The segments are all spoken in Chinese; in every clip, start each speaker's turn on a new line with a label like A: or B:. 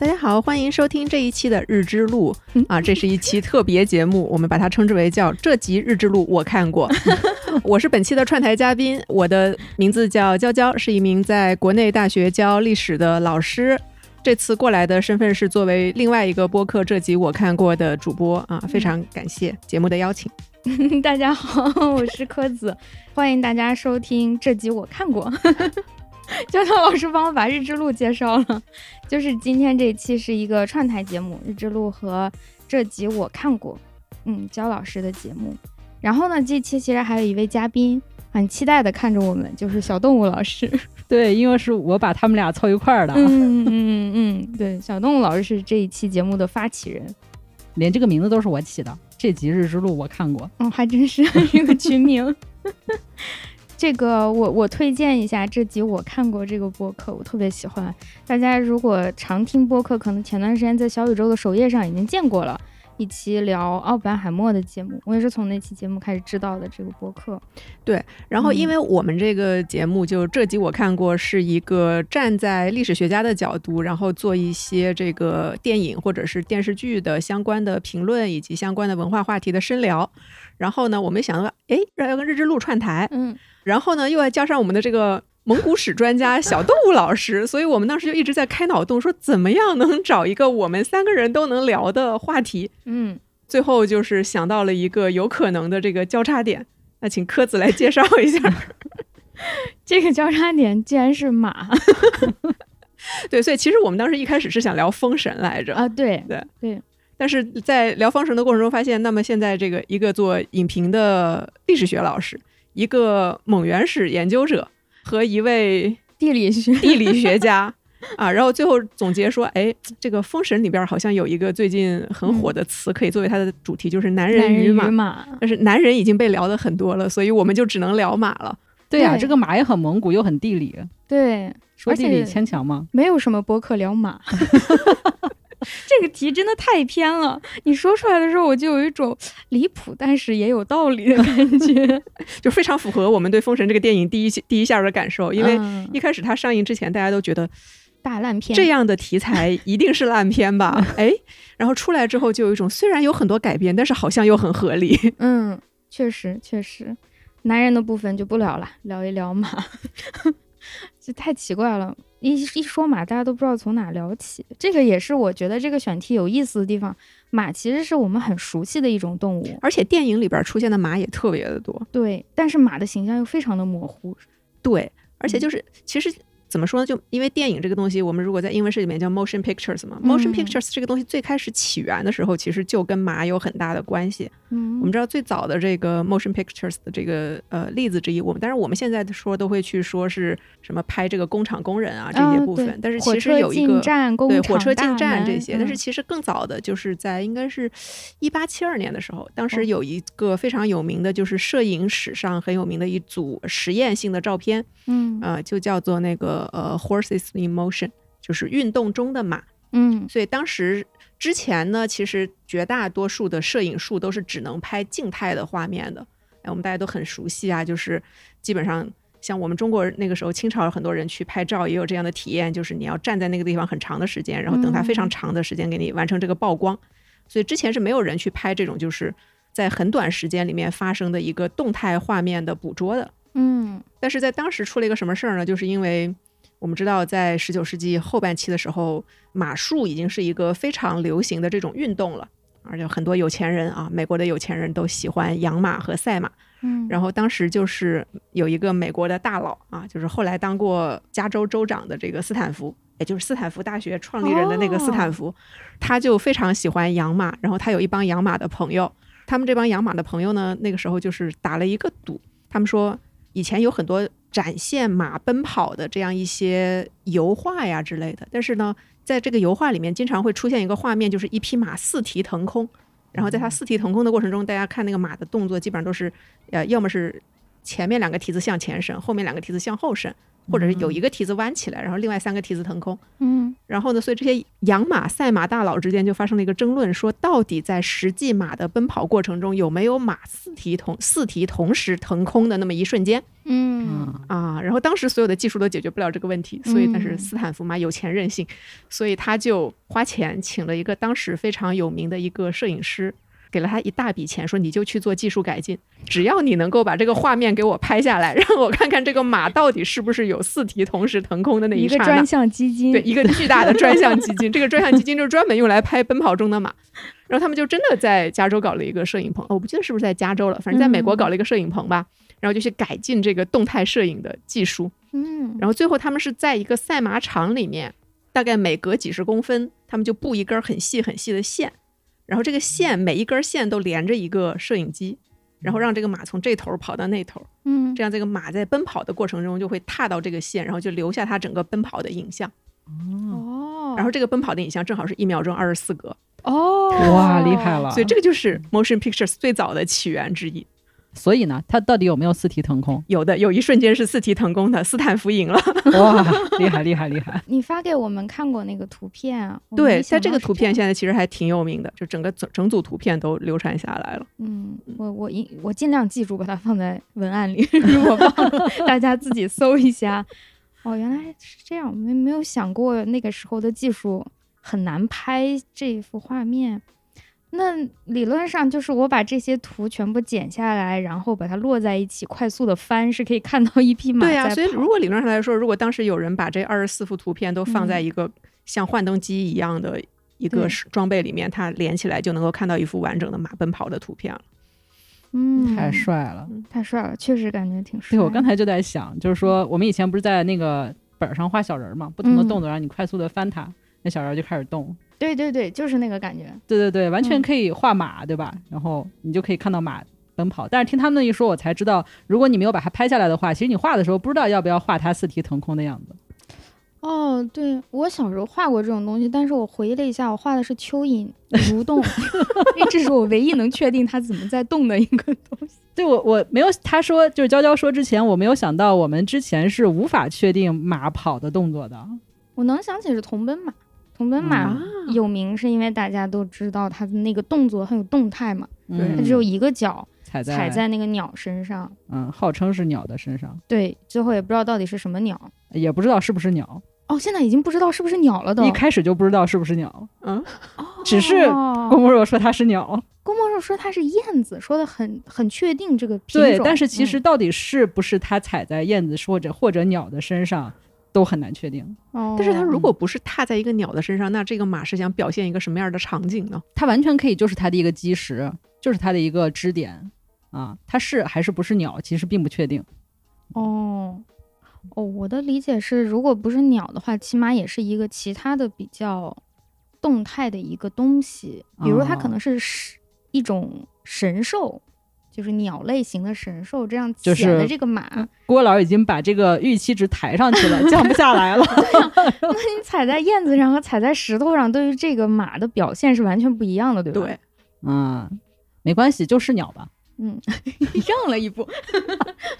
A: 家好，欢迎收听这一期的《日之路》啊，这是一期特别节目，我们把它称之为叫“这集日之路我看过” 。我是本期的串台嘉宾，我的名字叫娇娇，是一名在国内大学教历史的老师。这次过来的身份是作为另外一个播客“这集我看过”的主播啊，非常感谢节目的邀请。
B: 大家好， 我是柯子，欢迎大家收听这集我看过。 教教老师帮我把《日之路》介绍了，就是今天这一期是一个串台节目，《日之路》和这集我看过，嗯，焦老师的节目。然后呢，这期其实还有一位嘉宾，很期待的看着我们，就是小动物老师。
C: 对，因为是我把他们俩凑一块儿的，
B: 嗯嗯嗯嗯，对，小动物老师是这一期节目的发起人。
C: 连这个名字都是我起的。这集《日之路》我看过，
B: 嗯，还真是 这个群名。 这个我我推荐一下，这集我看过这个播客，我特别喜欢。大家如果常听播客，可能前段时间在小宇宙的首页上已经见过了一期聊奥本海默的节目，我也是从那期节目开始知道的这个播客。
A: 然后，
B: 嗯
A: 因为我们这个节目就这集我看过，是一个站在历史学家的角度，然后做一些这个电影或者是电视剧的相关的评论以及相关的文化话题的深聊。然后呢，我们想到，哎，要跟日之路串台，
B: 嗯，
A: 然后呢，又要加上我们的这个蒙古史专家小动物老师，所以我们当时就一直在开脑洞，说怎么样能找一个我们三个人都能聊的话题。
B: 嗯，
A: 最后就是想到了一个有可能的这个交叉点。那请柯子来介绍一下。
B: 这个交叉点竟然是马
A: 对，所以其实我们当时一开始是想聊封神来着，
B: 啊！对，
A: 但是在聊封神的过程中发现，那么现在这个一个做影评的历史学老师，一个锰原史研究者和一位
B: 地理学，
A: 地理学 家啊，然后最后总结说，哎，这个封神里边好像有一个最近很火的词，可以作为它的主题，就是男
B: 男
A: 人
B: 人
A: 与
B: 与
A: 马。
B: 马，
A: 但是男人已经被聊的很多了，所以我们就只能聊马了。
C: 对呀、
B: 对
C: 这个马也很蒙古，又很地理，
B: 对，
C: 说地理
B: 而且
C: 牵强吗？
B: 没有什么播客聊马。 这个题真的太偏了，你说出来的时候，我就有一种离谱但是也有道理的感觉。
A: 就非常符合我们对《封神》这个电影第一第一下的感 受，因为
B: 嗯
A: 一开始它上映之前，大家都觉得
B: 大烂片
A: 这样的题材一定是烂片 吧？哎，然后出来之后就有一种虽然有很多改编，但是好像又很合理。
B: 嗯，确实确实，男人的部分就不聊了，聊一聊马， 这太奇怪了。一一说马，大家都不知道从哪聊起。这个也是我觉得这个选题有意思的地方。马其实是我们很熟悉的一种动物，
A: 而且电影里边出现的马也特别的多，
B: 对，但是马的形象又非常的模糊。
A: 对，而且
B: 嗯
A: 就是其实。怎么说呢？就因为电影这个东西，我们如果在英文世界里面叫 motion pictures 嘛、m o t i o
B: 嗯
A: n pictures 这个东西最开始起源的时候，其实就跟马有很大的关系。
B: 嗯，
A: 我们知道最早的这个 motion pictures 的这个呃例子之一，我们当然我们现在说都会去说是什么拍这个工厂工人啊这些
B: 啊
A: 部
B: 对
A: 分，但是
B: 火
A: 其实
B: 车
A: 有一
B: 进
A: 个
B: 站工
A: 对火
B: 厂
A: 车进
B: 大
A: 站这
B: 门
A: 些，但是
B: 嗯
A: 其实更早的就是在应该是一八七二年的时候，当
B: 哦
A: 时有一个非常有名的，就是摄影史上很有名的一组实验性的照片，
B: 嗯
A: 呃，就叫做那个呃 horses in motion，就是运动中的马。
B: 嗯
A: 所以当时之前呢，其实绝大多数的摄影术都是只能拍静态的画面的。哎，我们大家都很熟悉啊，就是基本上像我们中国那个时候，清朝很多人去拍照也有这样的体验，就是你要站在那个地方很长的时间，然后等它非常长的时间给你完成这个曝光。所以之前是没有人去拍这种就是在很短时间里面发生的一个动态画面的捕捉的。
B: 嗯
A: 但是在当时出了一个什么事儿呢？就是因为我们知道，在十九世纪后半期的时候，马术已经是一个非常流行的这种运动了，而且很多有钱人啊，美国的有钱人都喜欢养马和赛马。
B: 嗯，
A: 然后当时就是有一个美国的大佬啊，就是后来当过加州州长的这个斯坦福，也就是斯坦福大学创立人的那个斯坦福，他就非常喜欢养马，然后他有一帮养马的朋友，他们这帮养马的朋友呢，那个时候就是打了一个赌，他们说以前有很多展现马奔跑的这样一些油画呀之类的，但是呢，在这个油画里面经常会出现一个画面，就是一匹马四蹄腾空。然后在它四蹄腾空的过程中，大家看那个马的动作，基本上都是，呃，要么是前面两个蹄子向前伸，后面两个蹄子向后伸，或者是有一个蹄子弯起来，然后另外三个蹄子腾空。
B: 嗯
A: 然后呢，所以这些养马、赛马大佬之间就发生了一个争论，说到底在实际马的奔跑过程中有没有马四蹄同四蹄同时腾空的那么一瞬间
B: 嗯
C: 嗯，
A: 啊？然后当时所有的技术都解决不了这个问题，所以但是
B: 嗯
A: 斯坦福嘛有钱任性，所以他就花钱请了一个当时非常有名的一个摄影师。给了他一大笔钱，说你就去做技术改进，只要你能够把这个画面给我拍下来，让我看看这个马到底是不是有四蹄同时腾空的那
B: 一
A: 刹
B: 个
A: 那。
B: 专项基金，
A: 对，一个巨大的专项基金。这个专项基金就是专门用来拍奔跑中的马。然后他们就真的在加州搞了一个摄影棚，哦我不记得是不是在加州了，反正在美国
B: 嗯
A: 搞了一个摄影棚吧。然后就去改进这个动态摄影的技术。
B: 嗯，
A: 然后最后他们是在一个赛马场里面，大概每隔几十公分，他们就布一根很细很细的线，然后这个线每一根线都连着一个摄影机。然后让这个马从这头跑到那头，
B: 嗯
A: 这样这个马在奔跑的过程中就会踏到这个线，然后就留下它整个奔跑的影像。
C: 嗯
B: 哦，
A: 然后这个奔跑的影像正好是一秒钟二十四格，
B: 哦，
C: 啊哇，厉害了！
A: 所以这个就是 motion pictures 最早的起源之一。？
C: 所以呢，它到底有没有四蹄 腾空
A: 有的有一瞬间是四蹄腾空的，斯坦福赢了。
B: 哦
C: 哇，厉害厉害厉害！
B: 你发给我们看过那个图片啊？我没
A: 对，
B: 想
A: 在
B: 到
A: 这个
B: 是
A: 图片
B: 样，
A: 现在其实还挺有名的，就整个整整组图片都流传下来了。
B: 嗯，我我一我尽量记住，把它放在文案里。 如果忘了，大家自己搜一下。哦，原来是这样，我没没有想过那个时候的技术很难拍这幅画面。那理论上就是我把这些图全部剪下来，然后把它摞在一起，快速的翻，是可以看到一匹马
A: 对
B: 在
A: 呀、
B: 跑。
A: 所以如果理论上来说，如果当时有人把这二十四幅图片都放
B: 嗯
A: 在一个像幻灯机一样的一个
B: 对
A: 是装备里面，它连起来就能够看到一幅完整的马奔跑的图片了。
B: 嗯，
C: 太帅了！
B: 太帅了，确实感觉挺帅
C: 对
B: 的。
C: 我刚才就在想，就是说我们以前不是在那个本儿上画小人儿嘛，不
B: 嗯
C: 同的动作让你快速的翻它，那小人儿就开始动。
B: 对对对，就是那个感觉。
C: 对对对，完全
B: 嗯
C: 可以画马，对吧？然后你就可以看到马奔跑。但是听他们一说，我才知道，如果你没有把它拍下来的话，其实你画的时候不知道要不要画它四蹄腾空的样子。
B: 哦，对，我小时候画过这种东西，但是我回忆了一下，我画的是蚯蚓蠕动， 因为这是我唯一能确定它怎么在动的一个东西。
C: 对我我没有他说就是娇娇说之前，我没有想到我们之前是无法确定马跑的动作的。
B: 我能想起是铜奔马，铜奔马
C: 嗯
B: 有名是因为大家都知道它的那个动作很有动态嘛，
A: 对
B: 它只有一个脚
C: 嗯踩在
B: 踩在那个鸟身上，
C: 嗯，号称是鸟的身上，
B: 对，最后也不知道到底是什么鸟。
C: 也不知道是不是鸟，
B: 哦，现在已经不知道是不是鸟了都。
C: 一开始就不知道是不是鸟。
A: 嗯，
C: 只是郭
B: 哦
C: 沫若说它是鸟，
B: 郭沫若说它是燕子，说的很很确定这个品种。
C: 对，但是其
B: 嗯
C: 实到底是不是它踩在燕子或者或者鸟的身上，都很难确定。
A: 但是它
B: 哦
A: 如果不是踏在一个鸟的身上，那这个马是想表现一个什么样的场景呢？
C: 它完全可以就是它的一个基石，就是它的一个支点啊，它是还是不是鸟，其实并不确定。
B: 哦，哦，我的理解是，如果不是鸟的话，起码也是一个其他的比较动态的一个东西，比如它可
C: 哦
B: 能是神一种神兽，就是鸟类型的神兽，这样
C: 就
B: 显
C: 是
B: 的这个马，
C: 郭老已经把这个预期值抬上去了，降不下来了。
B: 那你踩在燕子上和踩在石头上，对于这个马的表现是完全不一样的，对吧？
A: 对，
C: 嗯，没关系，就是鸟吧。
B: 嗯， 让了一步，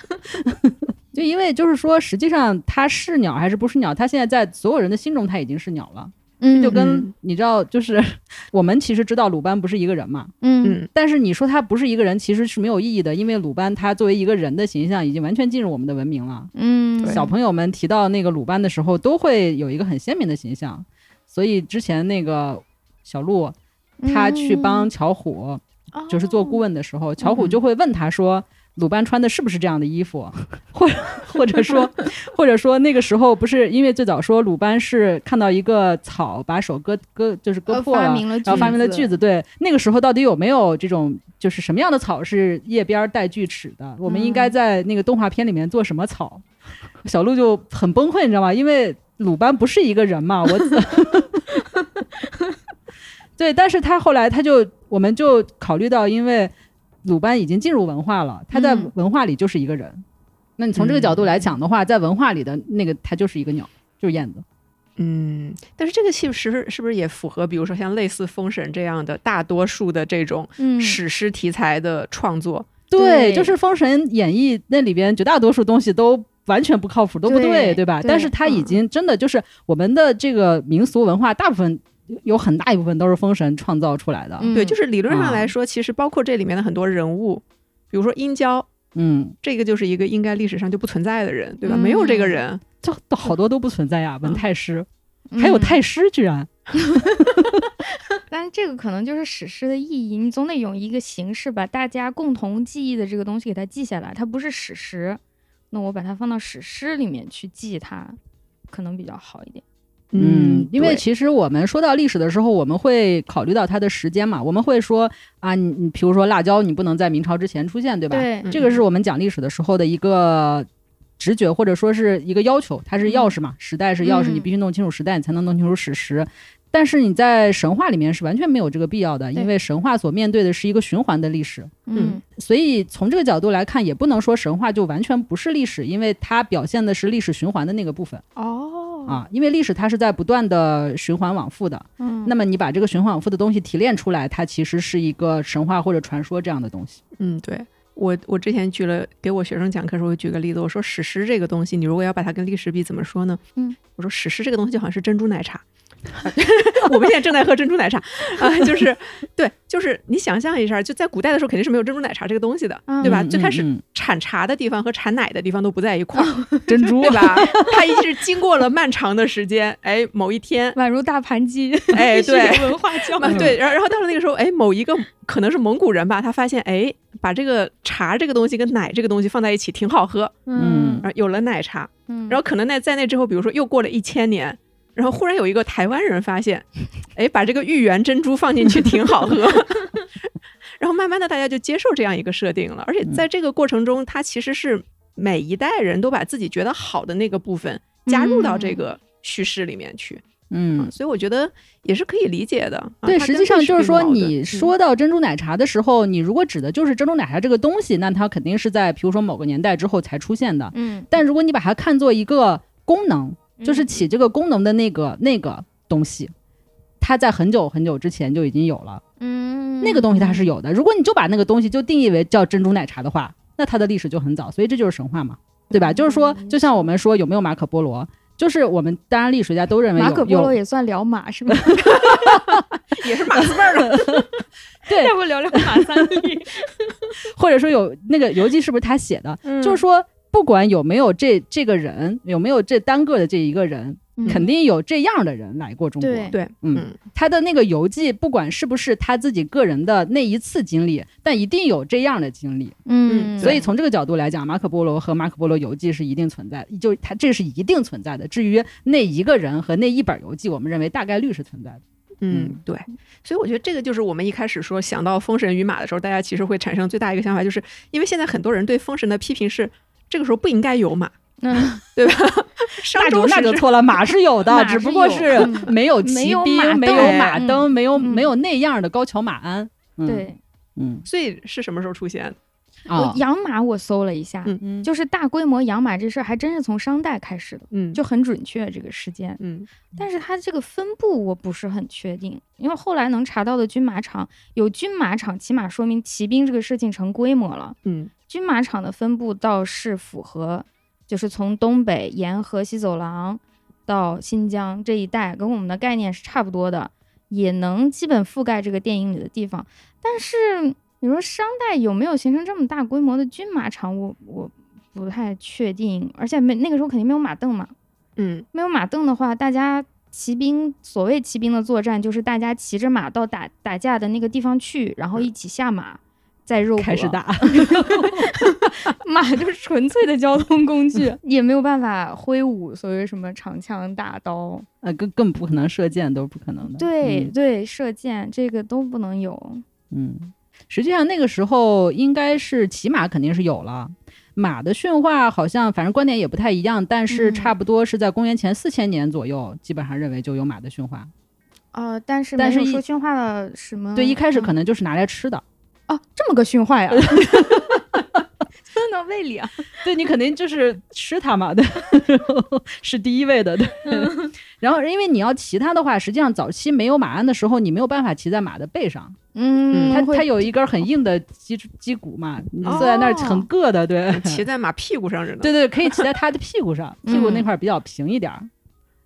C: 就因为就是说，实际上它是鸟还是不是鸟，它现在在所有人的心中，它已经是鸟了。
B: 嗯，
C: 就跟
A: 嗯
C: 你知道，就是我们其实知道鲁班不是一个人嘛，
B: 嗯
A: 嗯，
C: 但是你说他不是一个人，其实是没有意义的，因为鲁班他作为一个人的形象已经完全进入我们的文明了。
B: 嗯，
C: 小朋友们提到那个鲁班的时候，都会有一个很鲜明的形象。所以之前那个小鹿，他去帮巧虎，
B: 嗯
C: 就是做顾，问的时候，巧虎就会问他说。鲁班穿的是不是这样的衣服， 或者或者说， 或者说那个时候不是因为最早说鲁班是看到一个草把手割割就是割
B: 呃
C: 破了，
B: 发明了
C: 然后发明了句
B: 子，
C: 子，对，那个时候到底有没有这种，就是什么样的草是叶边带锯齿的？我们
B: 嗯
C: 应该在那个动画片里面做什么草？ 小鹿就很崩溃，你知道吗？因为鲁班不是一个人嘛，我 对，但是他后来他就，我们就考虑到，因为鲁班已经进入文化了，他在
B: 嗯
C: 文化里就是一个人。那你从这个角度来讲的话，在文化里的那个他就是一个鸟，就是燕子。
A: 嗯，但是这个其实是不是也符合，比如说像类似《封神》这样的大多数的这种
B: 嗯，
A: 史诗题材的创作？
C: 对，
B: 对
C: 就是《封神演义》那里边绝大多数东西都。完全不靠谱，都不
B: 对
C: 对吧？
B: 对嗯
C: 但是它已经真的就是我们的这个民俗文化，大部分有很大一部分都是封神创造出来的。
B: 嗯
A: 对，就是理论上
C: 啊
A: 来说，其实包括这里面的很多人物，比如说殷郊，
C: 嗯，
A: 这个就是一个应该历史上就不存在的人，对吧？没有这个人，
C: 这都好多都不存在呀，文太师，
B: 嗯
C: 还有太师居然，
B: 但是这个可能就是史诗的意义，你总得用一个形式把大家共同记忆的这个东西给它记下来，它不是史实，那我把它放到史诗里面去记它，可能比较好一点。
C: 嗯，因为
A: 对
C: 其实我们说到历史的时候，我们会考虑到它的时间嘛，我们会说啊，你你比如说辣椒，你不能在明朝之前出现，对吧？
B: 对
A: 嗯
C: 这个是我们讲历史的时候的一个直觉，或者说是一个要求，它是钥
A: 嗯
C: 匙嘛，时代是钥匙，
B: 嗯
C: 你必须弄清楚时代，你才能弄清楚史实。但是你在神话里面是完全没有这个必要的，
B: 对
C: 因为神话所面对的是一个循环的历史，
B: 嗯
C: 所以从这个角度来看，也不能说神话就完全不是历史，因为它表现的是历史循环的那个部分
B: 哦，
C: 啊，因为历史它是在不断的循环往复的。
B: 嗯
C: 那么你把这个循环往复的东西提炼出来，它其实是一个神话或者传说这样的东西。
A: 嗯，对。我我之前举了给我学生讲课时候，我举个例子，我说史诗这个东西，你如果要把它跟历史比，怎么说呢？
B: 嗯，
A: 我说史诗这个东西就好像是珍珠奶茶， 我们现在正在喝珍珠奶茶啊、就是对，就是你想象一下，就在古代的时候肯定是没有珍珠奶茶这个东西的，
B: 嗯
A: 对吧？
C: 嗯
A: 最开始
C: 嗯
A: 产茶的地方和产奶的地方都不在一块儿，
C: 嗯珍珠
A: 对吧？它一是经过了漫长的时间，哎，某一 天，
B: 宛如大盘鸡，
A: 哎，对，
B: 文化 交
C: 嗯
A: 嘛对，然后然后到了那个时候，哎，某一个可能是蒙古人吧，他发现哎，把这个茶这个东西跟奶这个东西放在一起挺好喝，
B: 嗯
C: 嗯
A: 然后有了奶茶，
B: 嗯，
A: 然
B: 后
A: 后可能那在那之后，比如说又过了一千年。然后忽然有一个台湾人发现，哎，把这个芋圆珍珠放进去挺好喝， 然后慢慢的大家就接受这样一个设定了。而且在这个过程中，它其实是每一代人都把自己觉得好的那个部分加入到这个叙事里面去，
C: 嗯
A: 嗯，所以我觉得也是可以理解的。啊
C: 对，
A: 它
C: 实
A: 跟
C: 际上
A: 历史
C: 就是
A: 并
C: 说，
A: 不矛盾
B: 嗯
C: 你说到珍珠奶茶的时候，你如果指的就是珍珠奶茶这个东西，那它肯定是在比如说某个年代之后才出现的。
B: 嗯，
C: 但如果你把它看作一个功能，就是起这个功能的那个那个东西，它在很久很久之前就已经有了，
B: 嗯
C: 那个东西它是有的。如果你就把那个东西就定义为叫珍珠奶茶的话，那它的历史就很早，所以这就是神话嘛，对吧？就是说，
B: 嗯
C: 就像我们说有没有马可波罗，就是我们当然历史学家都认为有
B: 嗯马可波罗
C: 有
B: 也算聊马是吧？
A: 也是马字辈儿的，
C: 对
B: 要不聊聊马三立？
C: 或者说有那个游记是不是他写的？
B: 嗯
C: 就是说，不管有没有这这个人，有没有这单个的这一个人， 肯定有这样的人来过中国。
B: 嗯对
A: 对，
C: 嗯，他的那个游记，不管是不是他自己个人的那一次经历，但一定有这样的经历。
B: 嗯，
A: 对
C: 所以从这个角度来讲，马可波罗和马可波罗游记是一定存在的，就他这是一定存在的。至于那一个人和那一本游记，我们认为大概率是存在的。
A: 嗯，对，所以我觉得这个就是我们一开始说想到《封神与马》的时候，大家其实会产生最大一个想法，就是因为现在很多人对《封神》的批评是，这个时候不应该有马，
B: 嗯
A: 对吧？商
C: 那
A: 周
C: 就那
A: 时
C: 就
A: 期
C: 错了，马是有的，
B: 马是
C: 只不过
B: 有
C: 是
B: 嗯
C: 没有
B: 没
C: 骑
B: 有马
C: 兵，没
B: 灯
C: 有马
B: 嗯
C: 灯，没有
B: 嗯
C: 没有那样的高桥马鞍。嗯，
B: 对，
C: 嗯
A: 所以是什么时候出现的？
C: 啊
B: 我，养马我搜了一下，
A: 嗯
C: 嗯
B: 就是大规模养马这事儿还真是从商代开始的，
A: 嗯，
B: 就很准确这个时间。
A: 嗯
B: 但是它这个分布我不是很确定，因为后来能查到的军马场有军马场，起码说明骑兵这个事情成规模了。
A: 嗯
B: 军马场的分布倒是符合，就是从东北沿河西走廊到新疆这一带，跟我们的概念是差不多的，也能基本覆盖这个电影里的地方。但是你说商代有没有形成这么大规模的军马场，我我不太确定，而且没那个时候肯定没有马镫嘛，
A: 嗯
B: 没有马镫的话，大家骑兵所谓骑兵的作战，就是大家骑着马到打打架的那个地方去，然后一起下马，再肉搏
C: 嗯开始打，
B: 马就是纯粹的交通工 具，也没有办法挥舞所谓什么长枪大刀，
C: 呃，更更不可能射箭都是不可能的。
B: 对、对，射箭这个都不能有。
C: 嗯，嗯，实际上那个时候应该是骑马肯定是有了。马的驯化好像反正观点也不太一样，但是
B: 嗯
C: 差不多是在公元前四千年左右，基本上认为就有马的驯化。
B: 呃，但是
C: 但
B: 没
C: 是
B: 有
C: 一
B: 说驯化了什么？
C: 对，一开始可
B: 能
C: 能就是拿来吃的，
B: 哦、这么个驯化呀，灌到胃里啊。
C: 对你肯定就是吃它嘛，对，是第一位的，对。
B: 嗯
C: 然后因为你要骑它的话，实际上早期没有马鞍的时候，你没有办法骑在马的背上，
B: 嗯
C: 它它有一根很硬的脊脊骨嘛，你坐在
B: 哦
C: 那儿很硌的，对。
A: 骑在马屁股上着呢。
C: 对对，可以骑在它的屁股上，屁股那块儿比较平一点儿、啊，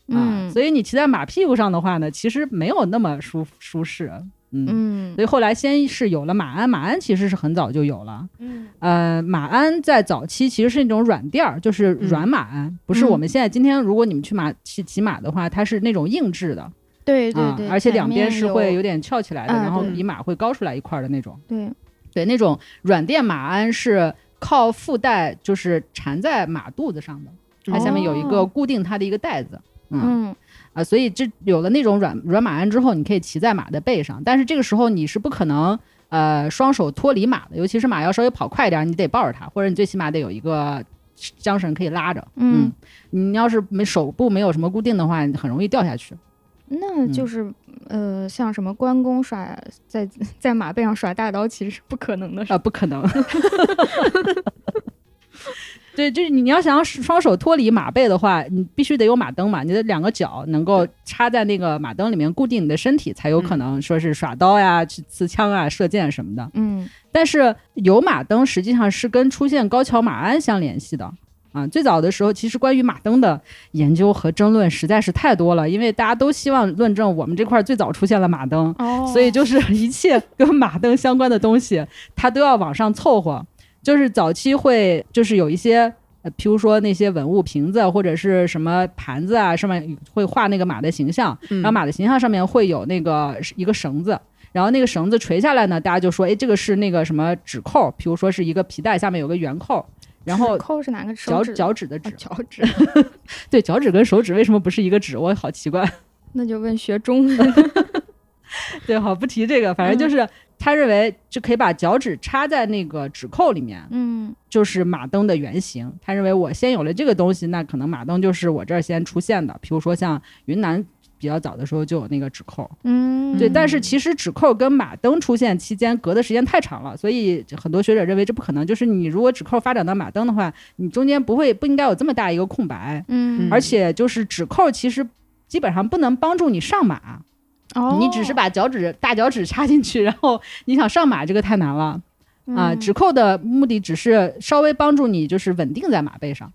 B: 嗯
C: 所以你骑在马屁股上的话呢，其实没有那么舒舒适，嗯。
B: 嗯
C: 所以后来先是有了马鞍，马鞍其实是很早就有了。
B: 嗯
C: 呃，马鞍在早期其实是那种软垫儿，就是软马鞍，不是我们现在今天如果你们去马去骑马的话，它是那种硬质的，
B: 对对
C: 啊
B: 对，
C: 而且
B: 前
C: 两边
B: 面
C: 是
B: 有
C: 会有点翘起来的，
B: 啊
C: 然后
A: 对
C: 比马会高出来一块儿的那种。
B: 对
C: 对，那种软垫马鞍是靠腹带，就是缠在马肚子上的，它下面有一个
B: 哦
C: 固定它的一个带子。嗯
B: 嗯
C: 啊，所以这有了那种软软马鞍之后，你可以骑在马的背上，但是这个时候你是不可能呃双手脱离马的，尤其是马要稍微跑快一点，你得抱着它，或者你最起码得有一个缰绳可以拉着。
B: 嗯，
C: 你要是没手部没有什么固定的话，你很容易掉下去。
B: 那
C: 嗯
B: 就是呃，像什么关公耍在在马背上耍大刀，其实是不可能的事
C: 啊，不可能。 对，就是你要想要双手脱离马背的话，你必须得有马蹬嘛，你的两个脚能够插在那个马蹬里面固定你的身体，才有可能说是耍刀呀、去刺枪啊、射箭什么的。
B: 嗯
C: 但是有马蹬实际上是跟出现高桥马鞍相联系的。啊，最早的时候，其实关于马蹬的研究和争论实在是太多了，因为大家都希望论证我们这块儿最早出现了马蹬，
B: 哦
C: 所以就是 一切跟马灯相关的东西，它都要往上凑合。就是早期会就是有一些，呃，譬如说那些文物瓶子或者是什么盘子啊，上面会画那个马的形象，
A: 嗯
C: 然后马的形象上面会有那个一个绳子。然后那个绳子垂下来呢，大家就说，哎，这个是那个什么指扣，比如说是一个皮带下面有个圆扣，然后
B: 哦扣是哪个手
C: 脚
B: 指？
C: 脚趾的
B: 啊
C: 趾，
B: 脚趾，
C: 对，脚趾跟手指为什么不是一个指？我好奇怪。
B: 那就问学中文的。
C: 对，好不提这个，反
B: 嗯
C: 正就是他认为就可以把脚趾插在那个指扣里面，
B: 嗯
C: 就是马镫的原型。他认为我先有了这个东西，那可能马镫就是我这儿先出现的。比如说像云南比较早的时候就有那个指扣，
B: 嗯，
C: 对，但是其实指扣跟马镫出现期间隔的时间太长了，所以很多学者认为这不可能。就是你如果指扣发展到马镫的话，你中间不会不应该有这么大一个空白，
B: 嗯，
C: 而且就是指扣其实基本上不能帮助你上马。
B: 哦，
C: 你只是把脚趾大脚趾插进去，然后你想上马，这个太难了啊！
B: 嗯
C: 指扣的目的只是稍微帮助你，就是稳定在马背上。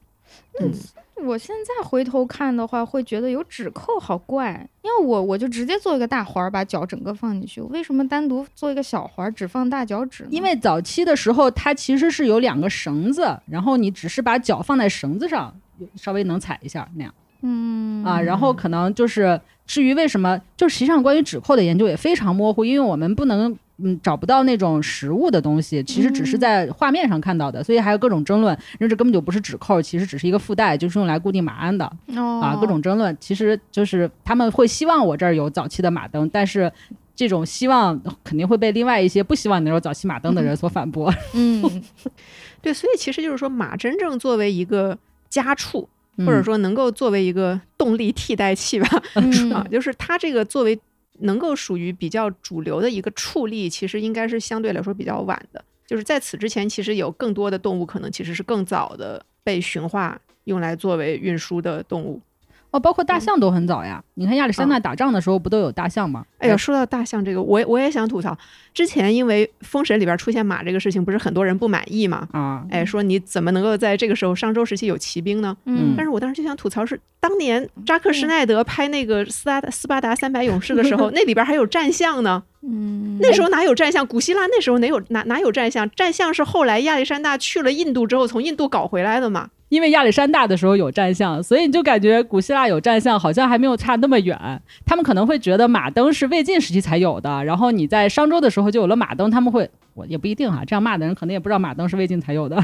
B: 我现在回头看的话，会觉得有指扣好怪。要我我就直接做一个大环儿，把脚整个放进去。为什么单独做一个小环儿，只放大脚趾呢？
C: 因为早期的时候，它其实是有两个绳子，然后你只是把脚放在绳子上，稍微能踩一下那样
B: 嗯
C: 啊。然后可能就是至于为什么，就是实际上关于指扣的研究也非常模糊，因为我们不能。嗯，找不到那种实物的东西，其实只是
B: 嗯
C: 在画面上看到的，所以还有各种争论，因为这根本就不是指扣，其实只是一个附带，就是用来固定马鞍的。
B: 哦
C: 啊，各种争论，其实就是他们会希望我这儿有早期的马灯，但是这种希望肯定会被另外一些不希望你有早期马灯的人所反驳。
B: 嗯
A: 对，所以其实就是说，马真正作为一个家畜，
C: 嗯
A: 或者，说能够作为一个动力替代器吧，
B: 嗯
A: 啊，就是它这个作为能够属于比较主流的一个畜力，其实应该是相对来说比较晚的。就是在此之前，其实有更多的动物可能其实是更早的被驯化，用来作为运输的动物。
C: 哦，包括大象都很早呀。你看亚历山大打仗的时候不都有大象吗？
A: 哎呀，，说到大象这个，我也我也想吐槽，之前因为《封神》里边出现马这个事情，不是很多人不满意嘛？
C: 啊，
A: 哎，说你怎么能够在这个时候商周时期有骑兵呢？
B: 嗯
A: 但是我当时就想吐槽是，当年扎克施耐德拍那个斯巴达斯巴达三百勇士的时 候，那里边还有战象呢。
B: 嗯，
A: 那时候哪有战象？古希腊那时候哪有哪哪有战象？战象是后来亚历山大去了印度之后，从印度搞回来的嘛。
C: 因为亚历山大的时候有战象，所以你就感觉古希腊有战象好像还没有差那么远。他们可能会觉得马灯是魏晋时期才有的，然后你在商周的时候就有了马灯，他们会我也不一定哈、啊这样骂的人可能也不知道马灯是魏晋才有的。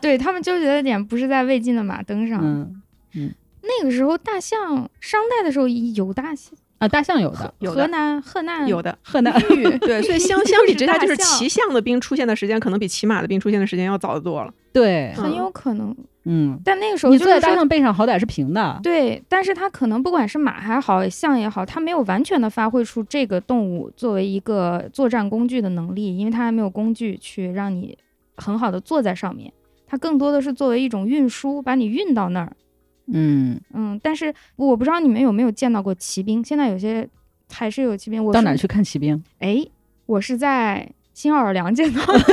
B: 对他们纠结的点不是在魏晋的马镫上，
C: 嗯
B: 那个时候大象商代的时候有大象，
C: 啊，大象有的，
A: 有
B: 河
A: 的，
B: 南河南
A: 有的。
C: 河南
B: 豫
A: 对，所以相相比之下，
B: 又
A: 就是是
B: 大象
A: 骑象的兵出现的时间，可能比骑马的兵出现的时间要早得多了。
C: 对，
B: 很有可能，
C: 嗯，
B: 但那个时候
C: 你
B: 就
C: 坐在
B: 是
C: 大
B: 说
C: 象背上，好歹是平的。
B: 对，但是它可能不管是马还好，象也好，它没有完全的发挥出这个动物作为一个作战工具的能力，因为它还没有工具去让你很好的坐在上面，它更多的是作为一种运输，把你运到那儿。
C: 嗯，
B: 嗯，但是我不知道你们有没有见到过骑兵，现在有些还是有骑兵。我
C: 到
B: 是
C: 哪儿去看骑兵？
B: 哎，我是在新奥尔良见到的，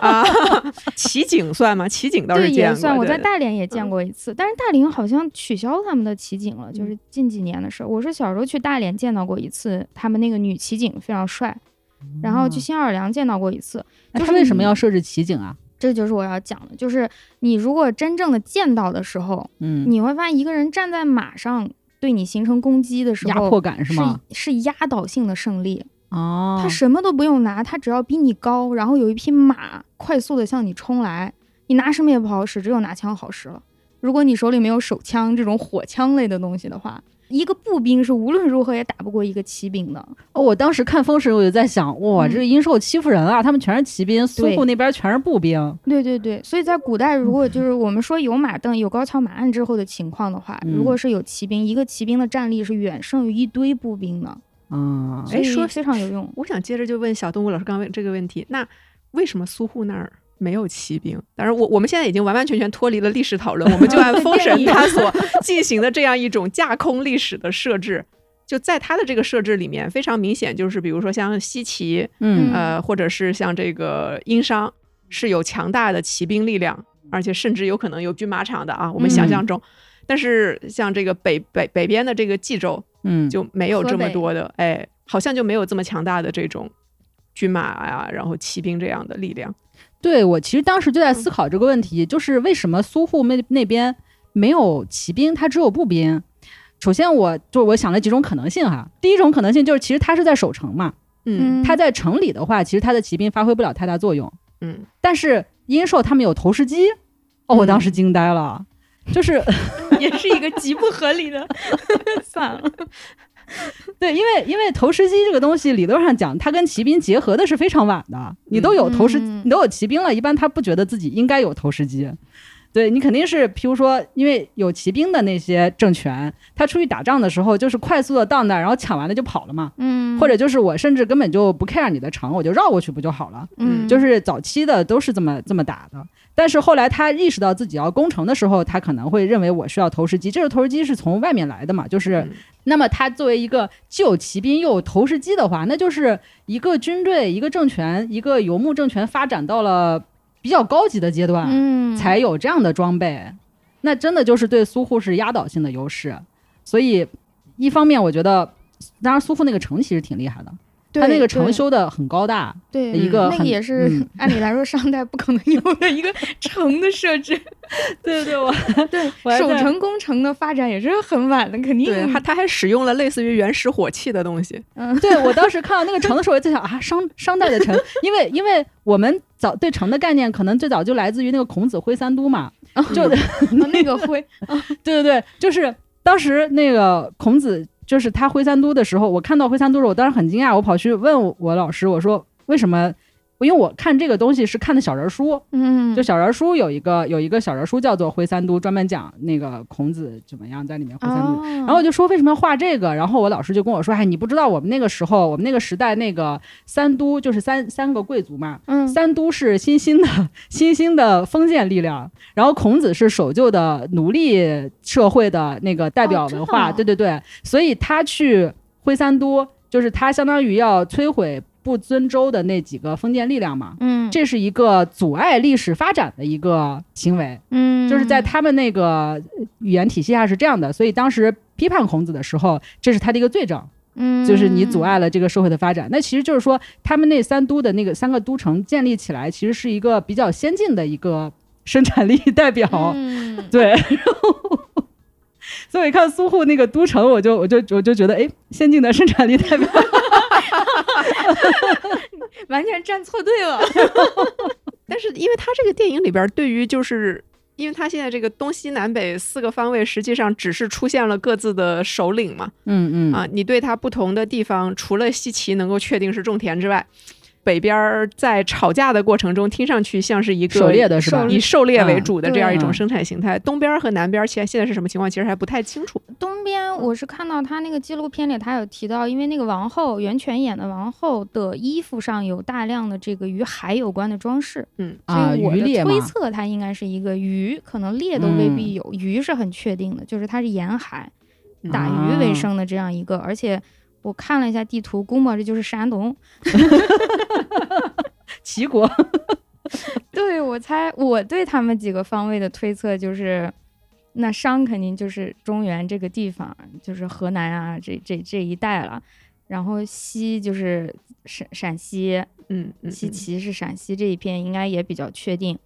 A: 啊， 骑警算吗？骑警倒
B: 对，
A: 是见
B: 也
A: 过，
B: 算。我
A: 对
B: 在
A: 对
B: 大连也见过一次，但是大连好像取消他们的骑警了，就是近几年的事儿。我是小时候去大连见到过一次，他们那个女骑警非常帅，然后去
C: 嗯，
B: 新奥尔良见到过一次。
C: 那
B: 就
C: 哎他
B: 是
C: 为什么
B: 你
C: 要设置骑警啊？
B: 这就是我要讲的，就是你如果真正的见到的时候，
C: 嗯，
B: 你会发现一个人站在马上对你形成攻击的时
C: 压
B: 候，
C: 迫感是
B: 是
C: 吗？
B: 是压倒性的胜利。
C: 哦，
B: 他什么都不用拿，他只要比你高，然后有一匹马快速的向你冲来，你拿什么也不好使，只有拿枪好使了。如果你手里没有手枪这种火枪类的东西的话，一个步兵是无论如何也打不过一个骑兵的。
C: 哦，我当时看风时我就在想，哇，
B: 嗯
C: 这个英寿欺负人啊，他们全是骑兵，苏
B: 对
C: 沪那边全是步兵。啊
B: 对对对，所以在古代，如果就是我们说有马镫、有高桥马案之后的情况的话，
C: 嗯
B: 如果是有骑兵，一个骑兵的战力是远胜于一堆步兵的，
C: 啊，
B: 所以
A: 说
B: 非常有用。
A: 我想接着就问小动物老师刚问这个问题，那为什么苏沪那儿没有骑兵？当然我，我们现在已经完完全全脱离了历史讨论，我们就按封神他所进行的这样一种架空历史的设置。就在他的这个设置里面，非常明显，就是比如说像西岐，
C: 嗯
A: 呃，或者是像这个殷商，是有强大的骑兵力量，而且甚至有可能有军马场的啊，我们想象中。但是像这个北北北边的这个冀州，
C: 嗯，
A: 就没有
B: 河
A: 这么
B: 北
A: 多的，哎，好像就没有这么强大的这种军马啊，然后骑兵这样的力量。
C: 对我其实当时就在思考这个问题，就是为什么苏沪那那边没有骑兵，它只有步兵。首先我，就我想了几种可能性哈。第一种可能性就是，其实它是在守城嘛，
A: 嗯
C: 它在城里的话，其实它的骑兵发挥不了太大作用。
A: 嗯，
C: 但是殷寿他们有投石机，
B: 嗯
C: 哦，我当时惊 呆了，就是
B: 也是一个极不合理的， 算了。
C: 对，因为因为投石机这个东西，理论上讲，它跟骑兵结合的是非常晚的。你都有投石，
B: 嗯
C: 你都有骑兵了，一般他不觉得自己应该有投石机。对你肯定是，譬如说，因为有骑兵的那些政权，他出去打仗的时候，就是快速的到那儿，然后抢完了就跑了嘛。
B: 嗯，
C: 或者就是我甚至根本就不 care 你的城，我就绕过去不就好了？
B: 嗯，
C: 就是早期的都是这么这么打的。但是后来他意识到自己要攻城的时候，他可能会认为我需要投石机，这个投石机是从外面来的嘛，就是
A: 嗯
C: 那么他作为一个既有骑兵又有投石机的话，那就是一个军队、一个政权、一个游牧政权发展到了比较高级的阶段，
B: 嗯，
C: 才有这样的装备。那真的就是对苏沪是压倒性的优势。所以，一方面我觉得，当然苏沪那个城其实挺厉害的，它
B: 对
C: 那个城
B: 对
C: 修的很高大，
B: 对
C: 一个
B: 那个
C: 嗯很
B: 也是、
C: 嗯
B: 按理来说商代不可能有的 一个城的设置。
C: 对对，我
B: 对，
C: 我还
B: 守
C: 在
B: 城工程的发展也是很晚的，肯定
A: 对， 他他还使用了类似于原始火器的东西。
B: 嗯
C: 对我当时看到那个城的时候，我就在想啊，商商代的城，因为因为我们早对城的概念，可能最早就来自于那个孔子挥三都嘛，就对
B: 哦那个会，
C: 对对，就是当时那个孔子，就是他挥三都的时候，我看到挥三都的时候，我当时很惊讶，我跑去问我我老师，我说为什么？因为我看这个东西是看的小人书，
B: 嗯，
C: 就小人书有一个有一个小人书叫做《挥三都》，专门讲那个孔子怎么样在里面挥三都。
B: 哦
C: 然后我就说为什么要画这个？然后我老师就跟我说，哎，你不知道我们那个时候，我们那个时代那个三都就是三三个贵族嘛，
B: 嗯
C: 三都是新兴的新兴的封建力量，然后孔子是守旧的奴隶社会的那个代表
B: 哦
C: 文化，
B: 这样
C: 对对对，所以他去挥三都，就是他相当于要摧毁不尊周的那几个封建力量嘛。
B: 嗯
C: 这是一个阻碍历史发展的一个行为，
B: 嗯
C: 就是在他们那个语言体系下是这样的，所以当时批判孔子的时候，这是他的一个罪证，
B: 嗯
C: 就是你阻碍了这个社会的发展。那其实就是说，他们那三都的那个三个都城建立起来，其实是一个比较先进的一个生产力代表。
B: 嗯
C: 对，然后所以看苏沪那个都城，我就我就我就觉得，哎，先进的生产 力代表。
B: 完全站错队 了，
A: 但是因为他这个电影里边儿对于就是。因为他现在这个东西南北四个方位，实际上只是出现了各自的首领嘛。
C: 嗯嗯
A: 啊，你对它不同的地方，除了西岐能够确定是种田之外，北边儿在吵架的过程中，听上去像是一个
C: 狩猎的是吧
A: 以狩猎为
C: 嗯
A: 主的这样一种
C: 对
A: 生产形态。东边儿和南边儿现现在是什么情况，其实还不太清楚。
B: 东边我是看到他那个纪录片里，他有提到，因为那个王后袁泉演的王后的衣服上有大量的这个与海有关的装饰，
A: 嗯
C: 啊，
B: 所以我
C: 渔猎
B: 的
C: 嘛，嗯
B: 推测它应该是一个鱼，可能猎都未必有，鱼是很确定的，就是它是沿海
C: 啊
B: 打鱼为生的这样一个，而且我看了一下地图，估摸着就是山东，
C: 齐国，
B: 对我猜，我对他们几个方位的推测就是，那商肯定就是中原这个地方，就是河南啊这这这一带了。然后西就是陕陕西，
A: 嗯嗯，
B: 西岐是陕西这一片，应该也比较确定。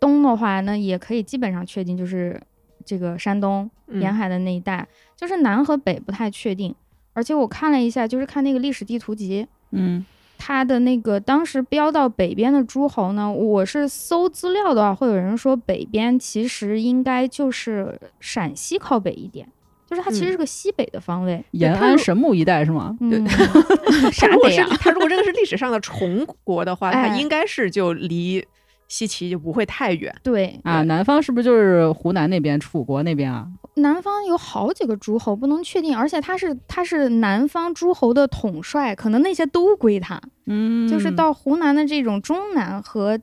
B: 东的话呢，也可以基本上确定，就是这个山东
A: 嗯
B: 沿海的那一带，就是南和北不太确定。而且我看了一下，就是看那个历史地图集，
C: 嗯
B: 它的那个当时标到北边的诸侯呢，我是搜资料的话，会有人说北边其实应该就是陕西靠北一点，就是它
A: 嗯
B: 其实是个西北的方位。
C: 延安神木一带是吗？
B: 嗯，
A: 他
B: 啥
A: 如果
B: 北
A: 是
B: 呀？
A: 他如果真的是历史上的崇国的话，他
B: 哎
A: 应该是就离西岐就不会太远。
B: 对，
C: 啊，南方是不是就是湖南那边、楚国那边啊？
B: 南方有好几个诸侯，不能确定，而且他是他是南方诸侯的统帅，可能那些都归他，
C: 嗯
B: 就是到湖南的这种中南和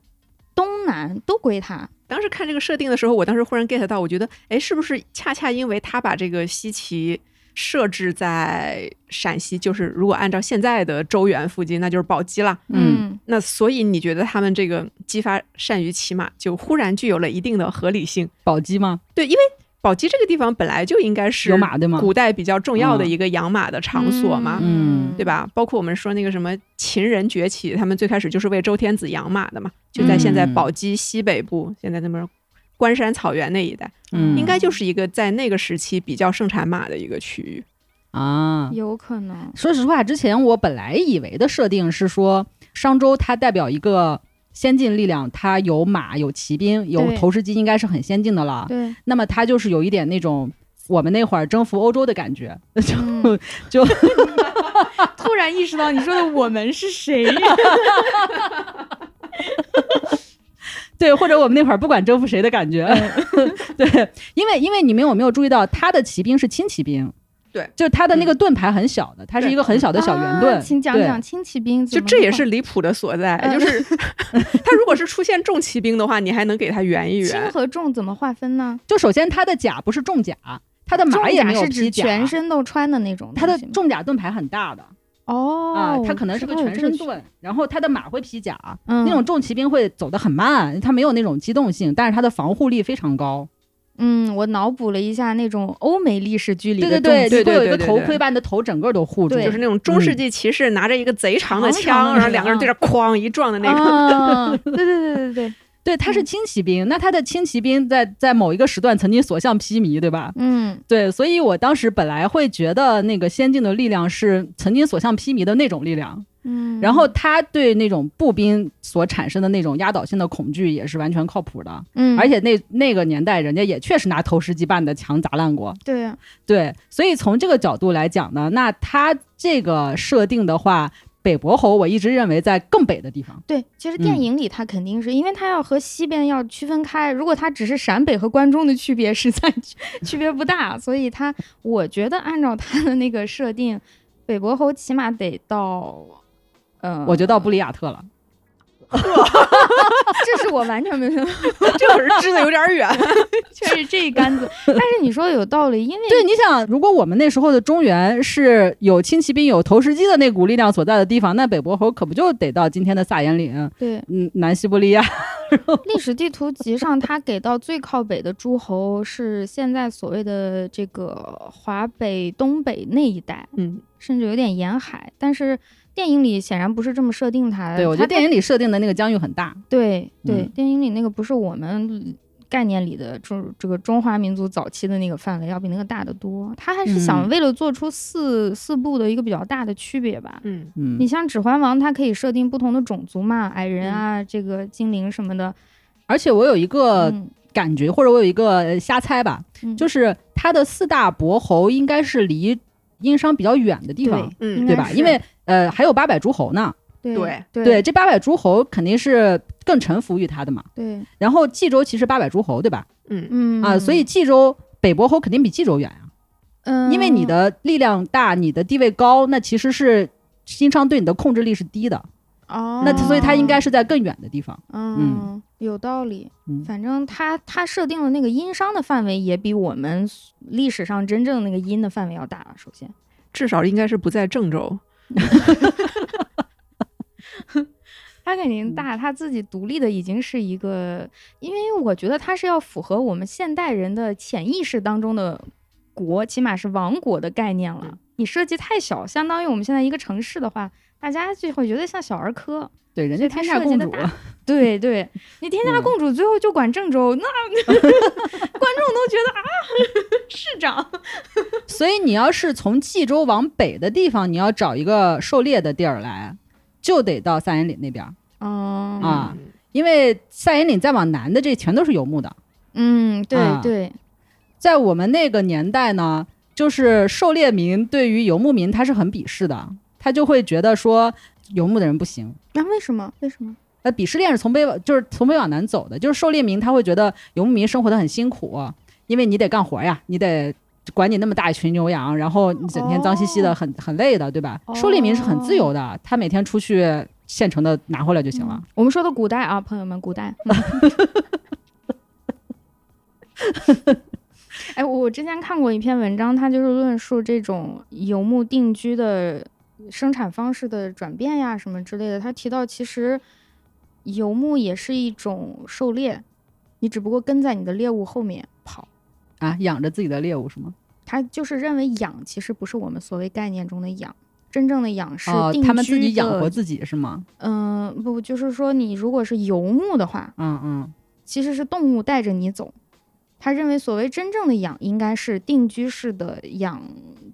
B: 东南都归他。
A: 当时看这个设定的时候，我当时忽然 get 到，我觉得，哎，是不是恰恰因为他把这个西岐设置在陕西，就是如果按照现在的周原附近，那就是宝鸡啦。
C: 嗯，
A: 那所以你觉得他们这个激发善于骑马，就忽然具有了一定的合理性？
C: 宝鸡吗？
A: 对，因为宝鸡这个地方本来就应该是
C: 有马嗯对吗？
A: 古代比较重要的一个养马的场所嘛，
C: 嗯
A: 对？吧？包括我们说那个什么嗯秦人崛起，他们最开始就是为周天子养马的嘛，就在现在
C: 嗯
A: 宝鸡西北部，现在那边关山草原那一带，
C: 嗯
A: 应该就是一个在那个时期比较盛产马的一个区域。
C: 啊。
B: 有可能。
C: 说实话，之前我本来以为的设定是说，商周它代表一个先进力量，它有马、有骑兵、有
B: 对
C: 投石机，应该是很先进的了。
B: 对，
C: 那么它就是有一点那种我们那会儿征服欧洲的感觉，
B: 嗯
C: 就
B: 突然意识到你说的我们是谁？
C: 对，或者我们那会儿不管征服谁的感觉，
B: 嗯
C: 对，因为因为你们有没有注意到，他的骑兵是轻骑兵，
A: 对，
C: 就是他的那个盾牌很小的，它是一个很小的小圆盾，
B: 嗯啊请讲
C: 对
B: 讲轻骑兵怎
A: 就
B: 么
A: 这也是离谱的所在，
B: 嗯
A: 就是他如果是出现重骑兵的话，你还能给他圆一
B: 轻
A: 圆。
B: 和重怎么划分呢？
C: 就首先他的甲不是重甲，他的马
B: 重
C: 也
B: 甲
C: 没有
B: 是指
C: 披甲，
B: 全身都穿的那种
C: 他
B: 东
C: 的
B: 西吗，
C: 重甲盾牌很大的
B: 哦，
C: 啊，他可能是个
B: 知道有
C: 全
B: 这个
C: 身
B: 区
C: 盾，然后他的马会披甲，
B: 嗯
C: 那种重骑兵会走得很慢，他没有那种机动性，但是他的防护力非常高。
B: 嗯，我脑补了一下那种欧美历史剧里
C: 对
B: 的
C: 对
B: 重
C: 对，
A: 对
B: 击
C: 会有一
A: 对
C: 个
A: 对
C: 头
A: 对
C: 盔把你的头整个都护住，
B: 对
A: 就是那种中世纪骑士拿着一个贼长的
B: 长长
A: 枪，
B: 的
A: 然后两个人对着哐一撞的那个，
B: 啊，对对对对对，
C: 对，他
B: 嗯
C: 是轻骑兵，那他的轻骑兵在在某一个时段曾经所向披靡，对吧？
B: 嗯，
C: 对，所以我当时本来会觉得那个先进的力量是曾经所向披靡的那种力量，
B: 嗯，
C: 然后他对那种步兵所产生的那种压倒性的恐惧也是完全靠谱的，
B: 嗯，
C: 而
B: 且
C: 且那那个年代人家也确实拿投石机把你的墙砸烂过，
B: 对，啊
C: 对，所以从这个角度来讲呢，那他这个设定的话，北伯侯我一直认为在更北的地方，
B: 对，其实电
C: 嗯
B: 影里它肯定是、因为它要和西边要区分开，如果它只是陕北和关中的区别，实在 区区别不大，所以它我觉得按照它的那个设定，北伯侯起码得到。呃，
C: 我就到布里亚特了。
B: 嗯这是我完全没有，
A: 这会儿支的有点远。
B: 确实这一竿子。但是你说有道理，因为
C: 对，你想，如果我们那时候的中原是有轻骑兵、有投石机的那股力量所在的地方，那北伯侯可不就得到今天的萨延岭、
B: 对
C: 嗯南西伯利亚？
B: 历史地图集上，它给到最靠北的诸侯是现在所谓的这个华北、东北那一带，
A: 嗯，
B: 甚至有点沿海。但是电影里显然不是这么设定它的。
C: 对，我觉得
B: 它
C: 电影里设定的那个疆域很大。
B: 对对、
C: 嗯
B: 电影里那个不是我们概念里的中这个中华民族早期的那个范围，要比那个大得多。他还是想
C: 嗯
B: 为了做出四、四部的一个比较大的区别吧。
A: 嗯，
C: 嗯
B: 你，像《指环王》，它可以设定不同的种族嘛，矮
C: 嗯
B: 人啊，这个精灵什么的。
C: 而且我有一个
B: 嗯，
C: 感觉，或者我有一个呃瞎猜吧，
B: 嗯
C: 就是他的四大伯侯应该是离殷商比较远的地方，
A: 嗯
B: 应
C: 对
B: 该
C: 吧？
B: 是
C: 因为呃，还有八百诸侯呢。
B: 对
A: 对
B: 对
C: 对，这八百诸侯肯定是更臣服于他的嘛。
B: 对，
C: 然后冀州其实八百诸侯，对吧？
A: 嗯，
B: 嗯
C: 啊，所以冀州北伯侯肯定比冀州远啊。
B: 嗯，
C: 因为你的力量大，你的地位高，那其实是殷商对你的控制力是低的，
B: 哦，
C: 那所以他应该是在更远的地方。
B: 嗯，有道理。
C: 嗯
B: 反正他他设定的那个殷商的范围也比我们历史上真正那个殷的范围要大。首先，
A: 至少应该是不在郑州。
B: 他肯
C: 嗯
B: 定大，他自己独立的已经是一个，因为我觉得他是要符合我们现代人的潜意识当中的国，起码是王国的概念了
C: 嗯。
B: 你设计太小，相当于我们现在一个城市的话，大家就会觉得像小儿科。
C: 对，人家
B: 所
C: 天
B: 以他
C: 下公
B: 设
C: 主
B: 计，的对对，你天下
C: 嗯
B: 公主最后就管郑州， 那观众都觉得啊， 市长。
C: 所以你要是从冀州往北的地方，你要找一个狩猎的地儿来，就得到三眼岭那边儿，
B: 嗯
C: 啊因为三眼岭再往南的这全都是游牧的。
B: 嗯，对
C: 啊
B: 对，
C: 在我们那个年代呢，就是狩猎民对于游牧民他是很鄙视的，他就会觉得说游牧的人不行。
B: 那、为什么？为什么？
C: 呃，鄙视链是从北往就是从北往南走的，就是狩猎民他会觉得游牧民生活的很辛苦，啊因为你得干活呀，你得管你那么大一群牛羊，然后你整天脏兮兮的，
B: 哦
C: 很很累的，对吧？狩猎民是很自由的，他每天出去现成的拿回来就行了。
B: 嗯我们说的古代啊，朋友们，古 代。哎，我我之前看过一篇文章，它就是论述这种游牧定居的生产方式的转变呀，什么之类的。他提到，其实游牧也是一种狩猎，你只不过跟在你的猎物后面跑。嗯
C: 啊，养着自己的猎物是吗？
B: 他就是认为养其实不是我们所谓概念中的养，真正的养是
C: 哦
B: 定居的、，
C: 他们自己养活自己是吗？
B: 嗯、不，就是说你如果是游牧的话，
C: 嗯嗯，
B: 其实是动物带着你走。他认为所谓真正的养，应该是定居式的养，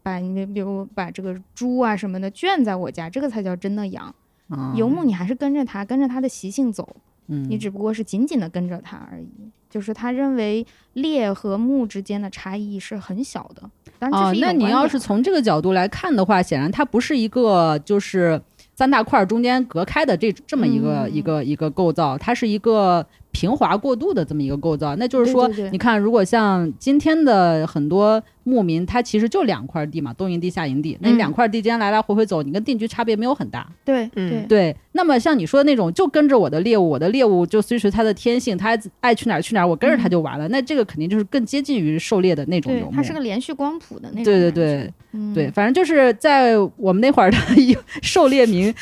B: 把你比如把这个猪啊什么的圈在我家，这个才叫真的养。
C: 嗯
B: 游牧你还是跟着它，跟着它的习性走，
C: 嗯
B: 你只不过是紧紧的跟着它而已。就是他认为猎和牧之间的差异是很小的。当然这
C: 哦
B: 是一，种
C: 那你
B: 观
C: 要
B: 点
C: 是从这个角度来看的话，显然它不是一个就是三大块儿中间隔开的这这么一个、
B: 嗯
C: 一个一个构造，它是一个平滑过渡的这么一个构造。那就是说，
B: 对对对
C: 你看，如果像今天的很多牧民，他其实就两块地嘛，东营地、下营地，那你
B: 嗯
C: 两块地之间来来回回走，你跟定居差别没有很大。
B: 对
A: 嗯
B: 对
C: 对，那么像你说的那种，就跟着我的猎物，我的猎物就随随它的天性，它爱爱去哪儿去哪儿，我跟着它就完了。那这个肯定就是更接近于狩猎的那种游
B: 嗯对，
C: 牧。
B: 它是个连续光谱的那种。
C: 对对对。
B: 嗯、
C: 对，反正就是在我们那会儿的 狩猎民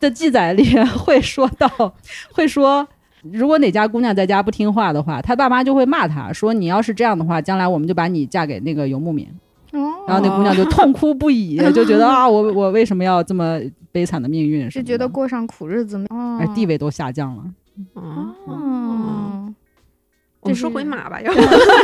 C: 的记载里会说到，会说。如果哪家姑娘在家不听话的话，她爸妈就会骂她，说你要是这样的话，将来我们就把你嫁给那个游牧民。
B: 哦，
C: 然后那姑娘就痛哭不已，就觉得啊，我我为什么要这么悲惨的命运什
B: 是
C: 么的？
B: 觉得过上苦日子吗？
C: 哎
B: 哦，
C: 地嗯位都下降了。
A: 嗯，
B: 哦，
A: 我们
B: 就是
A: 说回马吧，要不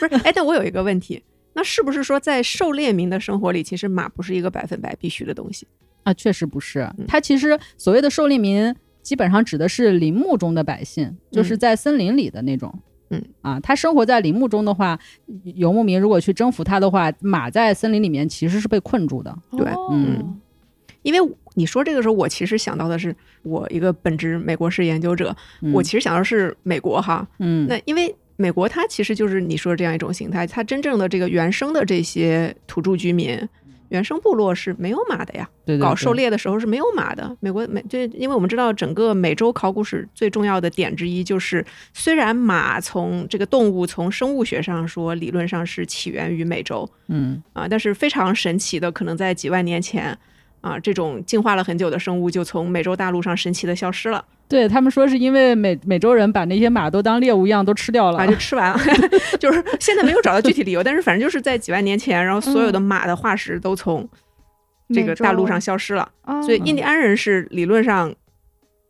A: 不是？哎，但我有一个问题，那是不是说在狩猎民的生活里，其实马不是一个百分百必须的东西？
C: 啊，确实不是
A: 嗯。
C: 它其实所谓的狩猎民，基本上指的是林木中的百姓，就是在森林里的那种。
A: 嗯
C: 啊，他生活在林木中的话，游牧民如果去征服他的话，马在森林里面其实是被困住的。
B: 哦
A: 对
C: 嗯
A: 因为你说这个时候，我其实想到的是，我一个本职美国史研究者，
C: 嗯、
A: 我其实想到是美国哈，
C: 嗯，
A: 那因为美国它其实就是你说这样一种形态，它真正的这个原生的这些土著居民、原生部落是没有马的呀，
C: 对对
A: 搞狩
C: 猎，
A: 猎的时候是没有马的。美国美就因为我们知道整个美洲考古史最重要的点之一就是，虽然马从这个动物从生物学上说理论上是起源于美洲
C: 嗯
A: 啊，但是非常神奇的，可能在几万年前。啊，这种进化了很久的生物就从美洲大陆上神奇的消失了，
C: 对他们说是因为美美洲人把那些马都当猎物一样都吃掉了。
A: 啊，就吃完了， 就是现在没有找到具体理由，但是反正就是在几万年前，然后所有的马的化石都从这个大陆上消失了，
B: 哦，
A: 所以印第安人是理论上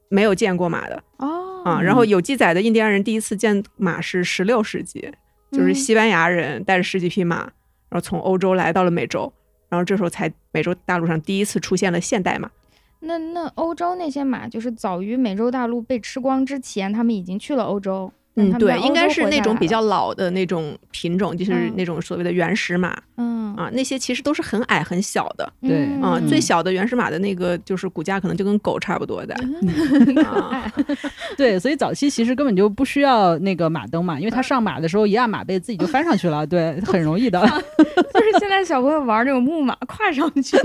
A: 没有见过马的
B: 哦
A: 啊。然后有记载的印第安人第一次见马是十六世纪，就是
B: 嗯
A: 西班牙人带着十几匹马，然后从欧洲来到了美洲，然后这时候才美洲大陆上第一次出现了现代马。
B: 那那欧洲那些马就是早于美洲大陆被吃光之前，他们已经去了欧洲，但
A: 嗯，
B: 他们
A: 对
B: 在，欧
A: 应该
B: 洲
A: 是
B: 活
A: 那
B: 下
A: 种
B: 来
A: 比
B: 了
A: 较老的那种品种，就是
B: 嗯
A: 那种所谓的原始马
B: 嗯
A: 啊，那些其实都是很矮很小的
C: 对
B: 嗯
A: 啊，最小的原始马的那个就是骨架可能就跟狗差不多的
B: 嗯
A: 啊，
C: 对，所以早期其实根本就不需要那个马蹬嘛，因
A: 嗯
C: 为他上马的时候一按马背自己就翻上去了，对，很容易的。
B: 就是现在小朋友玩那种木马跨上去，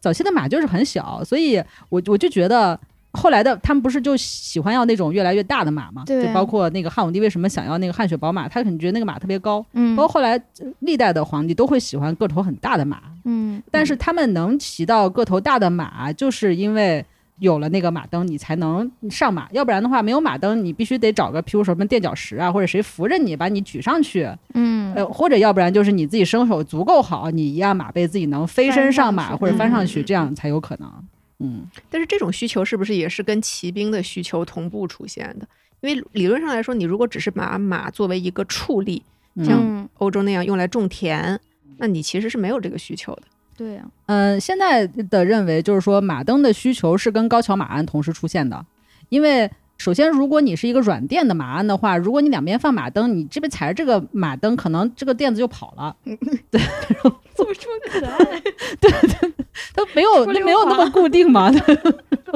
C: 早期的马就是很小，所以我我就觉得。后来的他们不是就喜欢要那种越来越大的马嘛？
B: 对
C: 就包括那个汉武帝为什么想要那个汗血宝马，他可能觉得那个马特别高。
B: 嗯
C: 包括后来呃历代的皇帝都会喜欢个头很大的马，
B: 嗯，
C: 但是他们能骑到个头大的马，就是因为有了那个马蹬，你才能上马，要不然的话，没有马蹬，你必须得找个，譬如什么垫脚石啊，或者谁扶着你把你举上去，
B: 嗯
A: 哎
C: 呃，或者要不然就是你自己身手足够好，你一按马背自己能飞身上
B: 翻
C: 马
B: 上去
C: 或者翻上
A: 嗯
C: 去，
A: 嗯
C: 这样才有可能。嗯，
A: 但是这种需求是不是也是跟骑兵的需求同步出现的？因为理论上来说，你如果只是把马作为一个畜力，
C: 嗯
B: 嗯
A: 欧洲那样用来种田，那你其实是没有这个需求的。
B: 对啊呀，
C: 嗯，现在的认为就是说，马蹬的需求是跟高桥马鞍同时出现的，因为。首先，如果你是一个软垫的马鞍的话，如果你两边放马蹬，你这边踩着这个马蹬，可能这个垫子就跑了。
B: 怎么这么可爱？
C: 它没有，
B: 不
C: 它
B: 溜
C: 没有那
B: 滑
C: 么固定嘛。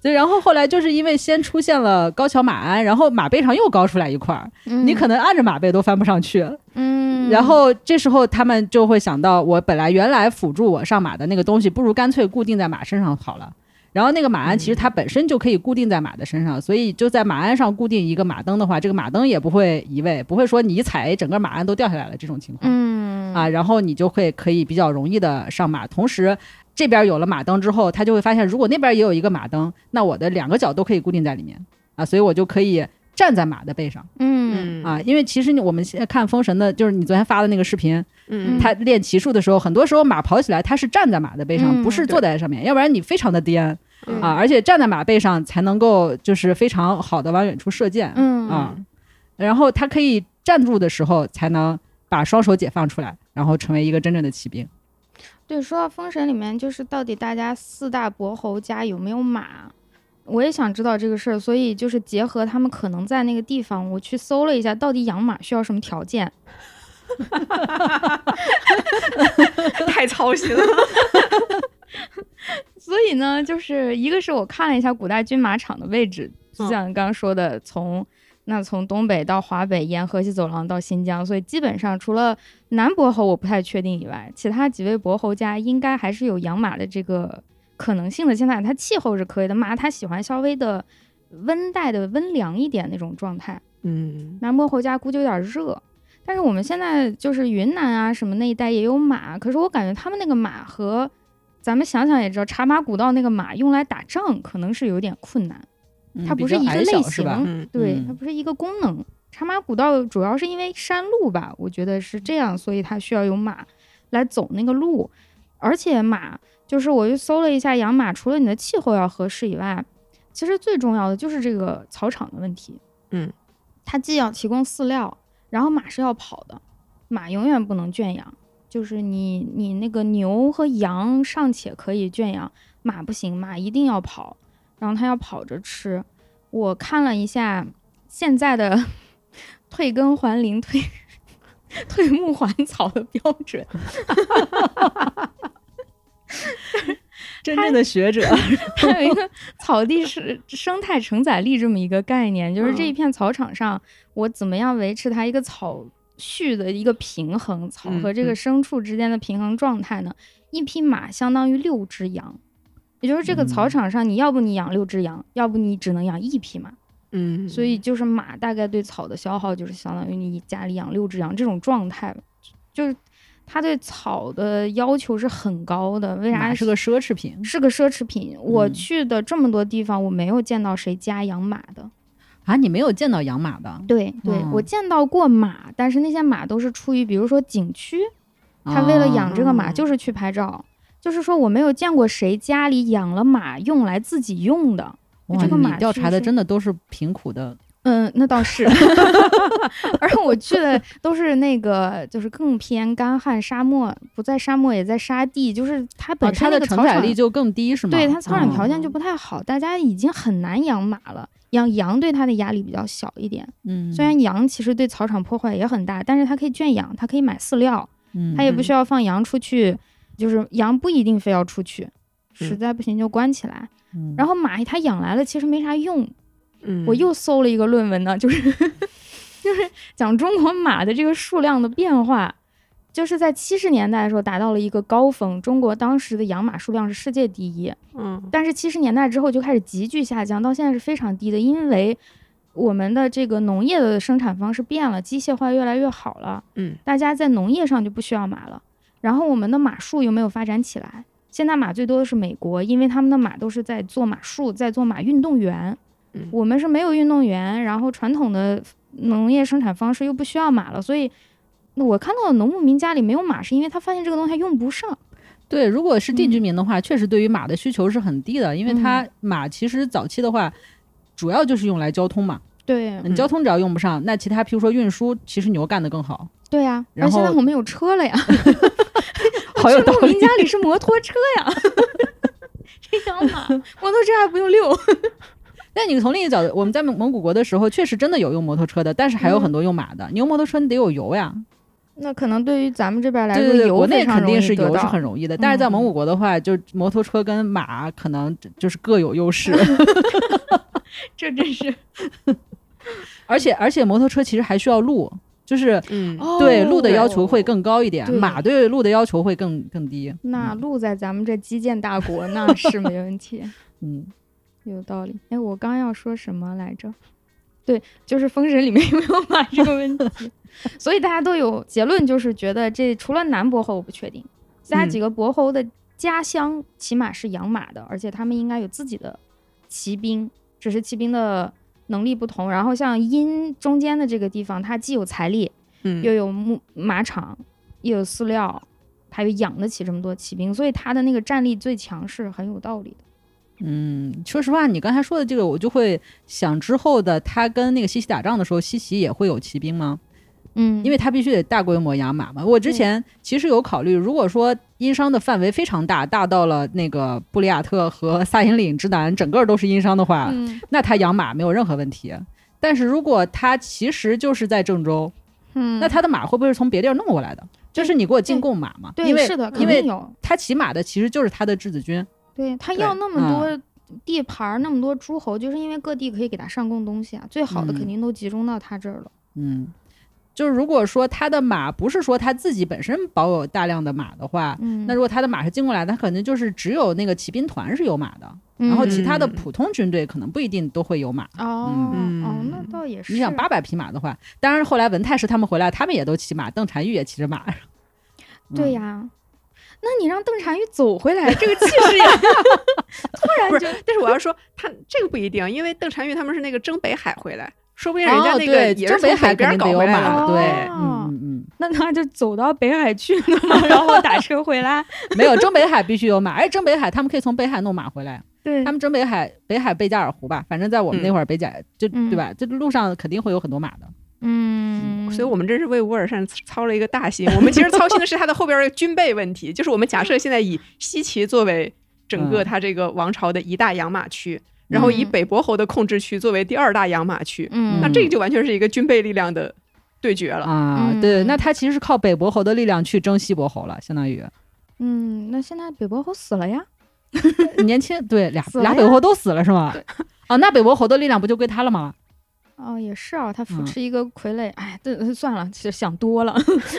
C: 对，然后后来就是因为先出现了高桥马鞍，然后马背上又高出来一块儿，你可能按着马背都翻不上去。
B: 嗯，
C: 然后这时候他们就会想到，我本来原来辅助我上马的那个东西，不如干脆固定在马身上好了。然后那个马鞍其实
B: 嗯
C: 它本身就可以固定在马的身上，所以就在马鞍上固定一个马蹬的话，这个马蹬也不会移位，不会说你一踩整个马鞍都掉下来了这种情况。
B: 嗯
C: 啊，然后你就会可以比较容易的上马。同时，这边有了马蹬之后，他就会发现，如果那边也有一个马蹬，那我的两个脚都可以固定在里面啊，所以我就可以站在马的背上
B: 嗯
C: 啊。因为其实你我们现在看《封神》的，就是你昨天发的那个视频，
A: 嗯，
C: 他练骑术的时候，很多时候马跑起来，他是站在马的背上，
B: 嗯
C: 不是
A: 对
C: 坐在上面，要不然你非常的颠
B: 对嗯
C: 啊。而且站在马背上才能够就是非常好的往远处射箭
B: 嗯
C: 啊。然后他可以站住的时候才能把双手解放出来，然后成为一个真正的骑兵。
B: 对，说到《封神》里面，就是到底大家四大伯侯家有没有马？我也想知道这个事儿，所以就是结合他们可能在那个地方，我去搜了一下，到底养马需要什么条件？
A: 嗯 太操心了。
B: 所以呢，就是一个是我看了一下古代军马场的位置，就
A: 嗯
B: 像你刚刚说的，从那从东北到华北，沿河西走廊到新疆，所以基本上除了南伯侯我不太确定以外，其他几位伯侯家应该还是有养马的这个可能性的。现在它气候是可以的，马它喜欢稍微的温带的温凉一点那种状态。
A: 嗯，
B: 南伯侯家估计有点热。但是我们现在就是云南啊什么那一带也有马，可是我感觉他们那个马和咱们想想也知道，茶马古道那个马用来打仗可能是有点困难，
C: 嗯
B: 它
C: 比
B: 不是
C: 较
B: 一个
C: 矮
B: 类
C: 小
B: 型，
C: 是吧？
A: 嗯
B: 对
C: 嗯，
B: 它不是一个功能。茶马古道主要是因为山路吧，我觉得是这样，所以它需要有马来走那个路，而且马就是我又搜了一下养马，除了你的气候要合适以外，其实最重要的就是这个草场的问题。
A: 嗯，
B: 它既要提供饲料，然后马是要跑的，马永远不能圈养。就是你你那个牛和羊尚且可以圈养，马不行，马一定要跑，然后它要跑着吃。我看了一下现在的 退耕还林、退 退牧还草的标准，
C: 真正的学者，
B: 它有 一个草地是生态承载力这么一个概念，就是这一
A: 嗯
B: 片草场上，我怎么样维持它一个草序的一个平衡，草和这
A: 嗯
B: 个
A: 嗯
B: 牲畜之间的平衡状态呢？一匹马相当于六只羊，也就是这个草
C: 嗯
B: 场上，你要不你养六只羊，要不你只能养一匹马。
A: 嗯，
B: 所以就是马大概对草的消耗就是相当于你家里养六只羊这种状态吧，就是它对草的要求是很高的。为啥
C: 马是个奢侈品。
B: 啊是个奢侈品？我
C: 嗯
B: 去的这么多地方，我没有见到谁家养马的。
C: 啊，你没有见到养马的，
B: 对对，我
C: 嗯
B: 见到过马，但是那些马都是出于比如说景区，他
C: 啊
B: 为了养这个马
A: 嗯
B: 就是去拍照。就是说，我没有见过谁家里养了马用来自己用的，
C: 哇
B: 这个
C: 你
B: 马
C: 调
B: 是
C: 查的
B: 是
C: 真的都是贫苦的
B: 嗯，那倒是， 而我去的都是那个，就是更偏干旱沙漠，不在沙漠也在沙地，就是它
C: 啊，
B: 本身
C: 它
B: 那
C: 的
B: 个
C: 承
B: 草
C: 载
B: 场，
C: 力就更低是吗？
B: 对它草场
C: 嗯
B: 条件就不太好，大家已经很难养马了。养羊对它的压力比较小一点，
C: 嗯，
B: 虽然羊其实对草场破坏也很大，但是它可以圈养，它可以买饲料，
C: 嗯
B: 它也不
A: 嗯
B: 需要放羊出去，就是羊不一定非要出去，实
A: 嗯
B: 在不行就关起来。
C: 嗯
B: 然后马它养来了其实没啥用，
A: 嗯，
B: 我又搜了一个论文呢， 就是就是讲中国马的这个数量的变化，就是在七十年代的时候达到了一个高峰，中国当时的养马数量是世界第一，
A: 嗯
B: 但是七十年代之后就开始急剧下降，到现在是非常低的，因为我们的这个农业的生产方式变了，机械化越来越好了，
A: 嗯
B: 大家在农业上就不需要马了，然后我们的马术又没有发展起来。现在马最多的是美国，因为他们的马都是在做马术，在做马运动员。
A: 嗯
B: 我们是没有运动员，然后传统的农业生产方式又不需要马了，所以那我看到的农牧民家里没有马，是因为他发现这个东西他用不上。
C: 对，如果是地居
B: 嗯
C: 民的话，确实对于马的需求是很低的，因为它马其实早期的话，主要就是用来交通嘛。
B: 对
C: 你交通只要用不上，那其他譬如说运输，其实牛干得 更好，
B: 对呀、
C: 然
B: 而现在
C: 后
B: 我们有车了呀，
C: 好有道
B: 农牧
C: 理
B: 民。家里是摩托车 呀，这养 马摩托车还不用遛。
C: 但你从另一个角度，我们在蒙蒙古国的时候，确实真的有用摩托车的，但是还有
B: 嗯
C: 很多用马的。你用摩托车，你得有油呀。
B: 那可能对于咱们这边来
C: 对
B: 说，
C: 对对，
B: 油
C: 国内
B: 非常
C: 肯
B: 容
C: 定
B: 易
C: 是
B: 得
C: 油
B: 到
C: 是
B: 嗯
C: 很容易的，但是在蒙古国的话，就摩托车跟马可能就是各有 优势。
B: 这真 是
C: 而且而且摩托车其实还需要路，就是
A: 嗯
C: 对路的要
B: 哦
C: 求会更高一点，
B: 对
C: 马对路的要求会更更低。
B: 那
C: 嗯
B: 路在咱们这基建大国， 那是没问题。
C: 嗯，
B: 有道理。哎，我刚要说什么来着？对，就是《封神》里面有没有 把 这个问题，所以大家都有结论，就是觉得这除了南伯侯我不确定，
C: 嗯
B: 其他几个伯侯的家乡起码是养马的，而且他们应该有自己的骑兵，只是骑兵的能力不同。然后像殷中间的这个地方，它既有财力，
A: 嗯
B: 又有牧马场，又有饲料，它又养得起这么多骑兵，所以它的那个战力最强是很有道理的。
C: 嗯，说实话，你刚才说的这个，我就会想之后的他跟那个西岐打仗的时候，西岐也会有骑兵吗？
B: 嗯，
C: 因为他必须得大规模养马嘛。我之前其实有考虑，如果说殷商的范围非常大，大到了那个布里亚特和 萨因岭之南，整个都是殷商的话，
B: 嗯
C: 那他养马没有任何问题。但是如果他其实就是在郑州，
B: 嗯，
C: 那他的马会不会是从别地儿弄过来的？就是你给我进
B: 对
C: 贡马嘛，
B: 对
C: 因为
B: 是的，肯
C: 因为
B: 定有。
C: 他骑马的其实就是他的质子军。
B: 对嗯他
A: 对
B: 要那么多地盘儿，那么多诸侯，就是因为各地可以给他上供东西啊，最好的肯
C: 嗯
B: 定都集中到他这儿了。
C: 嗯，就是如果说他的马不是说他自己本身保有大量的马的话，
B: 嗯，
C: 那如果他的马是进过来的，他可能就是只有那个骑兵团是有马的，
B: 嗯
C: 然后其他的
A: 嗯
C: 普通军队可能不一定都会有马。
B: 哦
A: 嗯
B: 哦，那倒也是。
C: 你想八百匹马的话，当然后来文太师他们回来，他们也都骑马，邓婵玉也骑着马。 嗯
B: 对
C: 呀、
B: 呀，那你让邓婵玉走回来，这个气势 也突然
A: 不，
B: 就是
A: 但是我要说，他这个不一定，因为邓婵玉他们是那个征北海回来，说不定
C: 哦
A: 人家那个
C: 对
A: 也是
C: 征北
A: 从
C: 海
A: 北
C: 肯
A: 边
C: 定
A: 搞
C: 得有
A: 回来
C: 马，
A: 的。
B: 哦
C: 对，
B: 哦
C: 嗯嗯
B: 那他就走到北海去了嘛，然后打车回来。
C: 嗯，没有征北海必须有马，而且征北海他们可以从北海弄马回来，
B: 对
C: 他，们征北海北海贝加尔湖吧，反正在我们那会儿北加、就
B: 嗯
C: 对吧，这路上肯定会有很多马的。
B: 嗯，
A: 所以我们真是为乌尔善操了一个大心。我们其实操心的是他的后边的军备问题，就是我们假设现在以西岐作为整
C: 嗯
A: 个他这个王朝的一大养马区，然后以
B: 嗯
A: 北伯侯的控制区作为第二大养马区，
B: 嗯，
A: 那这个就完全是一个军备力量的对决了。
C: 啊，
B: 嗯
C: 对，那他其实是靠北伯侯的力量去争西伯侯了，相当 于
B: 嗯，那现在北伯侯死了呀。
C: 年轻对俩
B: 死了
C: 俩
B: 呀
C: 北伯侯都死了是吗？啊，那北伯侯的力量不就归他了吗？
B: 哦，也是啊，他扶
C: 嗯
B: 持一个傀儡，哎、这算了，其实想多了。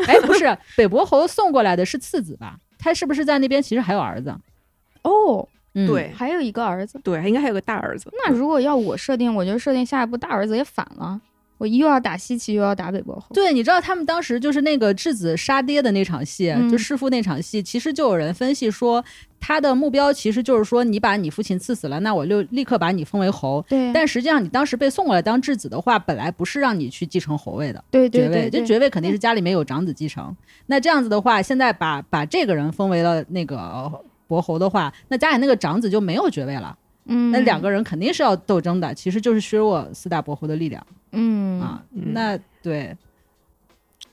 C: 哎，不是，北伯侯送过来的是次子吧？他是不是在那边其实还有儿子？
B: 哦，
C: 嗯，
A: 对
B: 还有一个儿子。
A: 对，应该还有个大儿子。
B: 那如果要我设定，我就设定下一步大儿子也反了，我又要打西岐，又要打北伯侯。
C: 对，你知道他们当时就是那个质子杀爹的那场戏，
B: 嗯
C: 就弑父那场戏，其实就有人分析说，他的目标其实就是说，你把你父亲赐死了，那我就立刻把你封为侯。
A: 嗯
B: 对
C: 但实际上，你当时被送过来当质子的话，本来不是让你去继承侯位的
B: 对对
C: 爵位，
B: 对
C: 这
B: 对，
C: 爵位
A: 嗯
C: 肯定是家里面有长子继承。那这样子的话，现在把把这个人封为了那个伯侯的话，那家里那个长子就没有爵位了。
B: 嗯，
C: 那两个人肯定是要斗争的，其实就是削弱四大伯侯的力量
B: 嗯
C: 啊。
A: 嗯
C: 那对，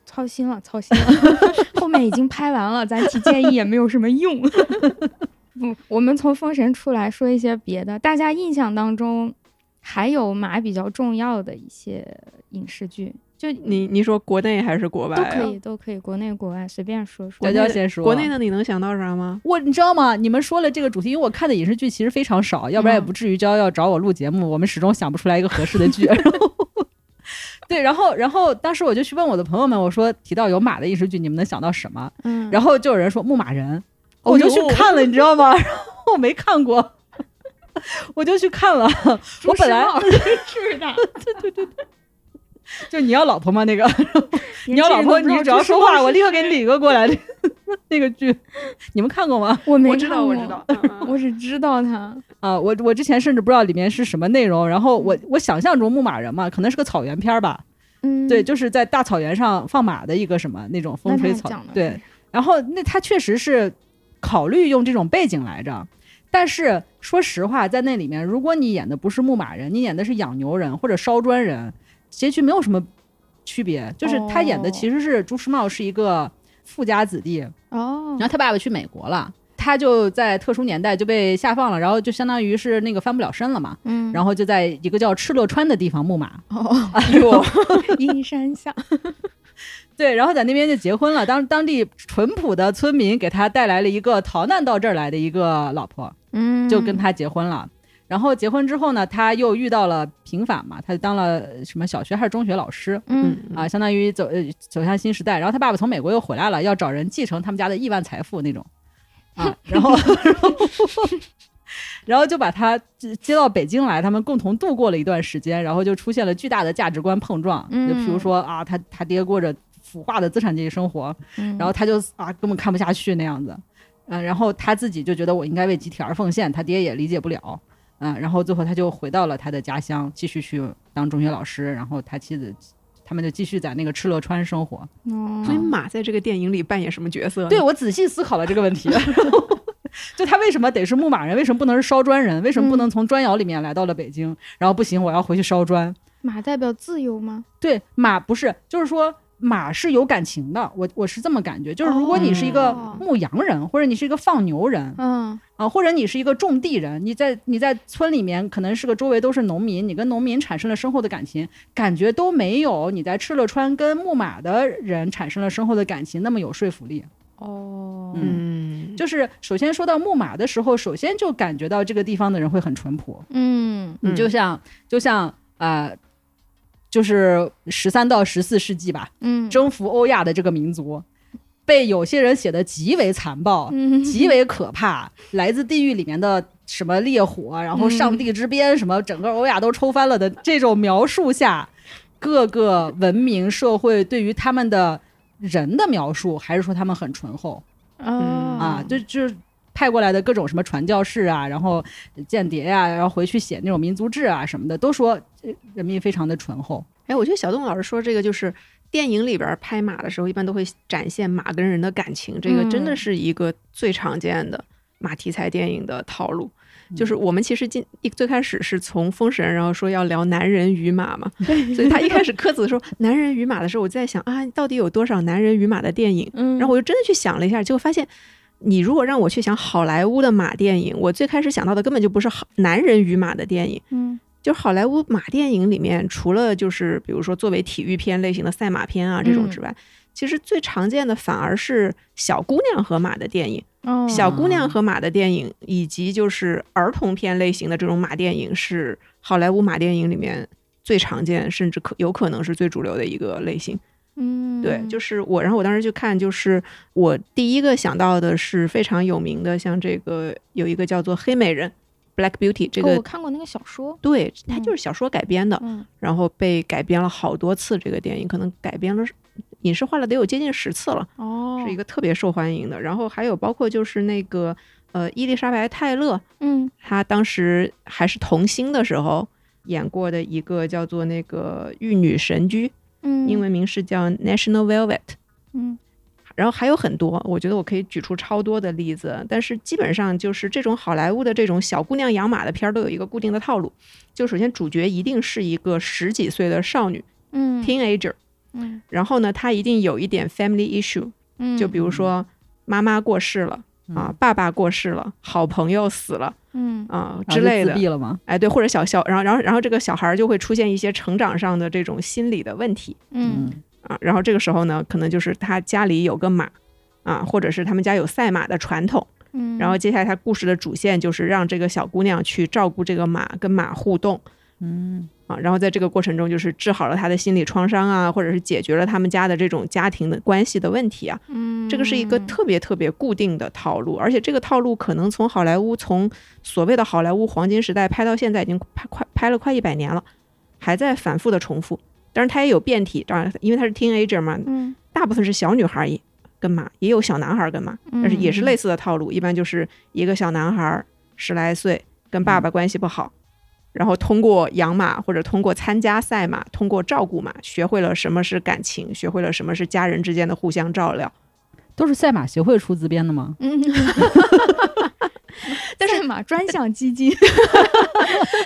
B: 操心了，操心了， 后面已经拍完了，咱提建议也没有什么用。 不，我们从封神出来说一些别的，大家印象当中还有马比较重要的一些影视剧，就
A: 你你说国内还是国外、
B: 都
A: 啊？
C: 哎
B: 可以，都可以，国内国外随便说说
C: 娇
A: 国。内
C: 娇
A: 的
C: 先说，
A: 国内的你能想到啥吗？
C: 我你知道吗？你们说了这个主题，因为我看的影视剧其实非常少，要不然
B: 嗯
C: 也不至于娇要找我录节目，我们始终想不出来一个合适的 剧。然后，对，然后然后当时我就去问我的朋友们，我说提到有马的影视剧，你们能想到什么？
B: 嗯，哦
C: 然后就有人说《牧马人》，
A: 哦
C: 我就去看了，你 知道吗？然后我没看过，我就去看了。
B: 朱
C: 我本
B: 时
C: 来
B: 茂是 的，
C: 就你要老婆吗？那个你
B: 年
C: 要
B: 轻
C: 老
B: 人
C: 婆，
B: 都不知
C: 你
B: 道
C: 只要
B: 朱时
C: 说
B: 茂
C: 话，
B: 是
C: 我立刻给你理个过来。 那个剧，你们看过吗？
B: 我没
A: 我知道，
B: 看
A: 我
B: 过
A: 知道，， 嗯
B: 我只知道他。
C: 啊，我我之前甚至不知道里面是什么内容，然后我我想象中牧马人嘛，可能是个草原片儿吧，
B: 嗯，
C: 对，就是在大草原上放马的一个什么那种风
B: 那
C: 吹
B: 他
C: 草
B: 讲，的
C: 对，然后那他确实是考虑用这种背景来着，但是说实话，在那里面，如果你演的不是牧马人，你演的是养牛人或者烧砖人，结局没有什么区别，就是他演的
B: 哦
C: 其实是朱时茂是一个富家子弟，
B: 哦
C: 然，后他爸爸去美国了，他就在特殊年代就被下放了，然后就相当于是那个翻不了身了嘛。
B: 嗯，
C: 然后就在一个叫敕勒川的地方牧马，
B: 哦，
A: 哟，
B: 阴山下，
C: 对，然后在那边就结婚了。当当地淳朴的村民给他带来了一个逃难到这儿来的一个老婆，
B: 嗯，
C: 就跟他结婚了。然后结婚之后呢，他又遇到了平反嘛，他就当了呃什么小学还是中学老师
B: 嗯，
A: 嗯
C: 啊，相当于走呃走向新时代。然后他爸爸从美国又回来了，要找人继承他们家的亿万财富那种啊，然后然后然后就把他接接到北京来，他们共同度过了一段时间，然后就出现了巨大的价值观碰撞，就譬如
B: 嗯
C: 说啊，他他爹过着腐化的资产阶级生活，
B: 嗯
C: 然后他就啊根本看不下去那样子，嗯，然后他自己就觉得我应该为集体而奉献，他爹也理解不了，嗯，然后最后他就回到了他的家乡，继续去当中学老师，然后他妻子他们就继续在那个敕勒川生活。
B: 哦
A: 所以马在这个电影里扮演什么角色呢？
C: 对我仔细思考了这个问题， 然后就他为什么得是牧马人，为什么不能是烧砖人，为什么不能从砖窑里面来到了北京，然后不行，我要回去烧砖。
B: 马代表自由吗？
C: 对，马不是，就是说马是有感情的，我我是这么感觉，就是如果你是一个
B: 哦
C: 牧羊人，或者你是一个放牛人，
B: 嗯
C: 啊，或者你是一个种地人，你在你在村里面可能是个周围都是农民，你跟农民产生了深厚的感情，感觉都没有你在敕勒川跟牧马的人产生了深厚的感情那么有说服力。
B: 哦
A: 嗯，
C: 就是首先说到牧马的时候，首先就感觉到这个地方的人会很淳朴，
B: 嗯
A: 嗯
C: 你就像就像啊、呃就是十三到十四世纪吧，
B: 嗯
C: 征服欧亚的这个民族，被有些人写得极为残暴，
B: 嗯
C: 极为可怕，来自地狱里面的什么烈火，然
A: 嗯
C: 后上帝之鞭，什么整个欧亚都抽翻了的这种描述下，各个文明社会对于他们的人的描述，还是说他们很醇厚
B: 哦
C: 啊，
A: 嗯
C: 就就是。派过来的各种什么传教士啊，然后间谍呀、然后回去写那种民族志啊什么的，都说呃人民非常的醇厚。
A: 哎，我觉得小栋老师说这个就是电影里边儿拍马的时候，一般都会展现马跟人的感情，这个真的
B: 嗯
A: 是一个最常见的马题材电影的套路。
C: 嗯
A: 就是我们其实进一最开始是从《封神》，然后说要聊男人与马嘛，所以他一开始磕子说男人与马的时候，我在想啊，到底有多少男人与马的电影？
B: 嗯，
A: 然后我就真的去想了一下，结果发现，你如果让我去想好莱坞的马电影，我最开始想到的根本就不是好男人与马的电影，
B: 嗯
A: 就是好莱坞马电影里面，除了就是比如说作为体育片类型的赛马片啊这种
B: 嗯
A: 之外，其实最常见的反而是小姑娘和马的电影，
B: 哦
A: 小姑娘和马的电影，以及就是儿童片类型的这种马电影，是好莱坞马电影里面最常见，甚至可有可能是最主流的一个类型。
B: 嗯
A: 对，就是我，然后我当时去看，就是我第一个想到的是非常有名的，像这个有一个叫做《黑美人》（Black Beauty） 这
B: 哦
A: 个，啊
B: 我看过那个小说，
A: 对，它
B: 嗯
A: 就是小说改编的，
B: 嗯
A: 然后被改编了好多次。这个电影可能改编了影视化了得有接近十次了，
B: 哦
A: 是一个特别受欢迎的。然后还有包括就是那个呃伊丽莎白·泰勒，
B: 嗯
A: 她当时还是童星的时候演过的一个叫做那个《玉女神驹》，
B: 嗯，
A: 英文名是叫《National Velvet》。
B: 嗯
A: 然后还有很多，我觉得我可以举出超多的例子，但是基本上就是这种好莱坞的这种小姑娘养马的片儿都有一个固定的套路，就首先主角一定是一个十几岁的少女
B: 嗯
A: （teenager），
B: 嗯
A: 然后呢，她一定有一点 family issue，
B: 嗯，
A: 就比如说妈妈过世了啊，爸爸过世了，好朋友死了
B: 嗯
A: 啊
C: 然后
A: 之
C: 就
A: 类的
C: 自，闭了吗？
A: 哎，对，或者小小，然后然后然后这个小孩儿就会出现一些成长上的这种心理的问题。
B: 嗯
A: 啊，然后这个时候呢，可能就是他家里有个马啊，或者是他们家有赛马的传统。
B: 嗯，
A: 然后接下来他故事的主线就是让这个小姑娘去照顾这个马，跟马互动
C: 嗯
A: 啊，然后在这个过程中就是治好了他的心理创伤啊，或者是解决了他们家的这种家庭的关系的问题啊。
B: 嗯，
A: 这个是一个特别特别固定的套路，而且这个套路可能从好莱坞从所谓的好莱坞黄金时代拍到现在，已经拍快拍了快一百年了，还在反复的重复。但是它也有变体，当然因为它是 teenager 嘛，
B: 嗯，
A: 大部分是小女孩一跟马，也有小男孩跟马，但是也是类似的套路，一般就是一个小男孩十来岁跟爸爸关系不好，然后通过养马或者通过参加赛马，通过照顾马，学会了什么是感情，学会了什么是家人之间的互相照料。
C: 都是赛马协会出资编的吗？
B: 嗯，但是嘛，专项基金，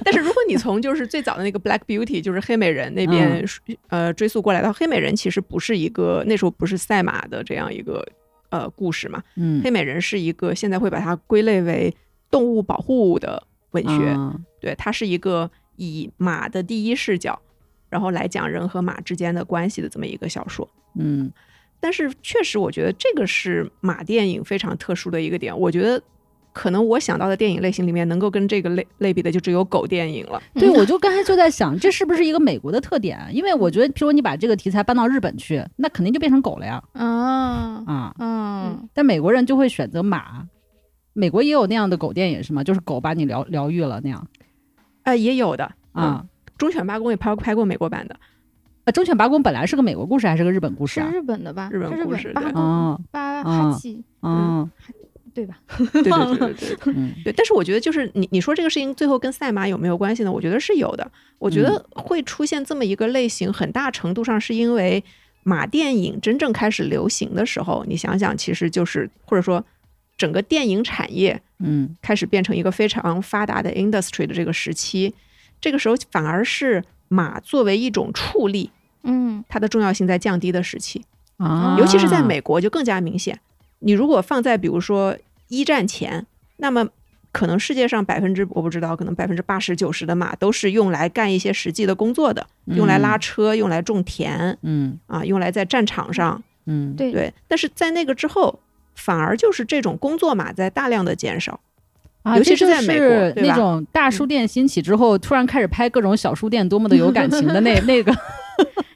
A: 但是如果你从就是最早的那个 Black Beauty，就是黑美人那边、呃追溯过来的话，黑美人其实不是一个那时候不是赛马的这样一个呃故事嘛，
C: 嗯，
A: 黑美人是一个现在会把它归类为动物保护的文学，
C: 啊
A: 对，它是一个以马的第一视角，然后来讲人和马之间的关系的这么一个小说。
C: 嗯
A: 但是确实，我觉得这个是马电影非常特殊的一个点。我觉得可能我想到的电影类型里面，能够跟这个类类比的就只有狗电影了。
C: 对，我就刚才就在想，这是不是一个美国的特点？啊因为我觉得，譬如说你把这个题材搬到日本去，那肯定就变成狗了呀
B: 啊，
C: 啊！
B: 嗯，
C: 但美国人就会选择马，美国也有那样的狗电影是吗？就是狗把你疗疗愈了那样
A: 呃，也有的
C: 啊。
A: 忠犬八公》也拍拍过美国版的，
C: 呃，忠犬八公本来是个美国故事还是个日本故事
B: 是
C: 啊？
B: 日本的吧？
A: 日本
B: 是日
A: 故
B: 本
A: 事
B: 八
A: 对
B: 公
C: 啊
B: 八
C: 啊
B: 哈气，
C: 啊
B: 对吧？
A: 对对对对对。
C: 嗯
A: 对，但是我觉得就是你你说这个事情最后跟赛马有没有关系呢？我觉得是有的。我觉得会出现这么一个类型，很大程度上是因为马电影真正开始流行的时候，你想想，其实就是或者说整个电影产业
C: 嗯
A: 开始变成一个非常发达的 industry 的这个时期，这个时候反而是马作为一种畜力，
B: 嗯
A: 它的重要性在降低的时期，
C: 啊，
A: 尤其是在美国就更加明显。你如果放在比如说一战前，那么可能世界上百分之我不知道，可能百分之八十九十的马都是用来干一些实际的工作的，用来拉车，用来种田
C: 嗯
A: 啊，用来在战场上。
C: 嗯
B: 对
A: 对，但是在那个之后，反而就是这种工作马在大量的减少。
C: 啊，
A: 尤其
C: 这
A: 是
C: 就
A: 在美国
C: 是
A: 对
C: 那
A: 吧嗯
C: 种大书店兴起之后，突然开始拍各种小书店，多么的有感情 的那那
A: 嗯
C: 个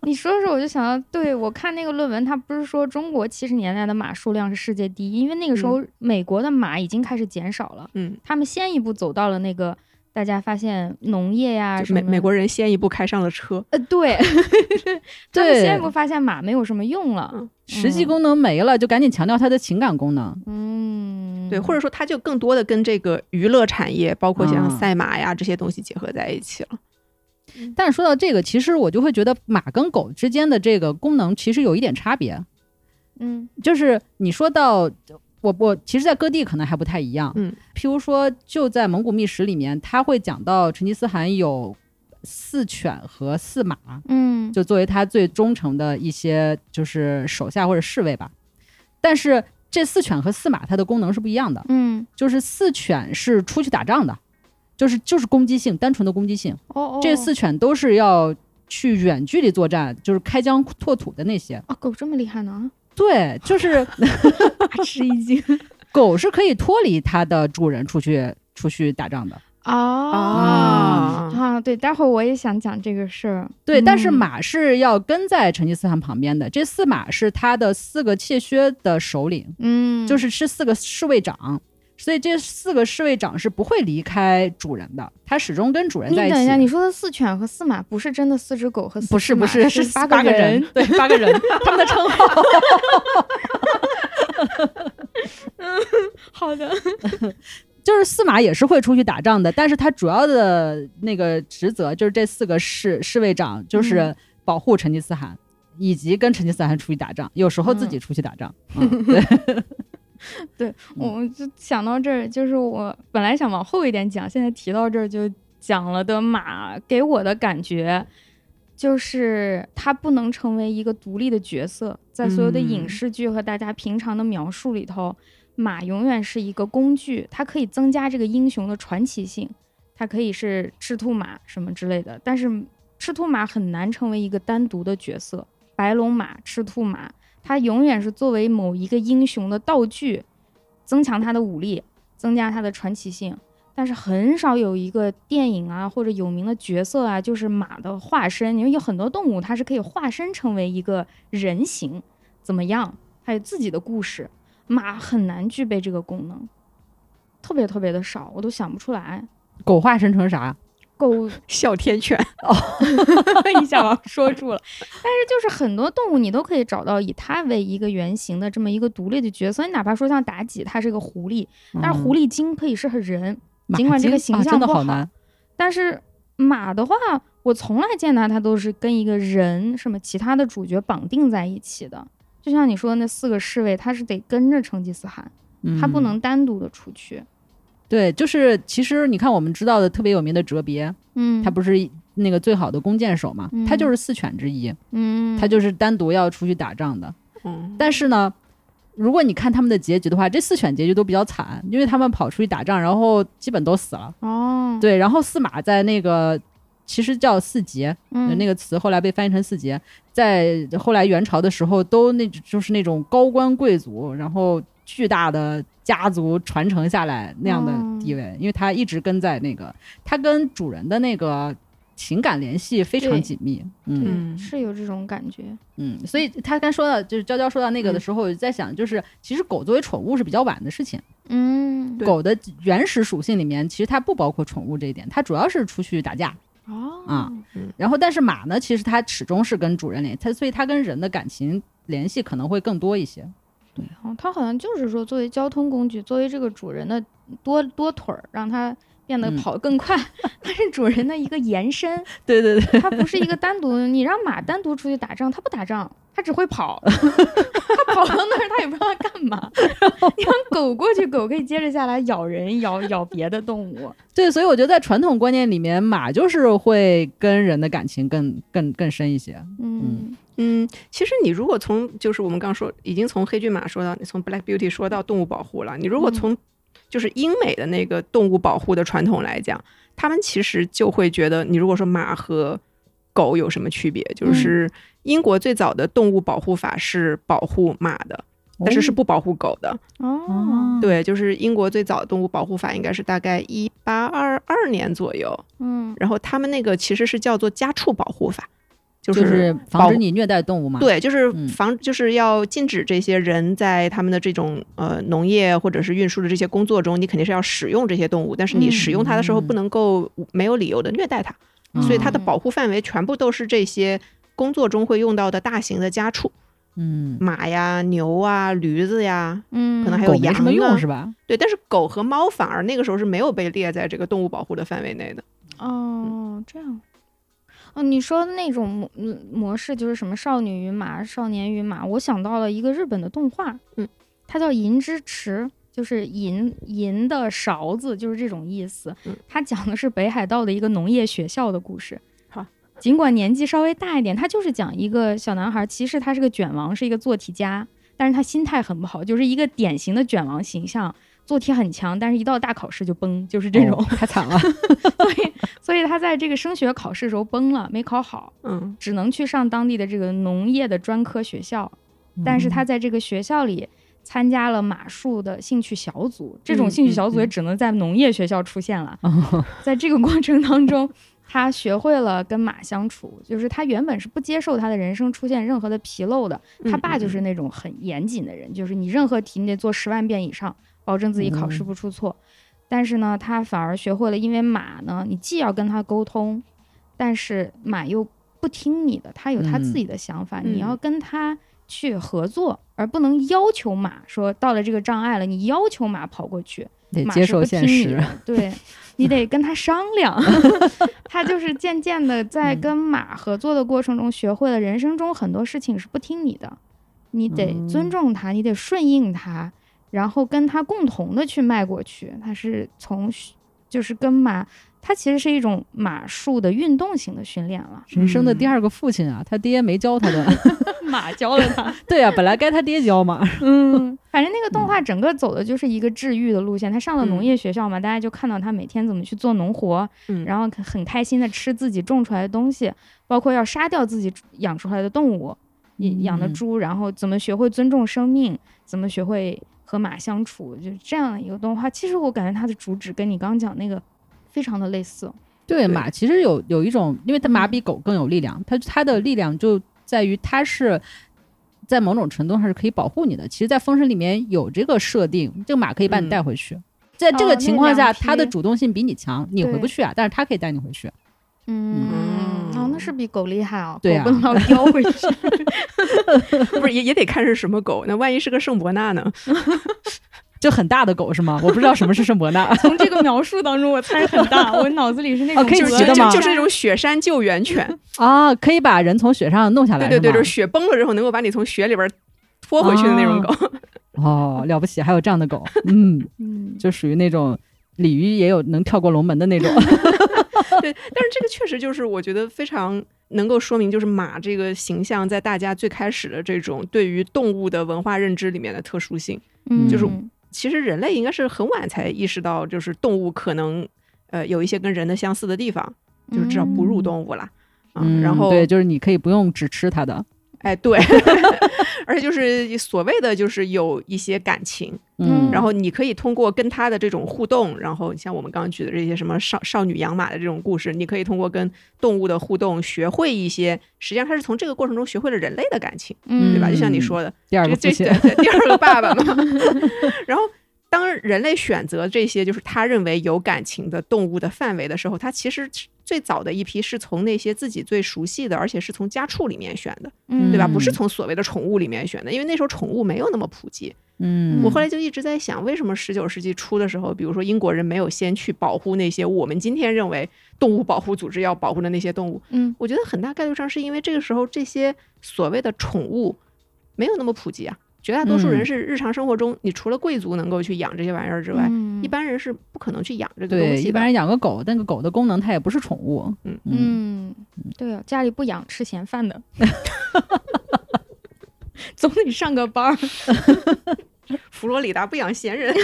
B: 你说的时候我就想到，对我看那个论文，它不是说中国七十年代的马数量是世界第一，因为那个时候美国的马已经开始减少了，
A: 嗯，
B: 他们先一步走到了那个大家发现农业呀
A: 就
B: 什么
A: 美美国人先一步开上了车。
B: 呃对，他们先
C: 对
B: 一步发现马没有什么用了，
C: 实际功能没了，就赶紧强调它的情感功能。
B: 嗯，
A: 对，或者说它就更多的跟这个娱乐产业，包括像
C: 啊
A: 赛马呀、这些东西结合在一起了。
C: 但是说到这个，其实我就会觉得马跟狗之间的这个功能其实有一点差别，
B: 嗯
C: 就是你说到。我我其实，在各地可能还不太一样。
A: 嗯，
C: 譬如说，就在《蒙古秘史》里面，他会讲到成吉思汗有四犬和四马。
B: 嗯
C: 就作为他最忠诚的一些就是手下或者侍卫吧。但是这四犬和四马它的功能是不一样的，
B: 嗯
C: 就是四犬是出去打仗的，就是就是攻击性，单纯的攻击性。
B: 哦哦，
C: 这四犬都是要去远距离作战，就是开疆拓土的那些。
B: 啊狗这么厉害呢，
C: 对，就是
B: 大吃一惊
C: 狗是可以脱离它的主人出去 出去打仗的。
B: 啊
C: 哦
A: 嗯
B: 啊对，待会儿我也想讲这个事儿，
C: 嗯对，但是
B: 嗯
C: 马是要跟在成吉思汗旁边的，这四马是他的四个怯薛的首领。
B: 嗯
C: 就是是四个侍卫长，所以这四个侍卫长是不会离开主人的，他始终跟主人
B: 你
C: 在一起。
B: 等一下，你说的四犬和四马不是真的四只狗和四
C: 不
B: 只
C: 是
B: 马
C: 不是
B: 是
C: 八
B: 个
C: 个人，对八个人，他们的称 号。
B: 好的，
C: 就是四马也是会出去打仗的，但是他主要嗯的那个职责就是这四个侍侍卫长就是保护成吉思汗。以及跟成吉思汗出去打仗，有时候自己出去打仗。嗯对，
B: 对，我就想到这儿，就是我本来想往后一点讲，现在提到这儿就讲了的马给我的感觉，就是它不能成为一个独立的角色，在所有的影
C: 嗯
B: 视剧和大家平常的描述里头，马永远是一个工具，它可以增加这个英雄的传奇性，它可以是赤兔马什么之类的，但是赤兔马很难成为一个单独的角色，白龙马、赤兔马，它永远是作为某一个英雄的道具，增强他的武力，增加他的传奇性。但是很少有一个电影啊或者有名的角色啊，就是马的化身，因为有很多动物它是可以化身成为一个人形，怎么样？还有自己的故事，马很难具备这个功能，特别特别的少，我都想不出来。
C: 狗化身成啥？
B: 狗
A: 哮天犬，
B: 一下把我说住了。但是就是很多动物你都可以找到以它为一个原型的这么一个独立的角色，你哪怕说像妲己，它是个狐狸，但是狐狸精可以是个人，
C: 嗯马
B: 尽管这个
C: 精
B: 形
C: 啊、真
B: 象
C: 的
B: 不
C: 好
B: 好
C: 难。
B: 但是马的话，我从来见它，它都是跟一个人什么其他的主角绑定在一起的。就像你说的那四个侍卫，他是得跟着成吉思汗，他不
C: 嗯
B: 能单独的出去。
C: 对，就是其实你看我们知道的特别有名的哲别，
B: 嗯，
C: 他不是那个最好的弓箭手嘛，
B: 嗯
C: 他就是四犬之一，
B: 嗯，
C: 他就是单独要出去打仗的。
A: 嗯，
C: 但是呢，如果你看他们的结局的话，这四犬结局都比较惨，因为他们跑出去打仗，然后基本都死了。
B: 哦，
C: 对，然后司马在那个其实叫四杰，
B: 嗯，
C: 那个词后来被翻译成四杰，在后来元朝的时候，都那就是那种高官贵族，然后巨大的家族传承下来那样的地
B: 哦
C: 位，因为他一直跟在那个，他跟主人的那个情感联系非常
B: 对
C: 紧密，
B: 对
C: 嗯
A: 嗯
B: 是有这种感觉。
C: 嗯，所以他刚说到就是娇娇说到那个的
A: 嗯
C: 时候，我就在想，就是其实狗作为宠物是比较晚的事情。
B: 嗯，
A: 对
C: 狗的原始属性里面，其实它不包括宠物这一点，它主要是出去打架。
B: 哦，
C: 啊然后，但是马呢，其实它始终是跟主人联系，它所以它跟人的感情联系可能会更多一些。
B: 哦，它好像就是说，作为交通工具，作为这个主人的多多腿儿，让它变得
C: 嗯
B: 跑得更快， 它是主人的一个延伸，
C: 对对对，
B: 它不是一个单独的。你让马单独出去打仗，它不打仗，它只会跑，它跑到那儿它也不知道它干嘛。你让狗过去，狗可以接着下来咬人，咬咬别的动物。
C: 对，所以我觉得在传统观念里面，马就是会跟人的感情更更更深一些。
B: 嗯，
A: 嗯，其实你如果从就是我们刚说，已经从黑骏马说到你从 Black Beauty 说到动物保护了，你如果
B: 嗯
A: 从就是英美的那个动物保护的传统来讲，他们其实就会觉得，你如果说马和狗有什么区别，
C: 嗯
A: 就是英国最早的动物保护法是保护马的，但是是不保护狗的。
C: 嗯
B: 哦，
A: 对，就是英国最早的动物保护法应该是大概一八二二年左右，
B: 嗯，
A: 然后他们那个其实是叫做家畜保护法，就
C: 就是是防止你虐待动物嘛。，
A: 对，就是
C: 嗯
A: 防，就是要禁止这些人在他们的这种呃农业或者是运输的这些工作中，你肯定是要使用这些动物，但是你使用它的时候
C: 嗯
A: 不能够没有理由的虐待它，所以它的
B: 嗯
A: 保护范围全部都是这些工作中会用到的大型的家畜，
C: 嗯，
A: 马呀、牛啊、驴子呀，
B: 嗯，
A: 可能还有
C: 狗没什么
A: 羊
C: 用
A: 啊
C: 是吧？
A: 对，但是狗和猫反而那个时候是没有被列在这个动物保护的范围内的。
B: 哦，
A: 嗯
B: 这样。哦，你说的那种模嗯模式就是什么少女与马、少年与马，我想到了一个日本的动画，
A: 嗯，
B: 它叫《银之匙》，就是银银的勺子，就是这种意思
A: 嗯。
B: 它讲的是北海道的一个农业学校的故事
A: 好。
B: 尽管年纪稍微大一点，他就是讲一个小男孩，其实他是个卷王，是一个做题家，但是他心态很不好，就是一个典型的卷王形象，做题很强，但是一到大考试就崩，就是这种。
C: 哦太惨 了。
B: 所以，所以他在这个升学考试时候崩了，没考好，
A: 嗯
B: 只能去上当地的这个农业的专科学校。但
C: 嗯
B: 是他在这个学校里参加了马术的兴趣小组，这种
C: 嗯
B: 兴趣小组也
C: 嗯嗯
B: 只能在农业学校出现了。
C: 哦
B: 在这个过程当中，他学会了跟马相处，就是他原本是不接受他的人生出现任何的纰漏的。他
A: 嗯
B: 爸就
A: 嗯
B: 是那种很严谨的人，就是你任何题你得做十万遍以上，保证自己考试
A: 嗯
B: 不出错。但是呢，他反而学会了，因为马呢，你既要跟他沟通，但是马又不听你的，他有他自己的想法，
A: 嗯
B: 你要跟他去合作，而不能要求马说到了这个障碍了，你要求马跑过去，
C: 得
B: 马
C: 接
B: 是
C: 受
B: 不
C: 现
B: 听你
C: 实
B: 的。 对你得跟他商 量。他就是渐渐的在
C: 嗯
B: 跟马合作的过程中，学会了人生中很多事情是不听你的，你得尊
C: 嗯。
B: 重他，你得顺应他，然后跟他共同的去迈过去。他是从学就是跟马，它其实是一种马术的运动型的训练了
C: 人生的第
A: 嗯
C: 二个父亲啊，他爹没教他的。
B: 马教了他，
C: 对啊，本来该他爹教嘛。
B: 嗯，反正那个动画整个走的就是一个治愈的路线。他上了农
C: 嗯
B: 业学校嘛，大家就看到他每天怎么去做农活，
A: 嗯
B: 然后很很开心的吃自己种出来的东西，包括要杀掉自己养出来的动物，
C: 嗯
B: 养的猪，然后怎么学会尊重生命，怎么学会和马相处，就是这样的一个动画。其实我感觉它的主旨跟你刚讲那个非常的类似。
C: 对
A: 对
C: 马其实有有一种，因为它马
B: 嗯
C: 比狗更有力量，它它的力量就在于它是在某种程度上是可以保护你的。其实，在《封神》里面有这个设定，这个马可以把你
A: 嗯
C: 带回去。在这个
B: 哦
C: 情
B: 那
C: 况下，
B: 两匹
C: 它的主动性比你强，你
B: 对
C: 回不去啊，但是它可以带你回去。
B: 嗯，
A: 嗯
B: 哦，那是比狗厉害哦，
C: 对
B: 狗
C: 啊
B: 不能老叼回 去。。
A: 不是也也得看是什么狗，那万一是个圣伯纳呢？
C: 就很大的狗是吗？我不知道什么是圣伯纳
B: 从这个描述当中，我猜很大，我脑子里是那种
C: 哦可以
A: 就
B: 鹅
A: 是
C: 骑的
A: 就
C: 吗
A: 就是那种雪山救援犬，
C: 啊，可以把人从雪上弄下来
A: 对对对，
C: 是吗
A: 就是雪崩了之后能够把你从雪里边拖回去的那种
C: 啊
A: 狗。
C: 哦，了不起，还有这样的狗，嗯，
B: 嗯，
C: 就属于那种鲤鱼也有能跳过龙门的那 种。
A: 对， 但是这个确实就是我觉得非常能够说明，就是马这个形象在大家最开始的这种对于动物的文化认知里面的特殊性。
B: 嗯
A: 就是其实人类应该是很晚才意识到，就是动物可能呃有一些跟人的相似的地方，就是至少哺乳动物啦。啊
C: 嗯，
A: 然后
C: 对，就是你可以不用只吃它的，
A: 哎，对， 而且就是所谓的就是有一些感情，
B: 嗯
A: 然后你可以通过跟他的这种互动，然后像我们刚刚举的这些什么少少女养马的这种故事，你可以通过跟动物的互动学会一些，实际上他是从这个过程中学会了人类的感情，
B: 嗯，
A: 对吧？
C: 嗯
A: 就像你说的，
C: 第二个
A: 这
C: 父亲
A: 这，对对第二个爸爸 嘛。然后，当人类选择这些就是他认为有感情的动物的范围的时候，他其实最早的一批是从那些自己最熟悉的，而且是从家畜里面选的，
B: 嗯
A: 对吧？不
C: 嗯
A: 是从所谓的宠物里面选的，因为那时候宠物没有那么普及。
C: 嗯，
A: 我后来就一直在想，为什么十九世纪初的时候，比如说英国人没有先去保护那些我们今天认为动物保护组织要保护的那些动物？
B: 嗯
A: 我觉得很大概率上是因为这个时候这些所谓的宠物没有那么普及啊，绝大多数人
C: 嗯
A: 是日常生活中，你除了贵族能够去养这些玩意儿之外，
B: 嗯
A: 一般人是不可能去养这个东
C: 对，
A: 西
C: 一
A: 的
C: 般。人养个狗，但个狗的功能它也不是宠物，
A: 嗯
C: 嗯，
B: 嗯，对啊，家里不养吃闲饭的， 总得上个班儿。
A: 佛罗里达不养闲 人。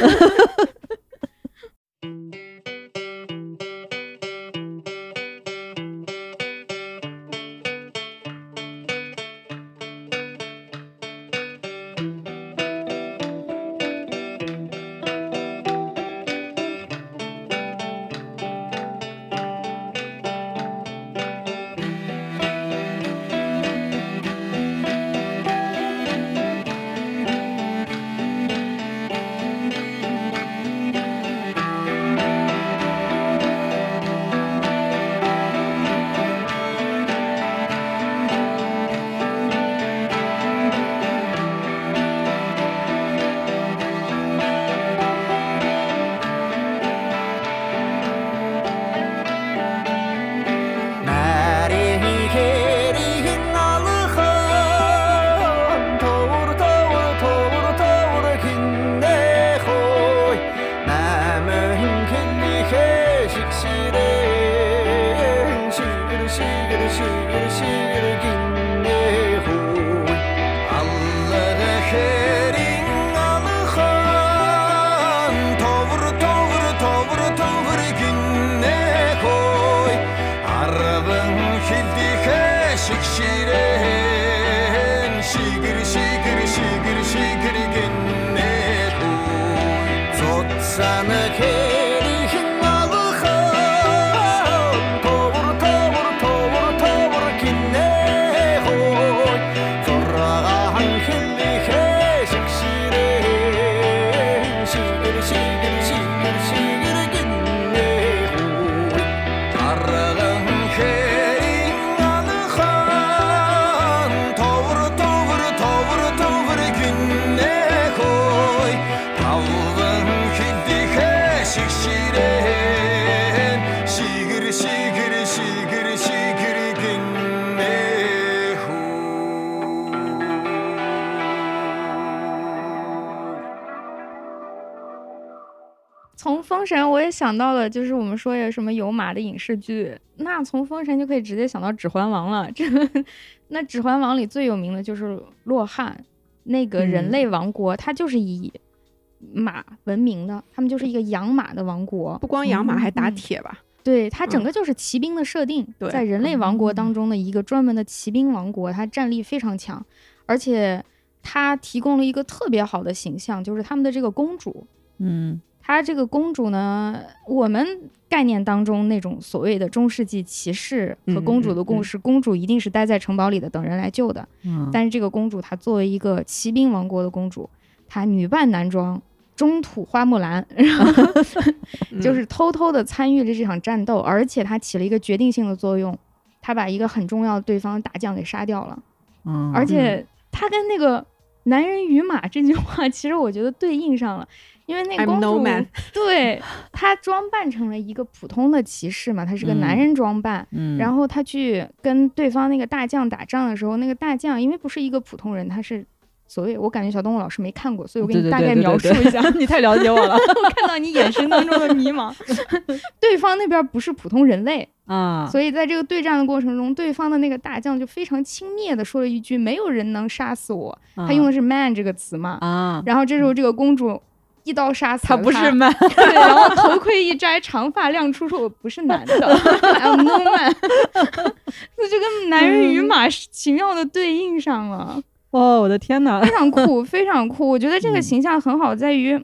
D: 날이 개린 나르헌 도로 도로 도로 도로 긴내호 남은 긴니 개식시래 시그르 시그르 시그르 시그르 긴내호 Allara herin alhan Tovru tovru tovru tovru günne koy Arabın kildi heşik şiren Şigir şigir şigir şigir günne koy Totsanı herin alhan Tovru tovru tovru tovru günne koy 돌아간 흘리게 식시래 시그리 시그리 시그리 시그리 긴내고 따라간 헤링 나는 한 더불어 더불어 더불어
B: 从《封神》我也想到了，就是我们说有什么有马的影视剧，那从《封神》就可以直接想到《指环王》了。 这那《指环王》里最有名的就是洛汗，那个
A: 嗯
B: 人类王国，它就是以马闻名的，他们就是一个养马的王国。
A: 不光养马，还打
B: 嗯
A: 铁吧。
B: 对，它整
A: 嗯
B: 个就是骑兵的设定，
A: 对嗯
B: 在人类王国当中的一个专门的骑兵王国，它战力非常强，而且它提供了一个特别好的形象，就是他们的这个公主。
C: 嗯
B: 她这个公主呢，我们概念当中那种所谓的中世纪骑士
A: 嗯
B: 和公主的故事，公主一定是待在城堡里的，等人来救的。
C: 嗯，
B: 但是这个公主她作为一个骑兵王国的公主，她女扮男装，中土花木兰，
A: 嗯
B: 就是偷偷的参与了这场战斗，而且他起了一个决定性的作用，他把一个很重要的对方大将给杀掉了，
C: 嗯
B: 而且他跟那个“男人与马”这句话，其实我觉得对应上了，因为那个
A: I'm
B: 公
A: no
B: 主
A: man
B: 对她装扮成了一个普通的骑士嘛，她是个
C: 嗯
B: 男人装扮，
C: 嗯，
B: 然后他去跟对方那个大将打仗的时候，那个大将因为不是一个普通人，他是所谓我感觉小动物老师没看过，所以我给
C: 对
B: 你
C: 对
B: 大
C: 对
B: 概
C: 对
B: 描述
C: 对
B: 一下。
C: 你太了解我 了
B: 我看到你眼神当中的迷茫， 对方那边不是普通人类，
C: 啊，
B: 所以在这个对战的过程中，对方的那个大将就非常轻蔑的说了一句：“没有人能杀死我。”他用的是 “man” 这个词嘛，
C: 啊，
B: 然后这时候这个公主一刀杀死
C: 他
B: 了
C: 不是 man，
B: 对，然后头盔一摘，长发亮出，说我不是男 的，I'm no man。那就跟男人与马是奇妙的对应上了，
C: 哦，我的天哪，
B: 非常酷，非常酷。我觉得这个
C: 嗯
B: 形象很好，在于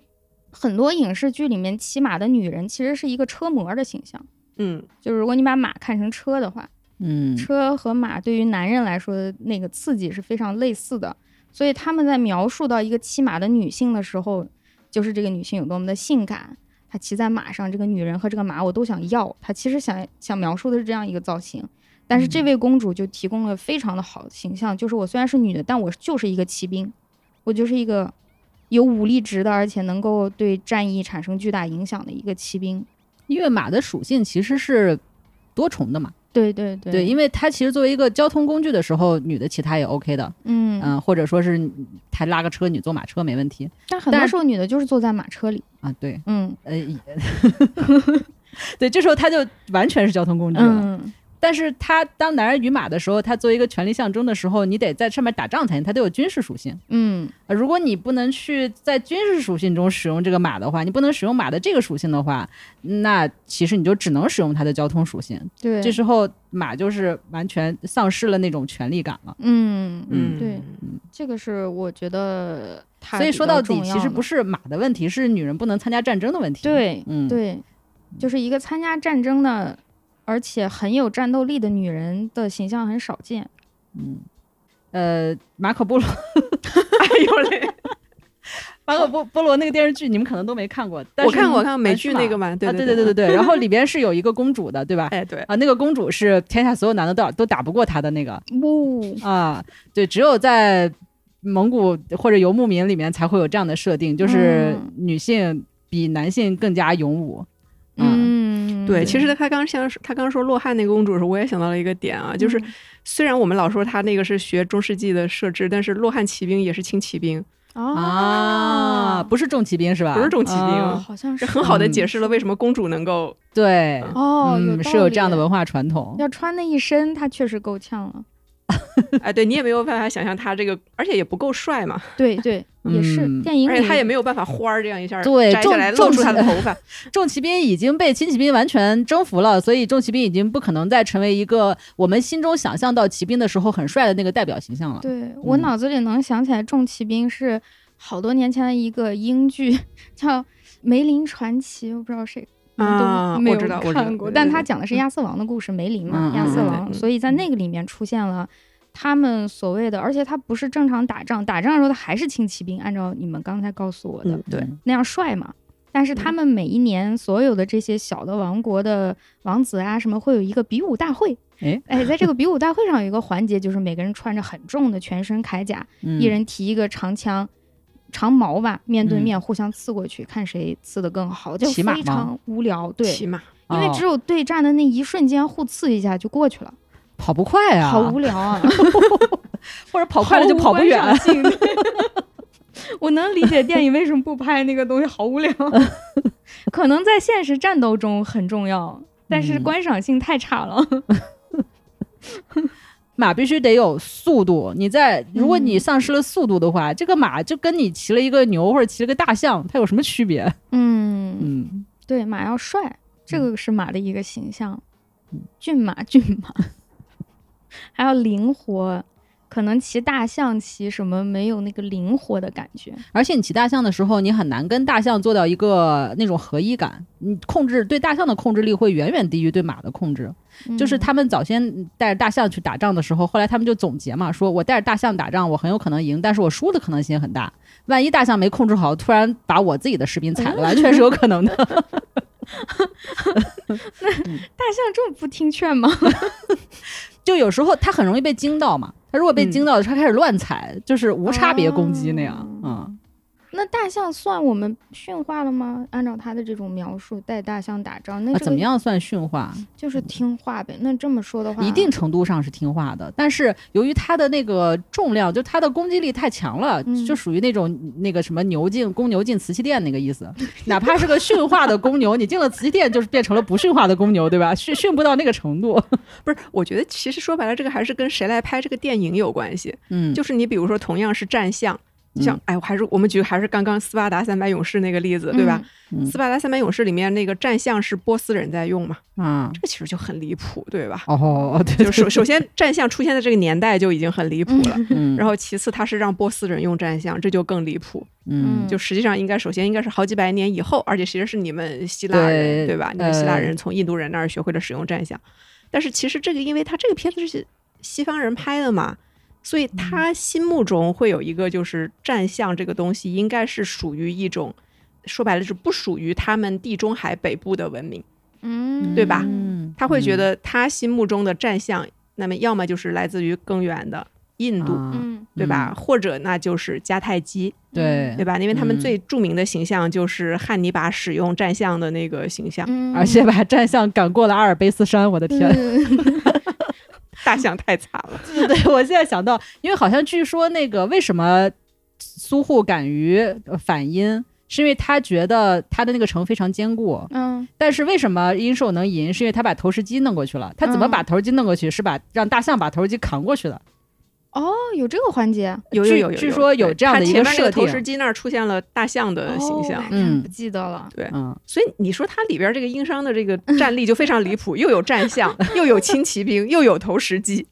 B: 很多影视剧里面骑马的女人其实是一个车模的形象。
A: 嗯，
B: 就是如果你把马看成车的话，
C: 嗯
B: 车和马对于男人来说那个刺激是非常类似的，所以他们在描述到一个骑马的女性的时候，就是这个女性有多么的性感。她骑在马上，这个女人和这个马我都想要。她其实想想描述的是这样一个造型，但是这位公主就提供了非常的好的形象，就是我虽然是女的，但我就是一个骑兵，我就是一个有武力值的，而且能够对战役产生巨大影响的一个骑兵。
C: 因为马的属性其实是多重的嘛，
B: 对对对
C: 对，因为它其实作为一个交通工具的时候，女的骑它也 OK 的，
B: 嗯
C: 嗯，或者说是她拉个车，你坐马车没问题
B: 但很
C: 但
B: 多
C: 是
B: 时候女的就是坐在马车里，
C: 啊，对，
B: 嗯
C: 呃，也 对，这时候它就完全是交通工具了。
B: 嗯，
C: 但是它当男人与马的时候，它作为一个权力象征的时候，你得在上面打仗才行，它都有军事属性。
B: 嗯，
C: 呃如果你不能去在军事属性中使用这个马的话，你不能使用马的这个属性的话，那其实你就只能使用它的交通属性。
B: 对，
C: 这时候马就是完全丧失了那种权力感了。
B: 嗯
C: 嗯
B: 对，这个是我觉得它
C: 所以
B: 比
C: 说
B: 较
C: 到
B: 重
C: 底，
B: 要
C: 其实
B: 的
C: 不是马的问题，是女人不能参加战争的问题。，
B: 对，
C: 嗯
B: 对，就是一个参加战争的，而且很有战斗力的女人的形象很少见。
C: 嗯，呃，马可波 罗，
A: 哎呦嘞，
C: 马可波波罗那个电视剧你们可能都没看过， 但
A: 我
C: 是
A: 看过，我看过美
C: 啊
A: 剧
C: 是吗
A: 那个嘛，对
C: 啊，对
A: 对
C: 对对，对，然后里边是有一个公主的，对吧？
A: 哎对，
C: 啊，那个公主是天下所有男的都打都打不过她的那个
B: 呜，
C: 啊，对，只有在蒙古或者游牧民里面才会有这样的设定，就是
B: 嗯
C: 女性比男性更加勇武。啊
B: 嗯，
A: 对，其实他刚像他刚说洛汗那个公主的时候，我也想到了一个点啊，就是
B: 嗯
A: 虽然我们老说他那个是学中世纪的设置，但是洛汗骑兵也是轻骑兵，
C: 啊，不是重骑兵是吧？
A: 不是重骑兵
B: 哦，
C: 啊
B: 好像是
A: 这很好的
C: 嗯
A: 解释了为什么公主能够
C: 对，
B: 哦，
C: 嗯，
B: 道
C: 是有这样的
B: 理嗯
C: 文化传统。
B: 要穿那一身，她确实够呛了。
A: 哎，对你也没有办法想象他这个，而且也不够帅嘛，
B: 对 对，也是
C: 嗯
B: 电影
A: 而
B: 里
A: 且他也没有办法花儿这样一下
C: 对
A: 摘下来
C: 重
A: 露出他的
C: 重
A: 头 发，
C: 重骑兵已经被轻骑兵完全征服了，所以重骑兵已经不可能再成为一个我们心中想象到骑兵的时候很帅的那个代表形象了。
B: 对我
C: 嗯
B: 脑子里能想起来，《重骑兵》是好多年前的一个英剧， 叫《梅林传奇》，我不知道谁你们
A: 啊
B: 都没
A: 我
B: 有
A: 知道我知道
B: 看过，
A: 对
B: 但
A: 对
B: 它
A: 对
B: 讲的是亚瑟王的故事，梅林嘛，
C: 嗯
B: 亚
C: 嗯
B: 瑟
C: 嗯
B: 王，
A: 嗯
B: 所以在那个里面出现了。他们所谓的，而且他不是正常打仗，打仗的时候他还是轻骑兵，按照你们刚才告诉我的，
A: 嗯对，
B: 那样帅嘛。但是
C: 嗯
B: 他们每一年所有的这些小的王国的王子啊什么，会有一个比武大会。
C: 诶
B: 哎，在这个比武大会上有一个环节，就是每个人穿着很重的全身铠甲，
C: 嗯，嗯
B: 一人提一个长枪、长矛吧，面对面互相刺过去，看谁刺的更好，就
C: 骑马
B: 非
C: 吗
B: 常无聊。
A: 骑
B: 对，
A: 马，
B: 因为
C: 哦
B: 只有对战的那一瞬间互刺一下就过去了，
C: 跑不快啊，
B: 好无聊 啊！
C: 或者跑快了就跑不远。
B: 毫无观赏性。 我能理解电影为什么不拍那个东西，好无聊。 可能在现实战斗中很重要，但是
C: 嗯
B: 观赏性太差了。
C: 马必须得有速度，你在如果你
B: 嗯
C: 丧失了速度的话，这个马就跟你骑了一个牛或者骑了个大象，它有什么区别？
B: 嗯
C: 嗯，
B: 对，马要帅，这个是马的一个形象，骏马，骏 马，还要灵活。可能骑大象、骑什么没有那个灵活的感觉。
C: 而且你骑大象的时候，你很难跟大象做到一个那种合一感，你控制对大象的控制力会远远低于对马的控制。就是
B: 嗯
C: 他们早先带着大象去打仗的时候，后来他们就总结嘛，说我带着大象打仗，我很有可能赢，但是我输的可能性很大。万一大象没控制好，突然把我自己的士兵踩 了，完全是有可能的。
B: 大象这么不听劝吗？
C: 就有时候它很容易被惊到嘛，它如果被惊到，它开始乱踩，就是无差别攻击那样。
B: 哦
C: 嗯，
B: 那大象算我们驯化了吗？按照他的这种描述，带大象打仗，那
C: 啊
B: 这个
C: 怎么样算驯化？
B: 就是听话呗。那这么说的话，
C: 一定程度上是听话的，但是由于它的那个重量，就它的攻击力太强了，
B: 嗯
C: 就属于那种那个什么牛进公牛进瓷器店那个 意思。哪怕是个驯化的公牛，你进了瓷器店就是变成了不驯化的公牛，对吧？驯驯不到那个程 度。
A: 不是，我觉得其实说白了，这个还是跟谁来拍这个电影有关系。
C: 嗯，
A: 就是你比如说，同样是战象，就像、哎，我还是我们举还是刚刚斯巴达三百勇士那个例子，对吧？
C: 嗯嗯
A: 斯巴达三百勇士里面那个战象是波斯人在用嘛，
C: 啊，
A: 这其实就很离谱，对吧？
C: 哦，对
A: 就首首先，战象出现在这个年代就已经很离谱
B: 嗯？
A: 了。
C: 嗯，
A: 然后其次，它是让波斯人用战象，这就更离谱。
C: 嗯
B: 嗯
A: 就实际上应该首先应该是好几百年以后，而且其实是你们希腊人
C: 对
A: 吧？你们希腊
C: 呃
A: 人从印度人那儿学会了使用战象，但是其实这个因为它这个片子是西方人拍的嘛，所
C: 嗯
A: 以他心目中会有一个就是战象这个东西应该是属于一种。说白了，是不属于他们地中海北部的文明。
B: 嗯，
A: 对吧
C: 嗯
A: 他会觉得他心目中的战象，那么要么就是来自于更远的印度，
C: 啊
B: 嗯，
A: 对吧？或者那就是迦太基，
C: 对
A: 对吧？因为他们
C: 嗯
A: 最著名的形象就是汉尼拔使用战象的那个形象，
B: 嗯，
C: 而且把战象赶过了阿尔卑斯山，我的天！
B: 嗯
A: 大象太惨了。
C: 嗯 对，我现在想到，因为好像据说那个为什么苏护敢于呃反阴，是因为他觉得他的那个城非常坚固。
B: 嗯
C: 但是为什么殷寿能赢，是因为他把投石机弄过去了。他怎么
B: 嗯
C: 把投石机弄过去？是把让大象把投石机扛过去的。
B: 哦，有这个环节
A: 有有
C: 据
A: 有有，
C: 据说有
A: 对
C: 这样
A: 它
C: 的一
A: 前
C: 个
A: 面那
C: 设
A: 投
C: 定
A: 石机那儿出现了大象的呃形象，
B: 哦
C: 嗯
B: 不记得了。
C: 嗯，
A: 所以你说它里边这个殷商的这 个战力就非常离谱，又有战 象，又有轻骑兵，又有投石机，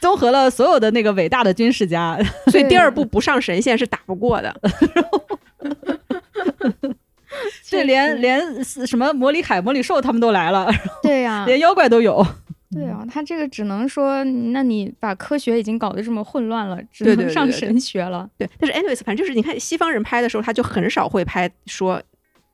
C: 综合了所有的那个伟大的军事 家，
A: 所以第
B: 对
A: 二部不上神仙是打不过的。
C: 这连连什么魔里海、魔里兽他们都来了，
B: 对呀，
C: 连妖怪都有。
B: 对啊，他这个只能说，那你把科学已经搞得这么混乱了，只
A: 对对
B: 能
A: 对
B: 上
A: 对对
B: 神学了。
A: 对，但是 anyways，反正就是你看西方人拍的时候，他就很少会拍说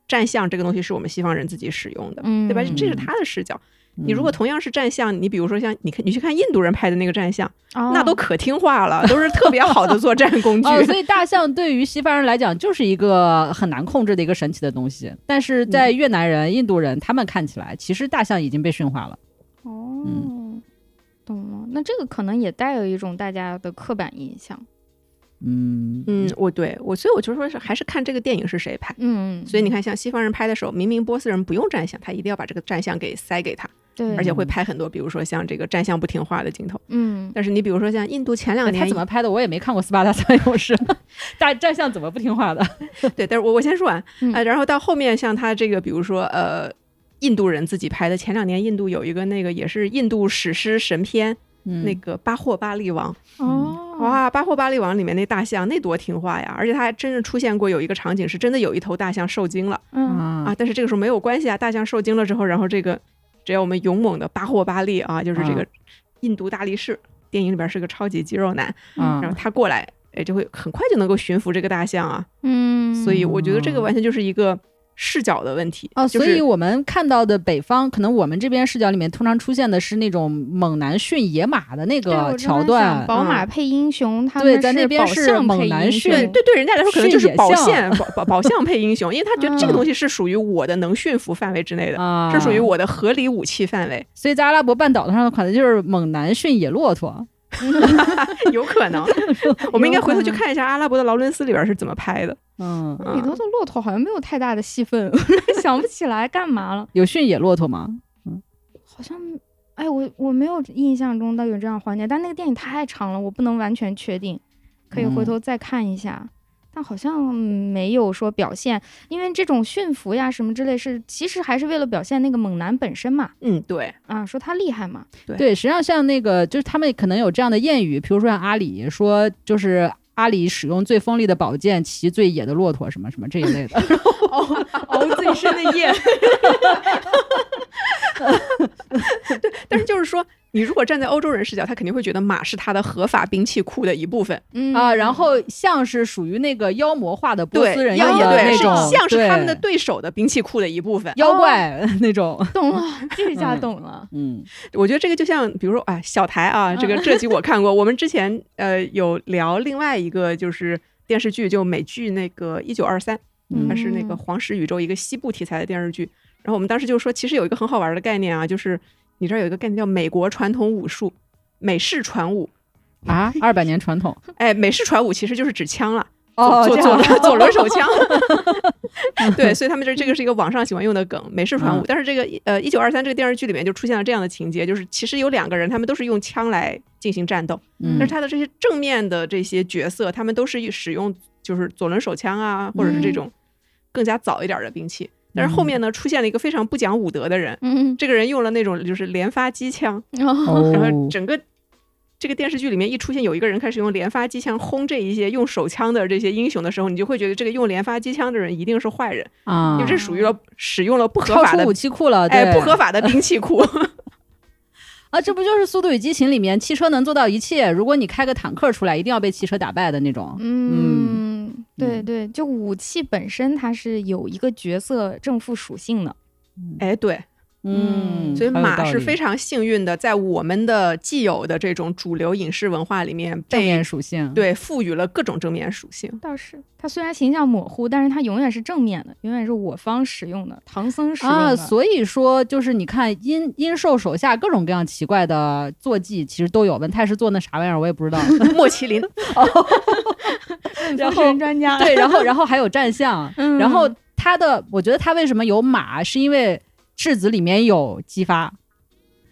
A: 战象这个东西是我们西方人自己使用的，
B: 嗯
A: 对吧？这是他的视角。你
C: 嗯
A: 如果同样是战象，你比如说像你看你去看印度人拍的那个战象，
B: 哦
A: 那都可听话了，都是特别好的作战 工具。
C: 哦，所以大象对于西方人来讲就是一个很难控制的一个神奇的东西，但是在越南人、印度人他们看起来，其实大象已经被驯化了。
B: 哦
C: 嗯，
B: 懂了。那这个可能也带有一种大家的刻板印象。
C: 嗯
A: 嗯，我对我，所以我就说是还是看这个电影是谁拍。
B: 嗯，
A: 所以你看，像西方人拍的时候，明明波斯人不用战象，他一定要把这个战象给塞给他，
B: 对，
A: 而且
C: 嗯
A: 会拍很多，比如说像这个战象不听话的镜头。
B: 嗯，
A: 但是你比如说像印度前两
C: 哎
A: 年
C: 他怎么拍的？我也没看过《斯巴达三勇士》 大战象怎么不听话的？
A: 对，但是我我先说完，
B: 嗯
A: 呃，然后到后面像他这个，比如说呃，印度人自己拍的，前两年印度有一个那个也是印度史诗神片，
C: 嗯
A: 那个《巴霍巴利王》
B: 哦，
A: 哇，《巴霍巴利王》里面那大象那多听话呀，而且他还真是出现过有一个场景是真的有一头大象受惊了
B: 嗯，
A: 啊，
C: 啊，
A: 但是这个时候没有关系啊，大象受惊了之后，然后这个只要我们勇猛的巴霍巴利啊，就是这个
C: 啊
A: 印度大力士，电影里边是个超级肌肉男，
C: 啊
A: 然后他过来，哎，就会很快就能够驯服这个大象啊。
B: 嗯，
A: 所以我觉得这个完全就是一个视角的问题。
C: 哦，
A: 就
C: 所
A: 是
C: 以我们看到的北方，可能我们这边视角里面通常出现的是那种猛男驯野马的那
B: 对我
C: 个
B: 正在
C: 桥
B: 想
C: 段，嗯
B: 宝马配英雄，他
C: 对
B: 们
C: 在那边
B: 宝
C: 是
B: 象
C: 猛
B: 配
C: 男
B: 英
C: 训
A: 对
B: 雄
A: 对对，人家来说可能就是
C: 驯野
A: 宝
C: 象
A: 线宝宝宝象配英雄，因为他觉得这个
C: 嗯
A: 东西是属于我的能驯服范围之内的，
C: 啊，
A: 是属于。我的合理武器范围。
C: 所以在阿拉伯半岛上，可能就是猛男驯野骆驼。
A: 有可 能。我们应该回头去看一下阿拉伯的劳伦斯里边是怎么拍的。
C: 嗯，
A: 嗯
B: 里头的骆驼好像没有太大的戏份， 想不起来干嘛了，
C: 有驯野骆驼吗？
B: 好像。哎，我我没有印象中的有这样环节，但那个电影太长了，我不能完全确定，可以
C: 嗯
B: 回头再看一下。但好像没有说表现，因为这种驯服呀什么之类是，其实还是为了表现那个猛男本身嘛，
A: 嗯，对，
B: 啊，说他厉害嘛，
C: 对，实际上像那个，就是他们可能有这样的谚语，比如说像阿里说，就是阿里使用最锋利的宝剑，骑最野的骆驼，什么什么这一类的。
B: 熬
A: 哦
B: 熬最深的夜，
A: 但是就是说，你如果站在欧洲人视角，他肯定会觉得马是他的合法兵器库的一部分。
B: 嗯
C: 啊，然后像是属于那个妖魔化的波
A: 对，
C: 斯人一
A: 妖
C: 样
A: 魔
C: 的
A: 对
C: 那
A: 是
C: 种，
A: 像是他们的 哦
C: 对
A: 对手的兵器库的一部分。
C: 妖怪那种，
B: 懂了，这下
C: 嗯
B: 懂了，
C: 嗯
A: 我觉得这个就像，比如说啊，小台啊，这个这集我看过，我们之前呃有聊另外一个就是电视剧，就美剧那个《一九二三》，它
C: 嗯
A: 是那个黄石宇宙一个西部题材的电视剧。然后我们当时就说，其实有一个很好玩的概念啊，就是你这儿有一个概念叫美国传统武术，美式传 武。
C: 啊，二百年传统
A: 哎，美式传武其实就是指枪了，
C: 哦，
A: 左
C: 这
A: 左
C: 样
A: 左左轮手枪。 对，所以他们这这个是一个网上喜欢用的梗，美式传武。
C: 嗯
A: 但是这个呃，一九二三这个电视剧里面就出现了这样的情节，就是其实有两个人，他们都是用枪来进行战斗，
C: 嗯
A: 但是他的这些正面的这些角色，他们都是使用就是左轮手枪啊，或者
C: 嗯
A: 是这种更加早一点的兵器。但是后面呢，出现了一个非常不讲武德的人，
B: 嗯，
A: 这个人用了那种就是连发机枪，
B: 然后
A: 然后
C: 哦，
A: 整个这个电视剧里面一出现有一个人开始用连发机枪轰这一些用手枪的这些英雄的时候，你就会觉得这个用连发机枪的人一定是坏人，
C: 啊
A: 因为，这属于了使用了不合
C: 超
A: 法
C: 出
A: 的
C: 武器库了，
A: 哎
C: 对
A: 不合法的兵器库。
C: 啊，这不就是《速度与激情》里面汽车能做到一切，如果你开个坦克出来，一定要被汽车打败的那种。
B: 嗯，对对，就武器本身它是有一个角色正负属性的，
A: 哎，对，
C: 嗯，
A: 所以马是非
C: 常
A: 常幸运的，在我们的既有的这种主流影视文化里面
C: 正
A: 被
C: 面属性，
A: 对赋予了各种正面属 性。
B: 倒是它虽然形象模糊，但是它永远是正面的，永远是我方使用的，唐僧使用
C: 啊，
B: 的。
C: 所以说就是你看殷殷寿手下各种各样奇怪的坐骑，其实都有。文太师做那啥玩意儿我也不知道。
A: 莫麒 麟，
C: 然
B: 附
C: 后
B: 身专家，
C: 对，然后然后还有战象，
B: 嗯
C: 然后他的我觉得他为什么有马，是因为质子里面有姬发，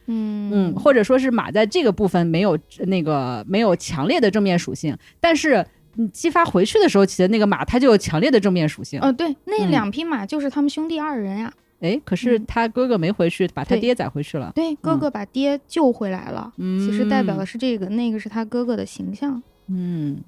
B: 嗯
C: 嗯，或者说是马在这个部分没有呃那个没有强烈的正面属性，但是嗯姬发回去的时候骑的那个马，它就有强烈的正面属性。
B: 呃，对，那
C: 嗯
B: 两匹马就是他们兄弟二人呀。
C: 哎，可是
B: 嗯
C: 他哥哥没回去，把他
B: 对
C: 爹宰回去了。
B: 对，哥哥把爹救回来了，其实代表的
C: 嗯
B: 是这个，那个是他哥哥的形象。
C: 嗯，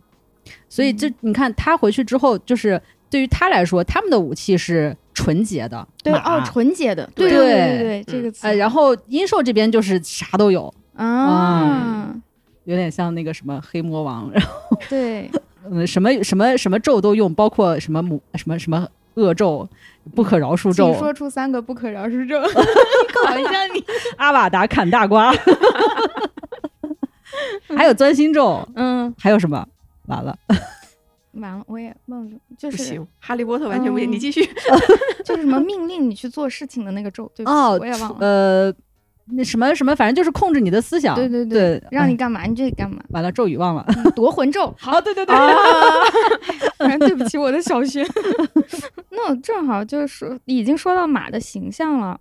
C: 所以这你看他回去之后，就是对于他来说，他们的武器是纯洁的
B: 对，
C: 马
B: 哦，纯洁的，
A: 对
B: 对对对，
A: 嗯
B: 这个词
C: 呃，然后殷寿这边就是啥都有，
B: 啊，
C: 有点像那个什么黑魔王，然后
B: 对，
C: 嗯，什么什么什么咒都用，包括什么母什么什么恶咒、不可饶恕
B: 嗯请
C: 咒
B: 说、出三个不可饶恕咒，考 一下你。
C: 阿瓦达砍大 瓜，还有钻心咒，
B: 嗯，
C: 还有什么？完了，
B: 完了，我也忘了，就
A: 不
B: 是
A: 行，哈利波特完全不行。
B: 嗯
A: 你继 续，
B: 就是什么命令你去做事情的那个咒，对不起，
C: 哦
B: 我也忘了。
C: 呃，那什么什么，反正就是控制你的思想，
B: 对
C: 对
B: 对对，
A: 嗯
B: 让
C: 哎
B: 你干嘛你就得干嘛，
C: 完了咒语忘了。
B: 嗯夺魂咒。
C: 好，对对对，
A: 哦
B: 反正对不起我的小学。 那我正好就是说，已经说到马的形象了，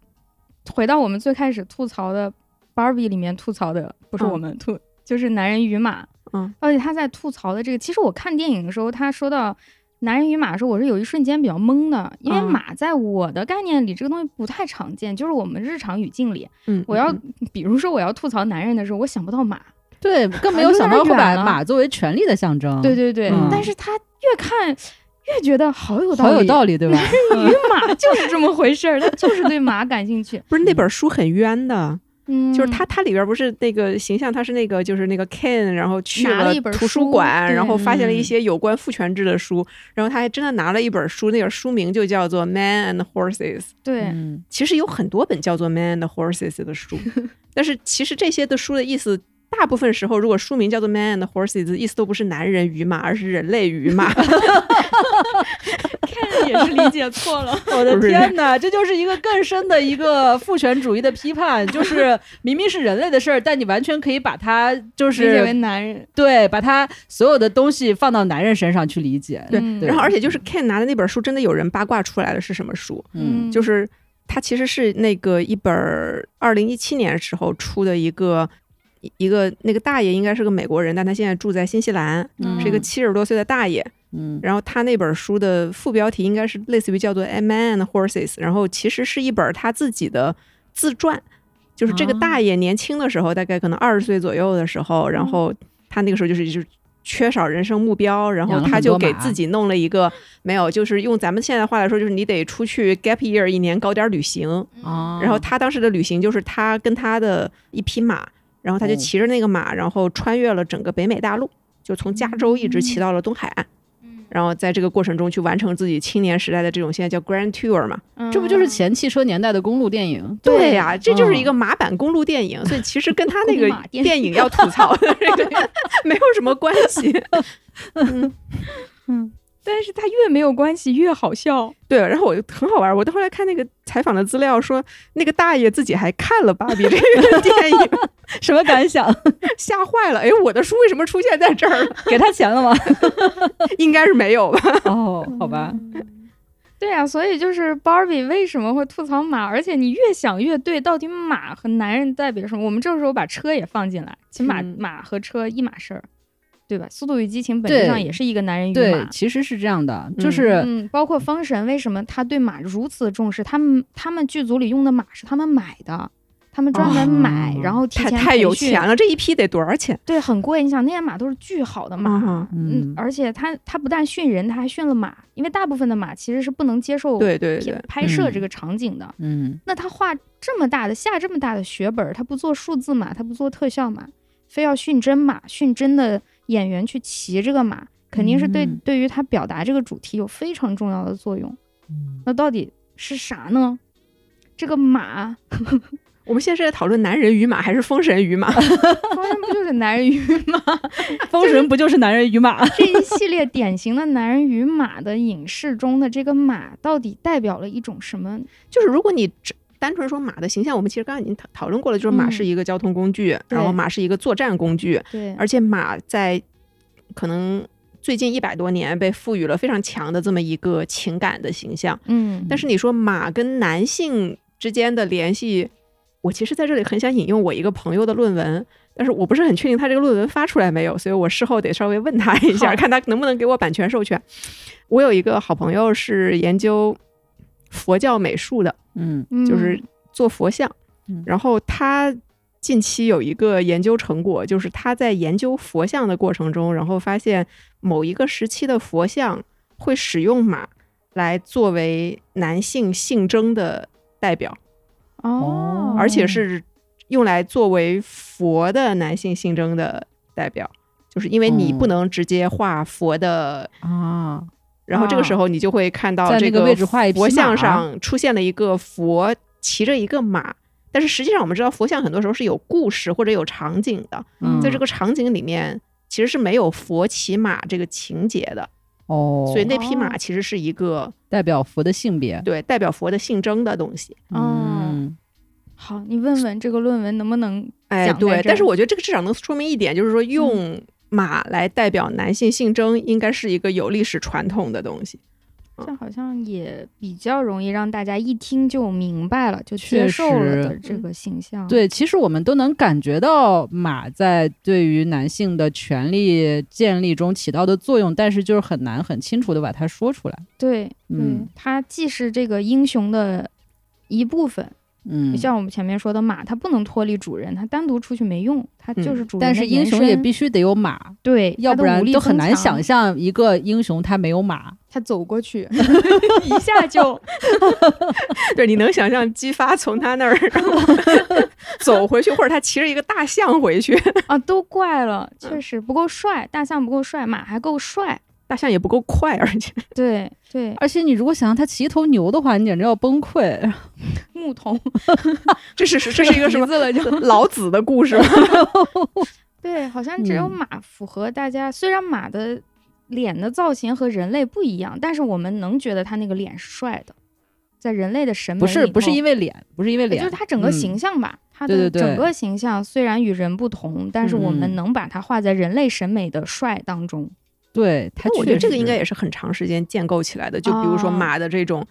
B: 回到我们最开始吐槽的《Barbie》里面吐槽的，不是
A: 嗯
B: 我们吐，就是男人与马。
A: 嗯，
B: 而且他在吐槽的这个，其实我看电影的时候，他说到。男人与马的时候，我是有一瞬间比较懵的，因为
A: 嗯
B: 马在我的概念里这个东西不太常见，就是我们日常语境里，
A: 嗯，
B: 我要
A: 嗯
B: 比如说我要吐槽男人的时候，我想不到马，
C: 对，更没
B: 有
C: 有
B: 点
C: 想到会
B: 远
C: 把
B: 了
C: 马作为权力的象征，
B: 对，对对，
C: 嗯
B: 但是他越看越觉得好有道
C: 好
B: 理，
C: 有道理，对 吧？
B: 于马就是这么回事儿，他就是对马感兴趣。
A: 不是那本书很冤的，
B: 嗯，
A: 就是它它里边不是那个形象，它是那个就是那个 Ken，然后去
B: 拿了
A: 了
B: 一本
A: 图书
B: 书
A: 馆，
B: 对
A: 然后发现了一
C: 嗯
A: 些有关父权制的书，然后他还真的拿了一本书，那本书名就叫做《Man and Horses》。
B: 对，
C: 嗯
A: 其实有很多本叫做《Man and Horses》的书，但是其实这些的书的意思大部分时候，如果书名叫做《Man and Horses》，意思都不是男人与马，而是人类与 马。
B: 看着也是理解错了。
C: 我的天哪，这就是一个更深的一个父权主义的批判，就是 明明是人类的事儿，但你完全可以把它就
B: 理解为
C: 是
B: 男人，
C: 对，把它所有的东西放到男人身上去理解。
A: 对
B: 嗯
A: 然后，而且就是 Ken 拿的那本书，真的有人八卦出来了是什么书，
C: 嗯
A: 就是它其实是那个一本二零一七年时候出的一个一一个那个大爷应该是个美国人，但他现在住在新西兰，
C: 嗯
A: 是一个七十多岁的大爷。
C: 嗯
A: 然后他那本书的副标题应该是类似于叫做《A Man and Horses》，然后其实是一本他自己的自传，就是这个
C: 啊
A: 大爷年轻的时候，大概可能二十岁左右的时候，
C: 嗯
A: 然后他那个时候就是就是缺少人生目标，然后
C: 养了
A: 他
C: 很
A: 就
C: 多
A: 给
C: 马
A: 自己弄了一个没有，就是用咱们现在话来说，就是你得出去 gap year 一年搞点旅行。
C: 啊，
A: 然后他当时的旅行就是他跟他的一匹马，然后他就
C: 哦
A: 骑着那个马，然后穿越了整个北美大陆，就从加州一直
C: 哦
A: 骑到了东海岸。然后在这个过程中去完成自己青年时代的这种现在叫 Grand Tour 嘛？
B: 嗯
C: 这不就是前汽车年代的公路电影？
A: 对呀、这就是一
C: 嗯
A: 个马版公路电影，所以其实跟他那个
B: 公马电影
A: 电影要吐 槽的这个没有什么关系。
B: 但是他越没有关系越好笑，
A: 对，然后我就很好玩，我到后来看那个采访的资料说，那个大爷自己还看了芭比这个电影，
C: 什么感想？
A: 吓坏了。哎，我的书为什么出现在这 儿了？
C: 给他钱了吗？
A: 应该是没有吧？
C: 哦，好吧，
B: 对啊，所以就是 Barbie 为什么会吐槽马，而且你越想越对，到底马和男人代表什么？我们这时候把车也放进来，其实马、
A: 嗯
B: 马和车一码事儿，对吧？《速度与激情》本质
C: 对
B: 上也是一个男人与
C: 对，
B: 马。
C: 其实是这样的，
A: 嗯
C: 就是
B: 嗯，包括封神，为什么他对马如此重视？他们他们剧组里用的马是他们买的，他们专门买，
C: 哦
B: 然后提
A: 太
B: 前
A: 太有
B: 培训
A: 钱了，这一批得多少钱
B: 对，很贵。你想那些马都是巨好的马，
A: 啊？
B: 嗯
C: 嗯，
B: 而且他他不但训人，他还训了马，因为大部分的马其实是不能接受
A: 对对
B: 拍
A: 对，
B: 拍摄
C: 嗯
B: 这个场景的。
C: 嗯
B: 那他画这么大的下这么大的血本儿，他不做数字马，他不做特效马，非要训真马，训真的演员去骑这个马，肯定是对、
C: 嗯
B: 对于他表达这个主题有非常重要的作用。
A: 嗯
B: 那到底是啥呢？这个马，
A: 我们现在是在讨论男人与马还是封神与马？
B: 当然不就是男人与马？
C: 封神不就是男人与马？
B: 这一系列典型的男人与马的影视中的这个马，到底代表了一种什么？
A: 就是如果你只单纯说马的形象，我们其实刚刚已经讨讨论过了，就是马
B: 嗯
A: 是一个交通工具，
B: 对
A: 然后马是一个作战工具，
B: 对，
A: 而且马在可能最近一百多年被赋予了非常强的这么一个情感的形象。
B: 嗯，
A: 但是你说马跟男性之间的联系，我其实在这里很想引用我一个朋友的论文。但是我不是很确定他这个论文发出来没有，所以我事后得稍微问他一下，
B: 好
A: 看他能不能给我版权授权。我有一个好朋友是研究佛教美术的，
C: 嗯
A: 就是做佛像
C: 嗯。
A: 然后他近期有一个研究成果，就是他在研究佛像的过程中，然后发现某一个时期的佛像会使用马来作为男性性征的代表，
B: 嗯哦
C: 哦，
A: 而且是用来作为佛的男性性征的代表，就是因为你
C: 哦
A: 不能直接画佛的
C: 啊，
A: 然后这个时候你就会看到
C: 在
A: 这
C: 那个位置画一匹
A: 佛像
C: 马
A: 上出现了一个佛骑着一个马，但是实际上我们知道佛像很多时候是有故事或者有场景的，
C: 嗯
A: 在这个场景里面其实是没有佛骑马这个情节的，
C: 哦，
A: 所以那匹
B: 哦
A: 马其实是一个
C: 代表佛的性别，
A: 对代表佛的性征的东西。
C: 嗯，
B: 好，你问问这个论文能不能
A: 哎，
B: 讲在
A: 对，
B: 这
A: 但是
B: 儿
A: 我觉得这个至少能说明一点，就是说用马来代表男性性征，应该是一个有历史传统的东西。
C: 嗯
B: 这好像也比较容易让大家一听就明白了，就接
C: 确
B: 受了
C: 实嗯
B: 的这个形象。，
C: 对，其实我们都能感觉到马在对于男性的权利建立中起到的作用，但是就是很难很清楚的把它说出来。
B: 对，
C: 嗯，
B: 它既是这个英雄的一部分，
C: 嗯
B: 就，像我们前面说的马，它不能脱离主人，它单独出去没用，它就是主人的
C: 嗯但是英
B: 延
C: 雄也
B: 伸
C: 必须得有马，
B: 对，
C: 要
B: 它的
C: 不然
B: 武力
C: 都很
B: 增
C: 难
B: 强
C: 想象一个英雄他没有马。
B: 它走过去 一下 就
A: 对，你能想象姬发从他那儿然后 走回去，或者他骑着一个大象回去，
B: 啊，都怪了，
C: 嗯
B: 确实不够帅，大象不够帅，马还够帅，
A: 大象也不够 快，而且
B: 对对，
C: 而且你如果想让他骑一头牛的话，你简直要崩溃。
B: 牧 童，
A: 这是这是一个什么
B: 鼻子了就
A: 老子的故事 吗？
B: 对，好像只有
C: 嗯
B: 马符合大家。虽然马的脸的造型和人类不一样，但是我们能觉得它那个脸是帅的，在人类的审美
C: 不是
B: 里
C: 不是
B: 头
C: 因为脸，不是因为
B: 也哦
C: 脸，
B: 哎就是它整个
C: 嗯
B: 形象吧，它
C: 对
B: 的
C: 对对
B: 整个形象虽然与人不同，但是我们
C: 嗯
B: 能把它画在人类审美的帅当中。
C: 对他
A: 那，我
C: 确
A: 觉得这个应
C: 实
A: 该也是很长时间建构起来的。就比如说
B: 哦
A: 马的这种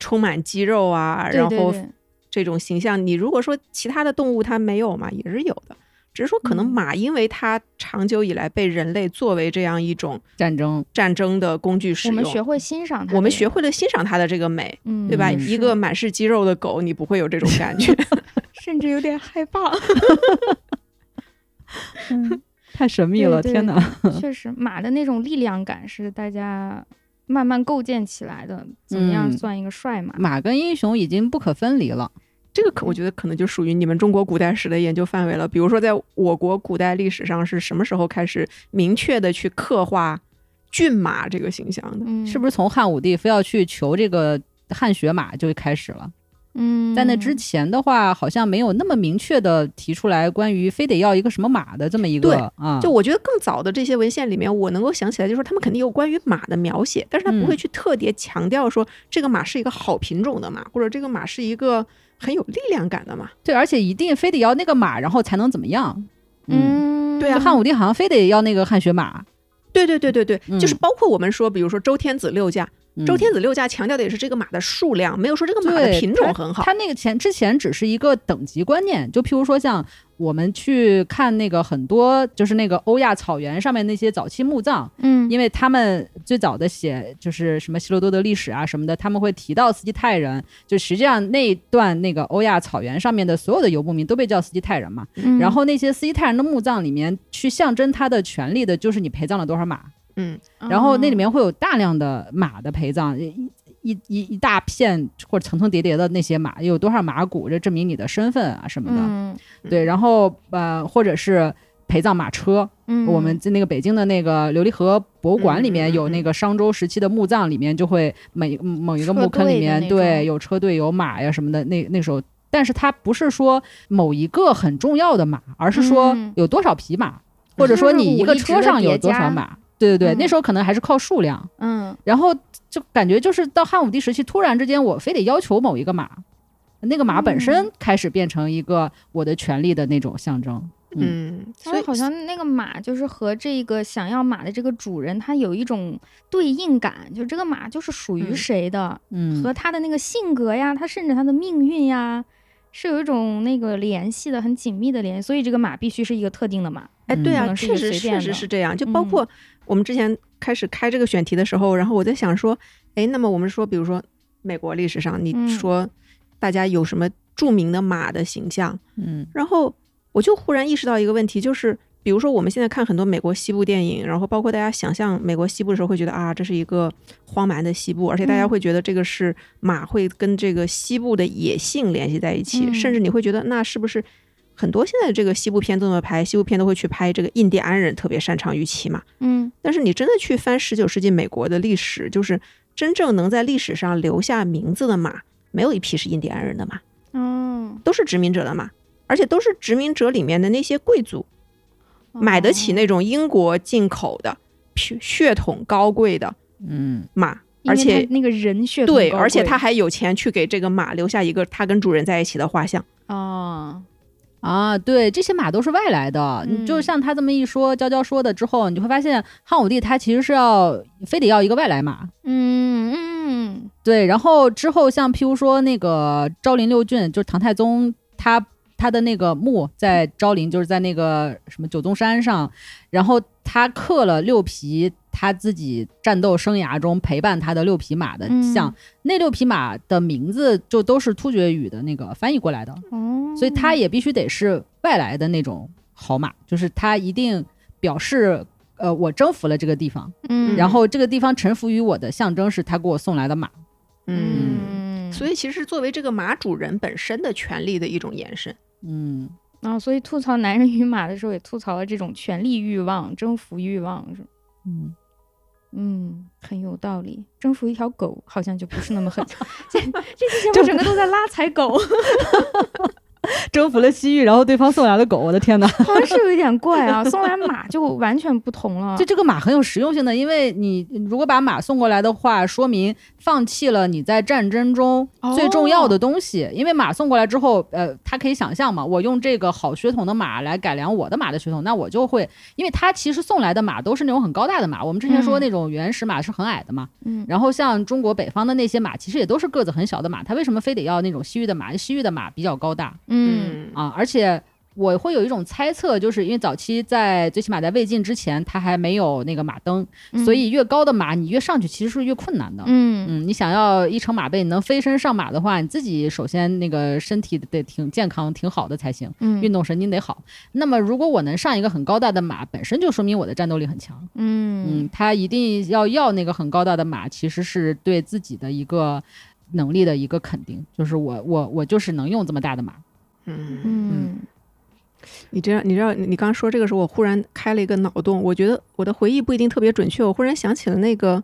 A: 充满肌肉啊，
B: 对
A: 然
B: 对
A: 后
B: 对
A: 这种形象，你如果说其他的动物它没有嘛，也是有的。只是说，可能
B: 嗯
A: 马因为它长久以来被人类作为这样一种
C: 战争，
A: 战争的工具使
B: 我
A: 用，
B: 们学会欣赏它，
A: 我们学，会了欣赏它的这个美，
B: 嗯，
A: 对吧？
C: 嗯
A: 一
B: 是
A: 个满是肌肉的狗，你不会有这种感觉。
B: 甚至有点害 怕。
C: 太神秘
B: 对
C: 了，
B: 对
C: 天哪！
B: 确实，马的那种力量感是大家慢慢构建起来的。怎么样
C: 嗯
B: 算一个帅马？
C: 马跟英雄已经不可分离了。
A: 这个可我觉得可能就属于你们中国古代史的研究范围了。比如说，在我国古代历史上是什么时候开始明确的去刻画骏马这个形象的？
B: 嗯，
C: 是不是从汉武帝非要去求这个汉学马就开始了？
B: 嗯，
C: 在那之前的话，好像没有那么明确的提出来关于非得要一个什么马的这么一
A: 对
C: 个啊，
A: 就我觉得更早的这些文献里面，我能够想起来，就是他们肯定有关于马的描写，但是他不会
C: 嗯
A: 去特别强调说这个马是一个好品种的马，或者这个马是一个很有力量感的马。
C: 对，而且一定非得要那个马，然后才能怎么样？，
B: 嗯，
A: 对啊
C: 就汉武帝好像非得要那个汉学马，
A: 对对对对对，
C: 嗯
A: 就是包括我们说，比如说周天子六驾，
C: 嗯
A: 周天子六驾强调的也是这个马的数量，没有说这个马的
C: 对
A: 品种很好。
C: 他那个前之前只是一个等级观念，就譬如说像我们去看那个很多就是那个欧亚草原上面那些早期墓葬，
B: 嗯，
C: 因为他们最早的写就是什么希罗多德历史啊什么的，他们会提到斯基泰人，就实际上那一段那个欧亚草原上面的所有的游牧民都被叫斯基泰人嘛。
B: 嗯
C: 然后那些斯基泰人的墓葬里面，去象征他的权利的就是你陪葬了多少马，
A: 嗯，
C: 然后那
B: 哦
C: 里面会有大量的马的陪葬。一一一一大片或者层层叠叠的那些马，有多少马骨？这证明你的身份啊什么的。
B: 嗯
C: 对，然后呃，或者是陪葬马车，
B: 嗯，
C: 我们在那个北京的那个琉璃河博物馆里
A: 嗯嗯
C: 面
A: 嗯
C: 有那个商周时期的墓葬，里面就会每嗯某一个墓坑里
B: 车队的
C: 面
B: 那种
C: 对有车队有马呀什么的，那那时候。但是它不是说某一个很重要的马，而是说
B: 嗯
C: 有多少匹马，或者说你一个车上有多少马。对对对，
B: 嗯
C: 那时候可能还是靠数量。
B: 嗯
C: 然后就感觉就是到汉武帝时期，突然之间我非得要求某一个马，那个马本身
B: 嗯
C: 开始变成一个我的权利的那种象征。
A: 嗯，
B: 所
A: 所
B: 以
A: 以
B: 好像那个马就是和这个想要马的这个主人，他有一种对应感，就这个马就是属于
A: 嗯
B: 谁的，
C: 嗯，
B: 和他的那个性格呀，他甚至他的命运呀，是有一种那个联系的，很紧密的联系。所以这个马必须是一个特定的马。
A: 哎，对
B: 可
A: 啊，
B: 能嗯是一
A: 确
B: 个
A: 实
B: 随
A: 确
B: 便
A: 实
B: 的嗯
A: 是这样。就包括我们之前开始开这个选题的时候，然后我在想说，哎，那么我们说，比如说美国历史上，
B: 嗯
A: 你说大家有什么著名的马的形象？
C: 嗯
A: 然后我就忽然意识到一个问题，就是比如说我们现在看很多美国西部电影，然后包括大家想象美国西部的时候，会觉得啊，这是一个荒蛮的西部，而且大家
B: 嗯
A: 会觉得这个是马会跟这个西部的野性联系在一起，
B: 嗯
A: 甚至你会觉得那是不是？很多现在这个西部片这么拍，西部片都会去拍这个印第安人特别擅长于骑马，
B: 嗯
A: 但是你真的去翻十九世纪美国的历史，就是真正能在历史上留下名字的马，没有一匹是印第安人的马。
B: 嗯，
A: 都是殖民者的嘛，而且都是殖民者里面的那些贵族，
B: 哦
A: 买得起那种英国进口的血血统高贵的
C: 嗯，
A: 马，
B: 因
A: 而
B: 为
A: 且
B: 他那个人血
A: 对，而且他还有钱去给这个马留下一个他跟主人在一起的画像。
B: 啊，
C: 啊，对，这些马都是外来的。你就
B: 嗯
C: 像他这么一说，娇娇说的之后，你就会发现汉武帝他其实是要非得要一个外来马。
B: 嗯嗯
C: 对，然后之后像譬如说那个昭陵六骏，就是唐太宗他他的那个墓在昭陵，就是在那个什么九宗山上，然后他刻了六匹他自己战斗生涯中陪伴他的六匹马的像，
B: 嗯
C: 那六匹马的名字就都是突厥语的那个翻译过来的。
B: 嗯，哦，
C: 所以它也必须得是外来的那种好马，就是它一定表示呃我征服了这个地方，
B: 嗯，
C: 然后这个地方臣服于我的象征是他给我送来的马。
B: 嗯，
A: 所以其实是作为这个马主人本身的权利的一种延伸。
C: 嗯，
B: 啊，所以吐槽男人与马的时候，也吐槽了这种权力欲望、征服欲望，是吗？
C: 嗯，
B: 嗯，很有道理。征服一条狗好像就不是那么 很，这这期节目整个都在拉踩狗，
C: 征服了西域，然后对方送来了狗，我的天哪！
B: 好像是有一点怪啊。送来马就完全不同了，
C: 就这个马很有实用性的，因为你如果把马送过来的话，说明放弃了你在战争中
B: 哦
C: 最重要的东西。因为马送过来之后，呃，他可以想象嘛，我用这个好血统的马来改良我的马的血统，那我就会，因为他其实送来的马都是那种很高大的马。我们之前说
B: 嗯
C: 那种原始马是很矮的嘛，
B: 嗯
C: 然后像中国北方的那些马，其实也都是个子很小的马。他为什么非得要那种西域的马？西域的马比较高大，
B: 嗯
C: 啊，而且我会有一种猜测，就是因为早期在最起码在魏晋之前，它还没有那个马镫，
B: 嗯
C: 所以越高的马你越上去其实是越困难的。
B: 嗯
C: 嗯，你想要一乘马背，你能飞身上马的话，你自己首先那个身体得挺健康、挺好的才行，
B: 嗯
C: 运动神经得好。那么如果我能上一个很高大的马，本身就说明我的战斗力很强。
B: 嗯
C: 嗯，他一定要要那个很高大的马，其实是对自己的一个能力的一个肯定，就是我我我就是能用这么大的马。
A: 嗯，
B: 嗯
A: 你这样，你知道，你刚说这个时候，我忽然开了一个脑洞，我觉得我的回忆不一定特别准确，我忽然想起了那个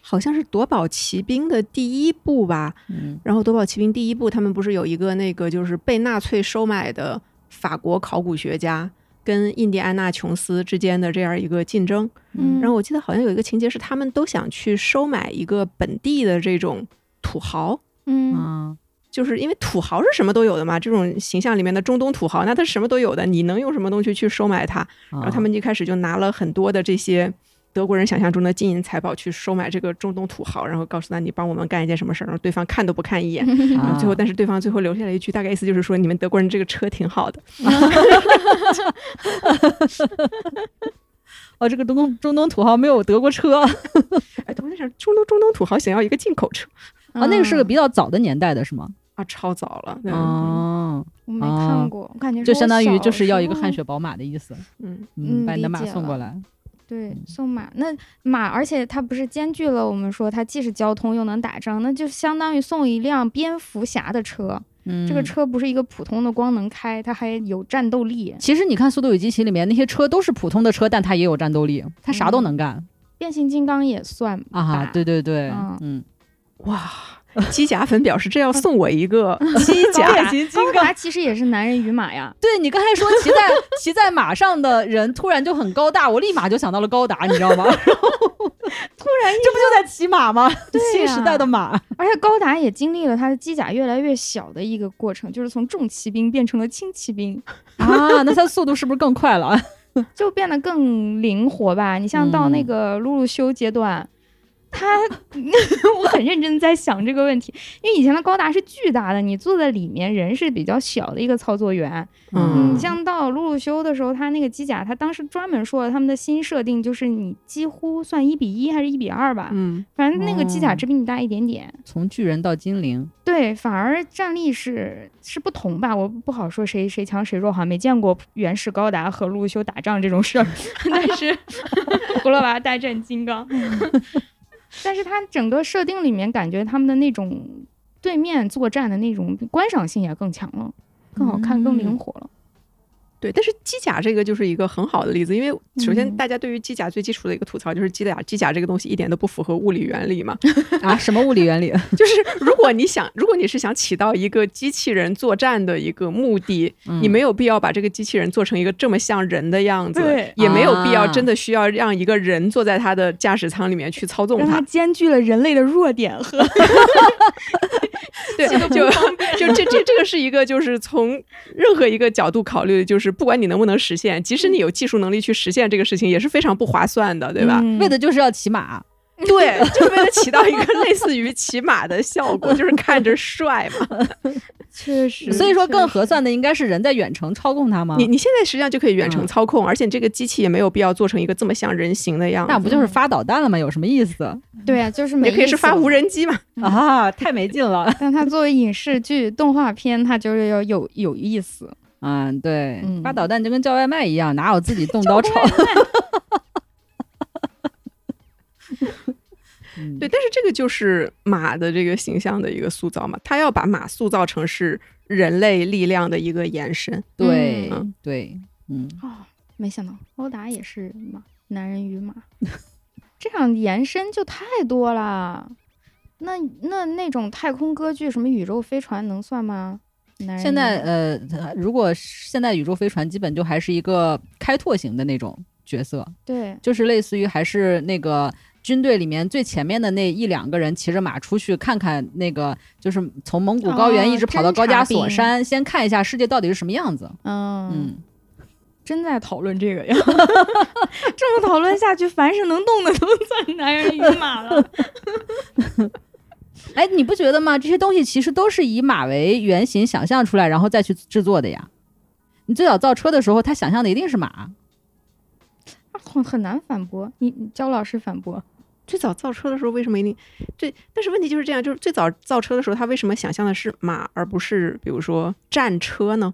A: 好像是夺宝奇兵的第一部吧，
C: 嗯，
A: 然后《夺宝奇兵》第一部，他们不是有一个那个就是被纳粹收买的法国考古学家跟印第安纳琼斯之间的这样一个竞争。
B: 嗯，
A: 然后我记得好像有一个情节是他们都想去收买一个本地的这种土豪。
B: 嗯
C: 嗯
A: 就是因为土豪是什么都有的嘛，这种形象里面的中东土豪，那他是什么都有的，你能用什么东西去收买他？
C: 哦
A: 然后他们一开始就拿了很多的这些德国人想象中的金银财宝去收买这个中东土豪，然后告诉他你帮我们干一件什么事儿，然后对方看都不看一眼，然啊
C: 啊
A: 后最后，但是对方最后留下了一句，大概意思就是说，你们德国人这个车挺好的。
C: 哦，这个中东中东土豪没有德国 车啊，
A: 哎，等我在想，中东中东土豪想要一个进口车
C: 哦那个是个比较早的年代的是吗？
A: 啊，超早了。对
C: 哦，
B: 我没
C: 啊
B: 看过，我感觉
C: 就是
B: 我
C: 相当于
B: 小
C: 就是要一个
B: 时
C: 汗
B: 候
C: 血宝马的意思，
A: 嗯，
C: 嗯，
B: 嗯
C: 把你的
B: 理
C: 马
B: 解
C: 送过
B: 了
C: 来，
B: 对，送马那马，而且它不是兼具了我们说它既是交通又能打仗，那就相当于送一辆蝙蝠侠的车。
C: 嗯
B: 这个。车不是一个普通的光能开，它还有战斗力。
C: 其实你看《速度与激情》里面那些车都是普通的车，但它也有战斗力，它啥都能干、
B: 变形金刚也 算吧
C: 啊哈！对对对，
B: 嗯
C: 嗯，
A: 哇，机甲粉表示这要送我一个 机甲。
C: 形
B: 高达其实也是男人与马 呀。
C: 哦对你刚才说骑在骑在马上的人突然就很高大，我立马就想到了高达，你知道吗？然后 突然，这不就在骑马吗？新时代的马，
B: 而且高达也经历了它的机甲越来越小的一个过程，就是从重骑兵变成了轻骑兵，
C: 啊，那它速度是不是更快了？
B: 就变得更灵活吧。你像到那
C: 嗯
B: 个露露修阶段，它 我很认真在想这个问题，因为以前的高达是巨大的，你坐在里面人是比较小的一个操作员。
A: 嗯
B: 你像到露露修的时候，它那个机甲，它当时专门说了他们的新设定就是你几乎算一比一还是一比二吧，
A: 嗯，
B: 反正那个机甲
C: 哦
B: 只比你大一点点。
C: 从巨人到精灵，
B: 对，反而战力是是不同吧，我不好说谁谁强谁弱，好像没见过原始高达和路修打仗这 种事儿，但是葫芦娃大战金刚，
A: 嗯
B: 但是它整个设定里面感觉他们的那种对面作战的那种观赏性也更强了，更好看，更
A: 嗯
B: 灵活了。
A: 对。但是机甲这个就是一个很好的例子，因为首先
B: 嗯
A: 大家对于机甲最基础的一个吐槽就是机甲机甲这个东西一点都不符合物理原理嘛。
C: 啊，什么物理原理？
A: 就是如果你想，如果你是想起到一个机器人作战的一个目的，
C: 嗯
A: 你没有必要把这个机器人做成一个这么像人的样子
B: 对，
A: 也没有必要
C: 啊
A: 真的需要让一个人坐在他的驾驶舱里面去操纵
B: 让
A: 它。
B: 它兼具了人类的弱点和
A: 对，就就这这这个是一个就是从任何一个角度考虑，就是不管你能不能实现，即使你有技术能力去实现这个事情，也是非常不划算的，对吧？
B: 嗯
C: 为的就是要骑马。
A: 对，就是为了起到一个类似于骑马的效果，就是看着帅嘛。
B: 嗯确实，
C: 所以说，
B: 确
C: 更
B: 实
C: 合算的应该是人在远程操控它吗？
A: 你你现在实际上就可以远程
C: 啊嗯
A: 操控，而且你这个机器也没有必要做成一个这么像人形的样子。
C: 那不就是发导弹了吗？有什么意思
B: 对啊，就是没
A: 也可以是发
B: 人。
A: 无人机嘛？
C: 啊？太没劲了。
B: 但它作为影视剧、动画片，它就是要有有意思。
C: 嗯，对，
B: 嗯
C: 发导弹就跟叫外卖一样，哪有自己动刀炒？ 嗯
A: 对，但是这个就是马的这个形象的一个塑造嘛，他要把马塑造成是人类力量的一个延伸。
C: 对
A: 嗯
C: 对，嗯，
B: 哦，没想到高达也是马，男人与马。 这样延伸就太多了。那那那种太空歌剧，什么宇宙飞船能算吗？男人
C: 现在呃，如果现在宇宙飞船基本就还是一个开拓型的那种角色，
B: 对，
C: 就是类似于还是那个军队里面最前面的那一两个人骑着马出去看看那个，就是从蒙古高原一直跑到高加索山，先看一下世界到底是什么样子。
B: 嗯，
C: 嗯，
B: 真在讨论这个呀。 这么讨论下去，凡是能动的都算男人与马了。
C: 哎，你不觉得吗？这些东西其实都是以马为原型想象出来，然后再去制作的呀。你最早造车的时候，他想象的一定是马。
B: 很很难反驳你，你焦老师反驳。
A: 最早造车的时候为什么一定对？但是问题就是这样，就是最早造车的时候，他为什么想象的是马，而不是比如说战车呢？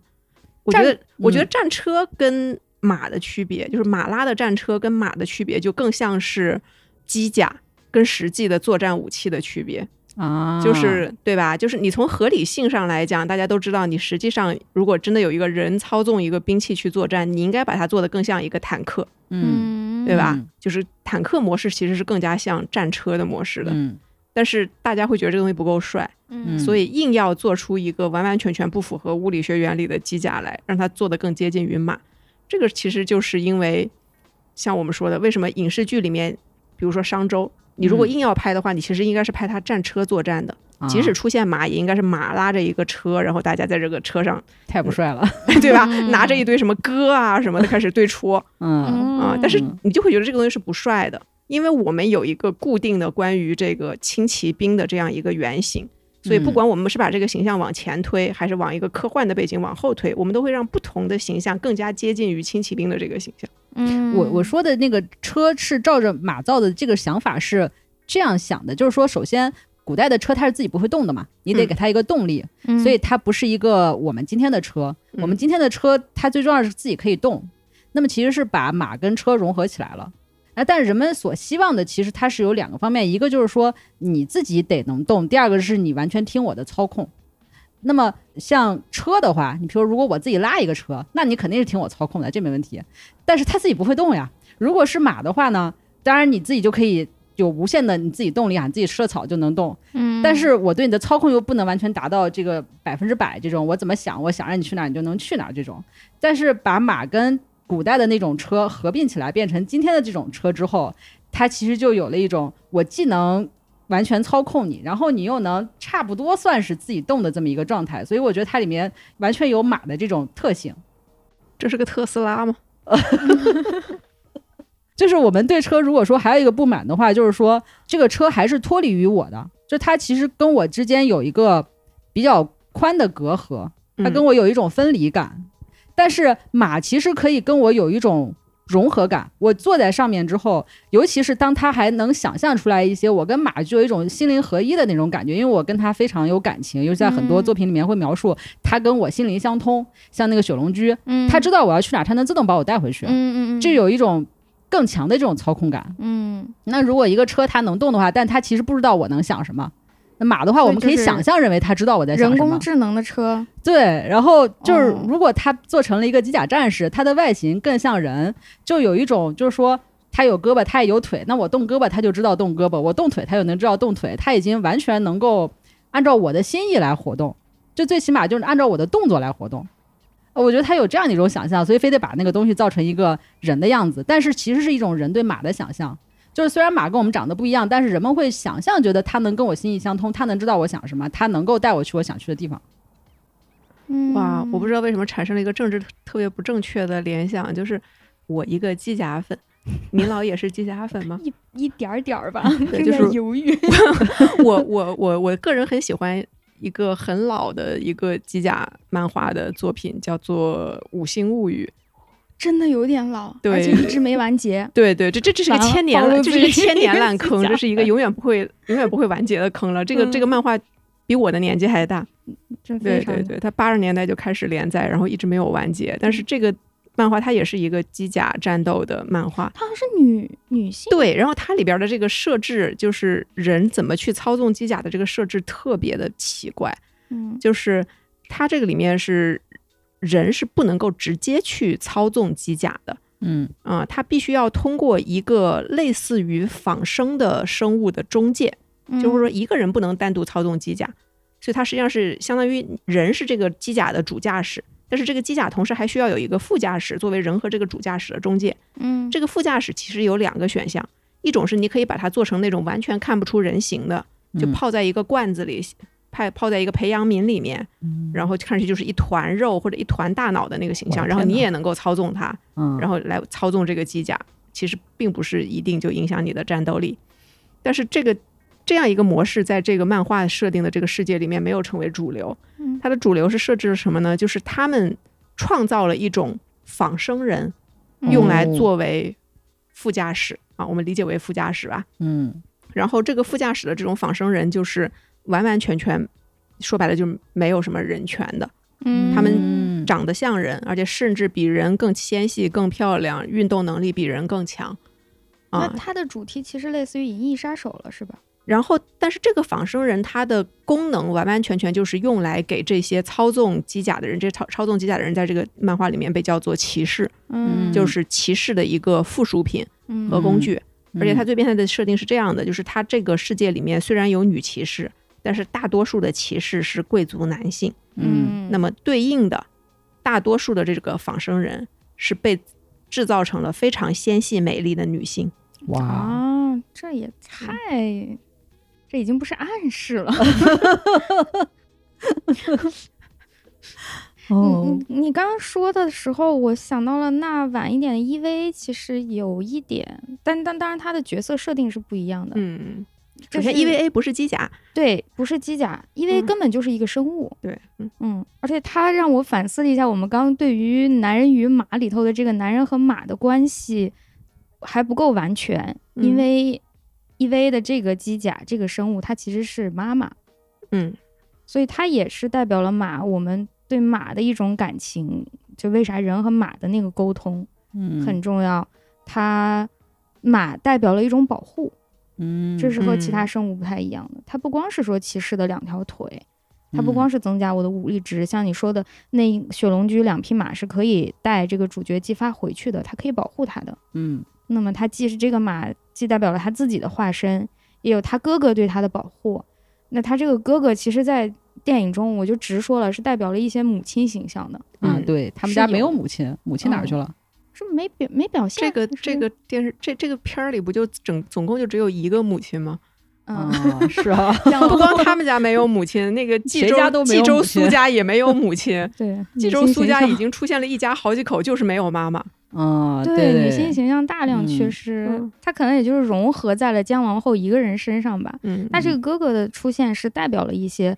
A: 我觉得，我
C: 嗯
A: 觉得战车跟马的区别，就是马拉的战车跟马的区别，就更像是机甲跟实际的作战武器的区别。
C: 啊，
A: 就是对吧？就是你从合理性上来讲，大家都知道，你实际上如果真的有一个人操纵一个兵器去作战，你应该把它做得更像一个坦克，
C: 嗯，
B: 嗯
A: 对吧？
C: 嗯
A: 就是坦克模式其实是更加像战车的模式的，
C: 嗯
A: 但是大家会觉得这个东西不够帅，
B: 嗯
A: 所以硬要做出一个完完全全不符合物理学原理的机甲来，让它做得更接近于马。这个其实就是因为，像我们说的，为什么影视剧里面，比如说商周，你如果
C: 嗯
A: 硬要拍的话，你其实应该是拍它战车作战的。
C: 啊
A: 即使出现马，也应该是马拉着一个车，然后大家在这个车上，
C: 太不帅了，
A: 对吧？
B: 嗯
A: 拿着一堆什么歌啊什么的开始对戳
C: 嗯
A: 啊、
B: 嗯，
A: 但是你就会觉得这个东西是不帅的，因为我们有一个固定的关于这个轻骑兵的这样一个原型，所以不
C: 嗯
A: 管我们是把这个形象往前推，还是往一个科幻的背景往后推，我们都会让不同的形象更加接近于轻骑兵的这个形象。
B: 嗯，
C: 我我说的那个车是照着马造的，这个想法是这样想的，就是说，首先古代的车它是自己不会动的嘛，你得
A: 嗯
C: 给它一个动力，
B: 嗯，
C: 所以它不是一个我们今天的车。
A: 嗯
C: 我们今天的车它最重要是自己可以动，那么其实是把马跟车融合起来了。啊，但人们所希望的其实它是有两个方面，一个就是说你自己得能动，第二个是你完全听我的操控。那么像车的话，你比如如果我自己拉一个车，那你肯定是听我操控的，这没问题。但是它自己不会动呀。如果是马的话呢，当然你自己就可以有无限的你自己动力啊，你自己吃了草就能动。
B: 嗯，
C: 但是我对你的操控又不能完全达到这个百分之百这种，我怎么想，我想让你去哪儿你就能去哪儿这种。但是把马跟古代的那种车合并起来，变成今天的这种车之后，它其实就有了一种我既能完全操控你，然后你又能差不多算是自己动的这么一个状态。所以我觉得它里面完全有马的这种特性。
A: 这是个特斯拉吗？
C: 就是我们对车，如果说还有一个不满的话，就是说这个车还是脱离于我的，就它其实跟我之间有一个比较宽的隔阂，它跟
A: 嗯
C: 我有一种分离感。但是马其实可以跟我有一种融合感，我坐在上面之后，尤其是当它还能想象出来一些我跟马具有一种心灵合一的那种感觉，因为我跟它非常有感情，尤其在很多
B: 嗯
C: 作品里面会描述它跟我心灵相通，像那个雪龙驹，
B: 嗯，
C: 它知道我要去哪儿，它能自动把我带回去。
B: 嗯，嗯嗯，
C: 这有一种更强的这种操控感。
B: 嗯，
C: 那如果一个车它能动的话，但它其实不知道我能想什么。那马的话，
B: 所以
C: 我们可以
B: 就是
C: 想象认为它知道我在想
B: 人
C: 什么
B: 工。智能的车，
C: 对，然后就是
B: 哦
C: 如果它做成了一个机甲战士，它的外形更像人，就有一种就是说。它有胳膊，它也有腿。那我动胳膊，它就知道动胳膊；我动腿，它就能知道动腿。它已经完全能够按照我的心意来活动，就最起码就是按照我的动作来活动。呃我觉得他有这样的一种想象，所以非得把那个东西造成一个人的样子，但是其实是一种人对马的想象。就是虽然马跟我们长得不一样，但是人们会想象觉得它能跟我心意相通，它能知道我想什么，它能够带我去我想去的地方。
B: 嗯
A: 哇，我不
B: 是
A: 知道为什么产生了一个政治特特别不正确的联想，就是我一个机甲粉，您老也是机甲粉吗？
B: 一一点儿点儿吧，
A: 对
B: 正
A: 就
B: 在
A: 是
B: 犹豫。
A: 我我我我个人很喜欢一个很老的一个机甲漫画的作品，叫做《五星物语》。
B: 真的有点老，
A: 对
B: 而且一直没完结。
A: 对对，这这这是个
B: 完了
A: 千年
B: 暴
A: 烂，
B: 露
A: 这
B: 自
A: 是个
B: 己
A: 千年烂
B: 机
A: 坑，
B: 甲
A: 这是一个永远不会永远不会完结的坑了。这个、这个漫画比我的年纪还大，
B: 真
A: 对
B: 非常
A: 对对，它八十年代就开始连载，然后一直没有完结。但是
B: 嗯
A: 这个漫画它也是一个机甲战斗的漫画，
B: 她好像是女女性，
A: 对，然后它里边的这个设置，就是人怎么去操纵机甲的这个设置特别的奇怪，
B: 嗯
A: 就是它这个里面是人是不能够直接去操纵机甲的，
C: 嗯
A: 啊、它必须要通过一个类似于仿生的生物的中介，
B: 嗯
A: 就是说一个人不能单独操纵机甲，所以它实际上是相当于人是这个机甲的主驾驶，但是这个机甲同时还需要有一个副驾驶作为人和这个主驾驶的中介。
B: 嗯，
A: 这个副驾驶其实有两个选项，一种是你可以把它做成那种完全看不出人形的，就
C: 嗯
A: 泡在一个罐子里，泡泡在一个培养皿里面，
C: 嗯
A: 然后看上去就是一团肉或者一团大脑的那个形
C: 我的
A: 象，然后
C: 天
A: 你
C: 呐
A: 也能够操纵它。
C: 嗯，
A: 然后来操纵这个机甲，其实并不是一定就影响你的战斗力。但是这个这样一个模式，在这个漫画设定的这个世界里面没有成为主流
B: 嗯。
A: 它的主流是设置了什么呢？就是他们创造了一种仿生人，
B: 嗯
A: 用来作为副驾驶、啊，我们理解为副驾驶吧。
C: 嗯
A: 然后这个副驾驶的这种仿生人，就是完完全全说白了就是没有什么人权的。
B: 嗯
A: 他们
C: 嗯
A: 长得像人，而且甚至比人更纤细、更漂亮，运动能力比人更强
B: 那
A: 啊。
B: 它的主题其实类似于《银翼杀手》了，是吧？
A: 然后，但是这个仿生人他的功能完完全全就是用来给这些操纵机甲的人，这操操纵机甲的人在这个漫画里面被叫做骑士，
B: 嗯，
A: 就是是骑士的一个附属品
B: 嗯
A: 和工具。而
C: 嗯
A: 且它最变态的设定是这样的，就是它这个世界里面虽然有女骑士，但是大多数的骑士是贵族男性。
C: 嗯
A: 那么对应的，大多数的这个仿生人是被制造成了非常纤细美丽的女性。
C: 哇
B: 啊，这也
A: 嗯
B: 太，这已经不是暗示了。
C: 哦
B: 嗯，你你刚刚说的时候，我想到了那晚一点的 EVA，其实有一点，但但当然它的角色设定是不一样的。
A: 嗯，
B: 就
A: 首先
B: 是
A: EVA 不是机甲，
B: 对，不是机甲，EVA
A: 嗯
B: 根本就是一个生物。
A: 对，嗯
B: 嗯，而且它让我反思了一下，我们刚刚对于男人与马里头的这个男人和马的关系还不够完全，因
A: 嗯
B: 为 EVA 的这个机甲这个生物，它其实是妈妈。
A: 嗯
B: 所以它也是代表了马，我们对马的一种感情。就为啥人和马的那个沟通
C: 嗯
B: 很重要？它马代表了一种保护，
C: 嗯
B: 这是和其他
A: 嗯
B: 生物不太一样的。它不光是说骑士的两条腿，它不光是增加我的武力值，像你说的那雪龙驹两匹马是可以带这个主角姬发回去的，它可以保护它的。
C: 嗯
B: 那么它既是这个马，既代表了他自己的化身，也有他哥哥对他的保护。那他这个哥哥，其实，在电影中我就直说了，是代表了一些母亲形象的，
C: 啊，
A: 嗯
C: 对他们
B: 是
C: 家没
B: 有
C: 有母亲，母亲哪儿去了？
B: 是没表没表现
A: 这个
B: 就是
A: 这个电视这这个片儿里不就整总共就只有一个母亲 吗？
B: 嗯，。
C: 啊，是啊，
A: 不 光他们家没有母亲，那个冀
C: 谁
A: 州
C: 家都没
A: 冀
C: 有
A: 州
C: 母
A: 苏
C: 亲
A: 家也没有母 亲
B: 对，
A: 冀
B: 女
A: 州
B: 性
A: 苏
B: 形
A: 家
B: 象
A: 已经出现了一家好几口，就是没有妈妈。
C: 啊，
B: 对
C: 对
B: 女性形象大量缺
C: 嗯
B: 失，
A: 嗯
B: 他可能也就是融合在了姜王后一个人身上吧。
A: 嗯，
B: 那这个哥哥的出现是代表了一些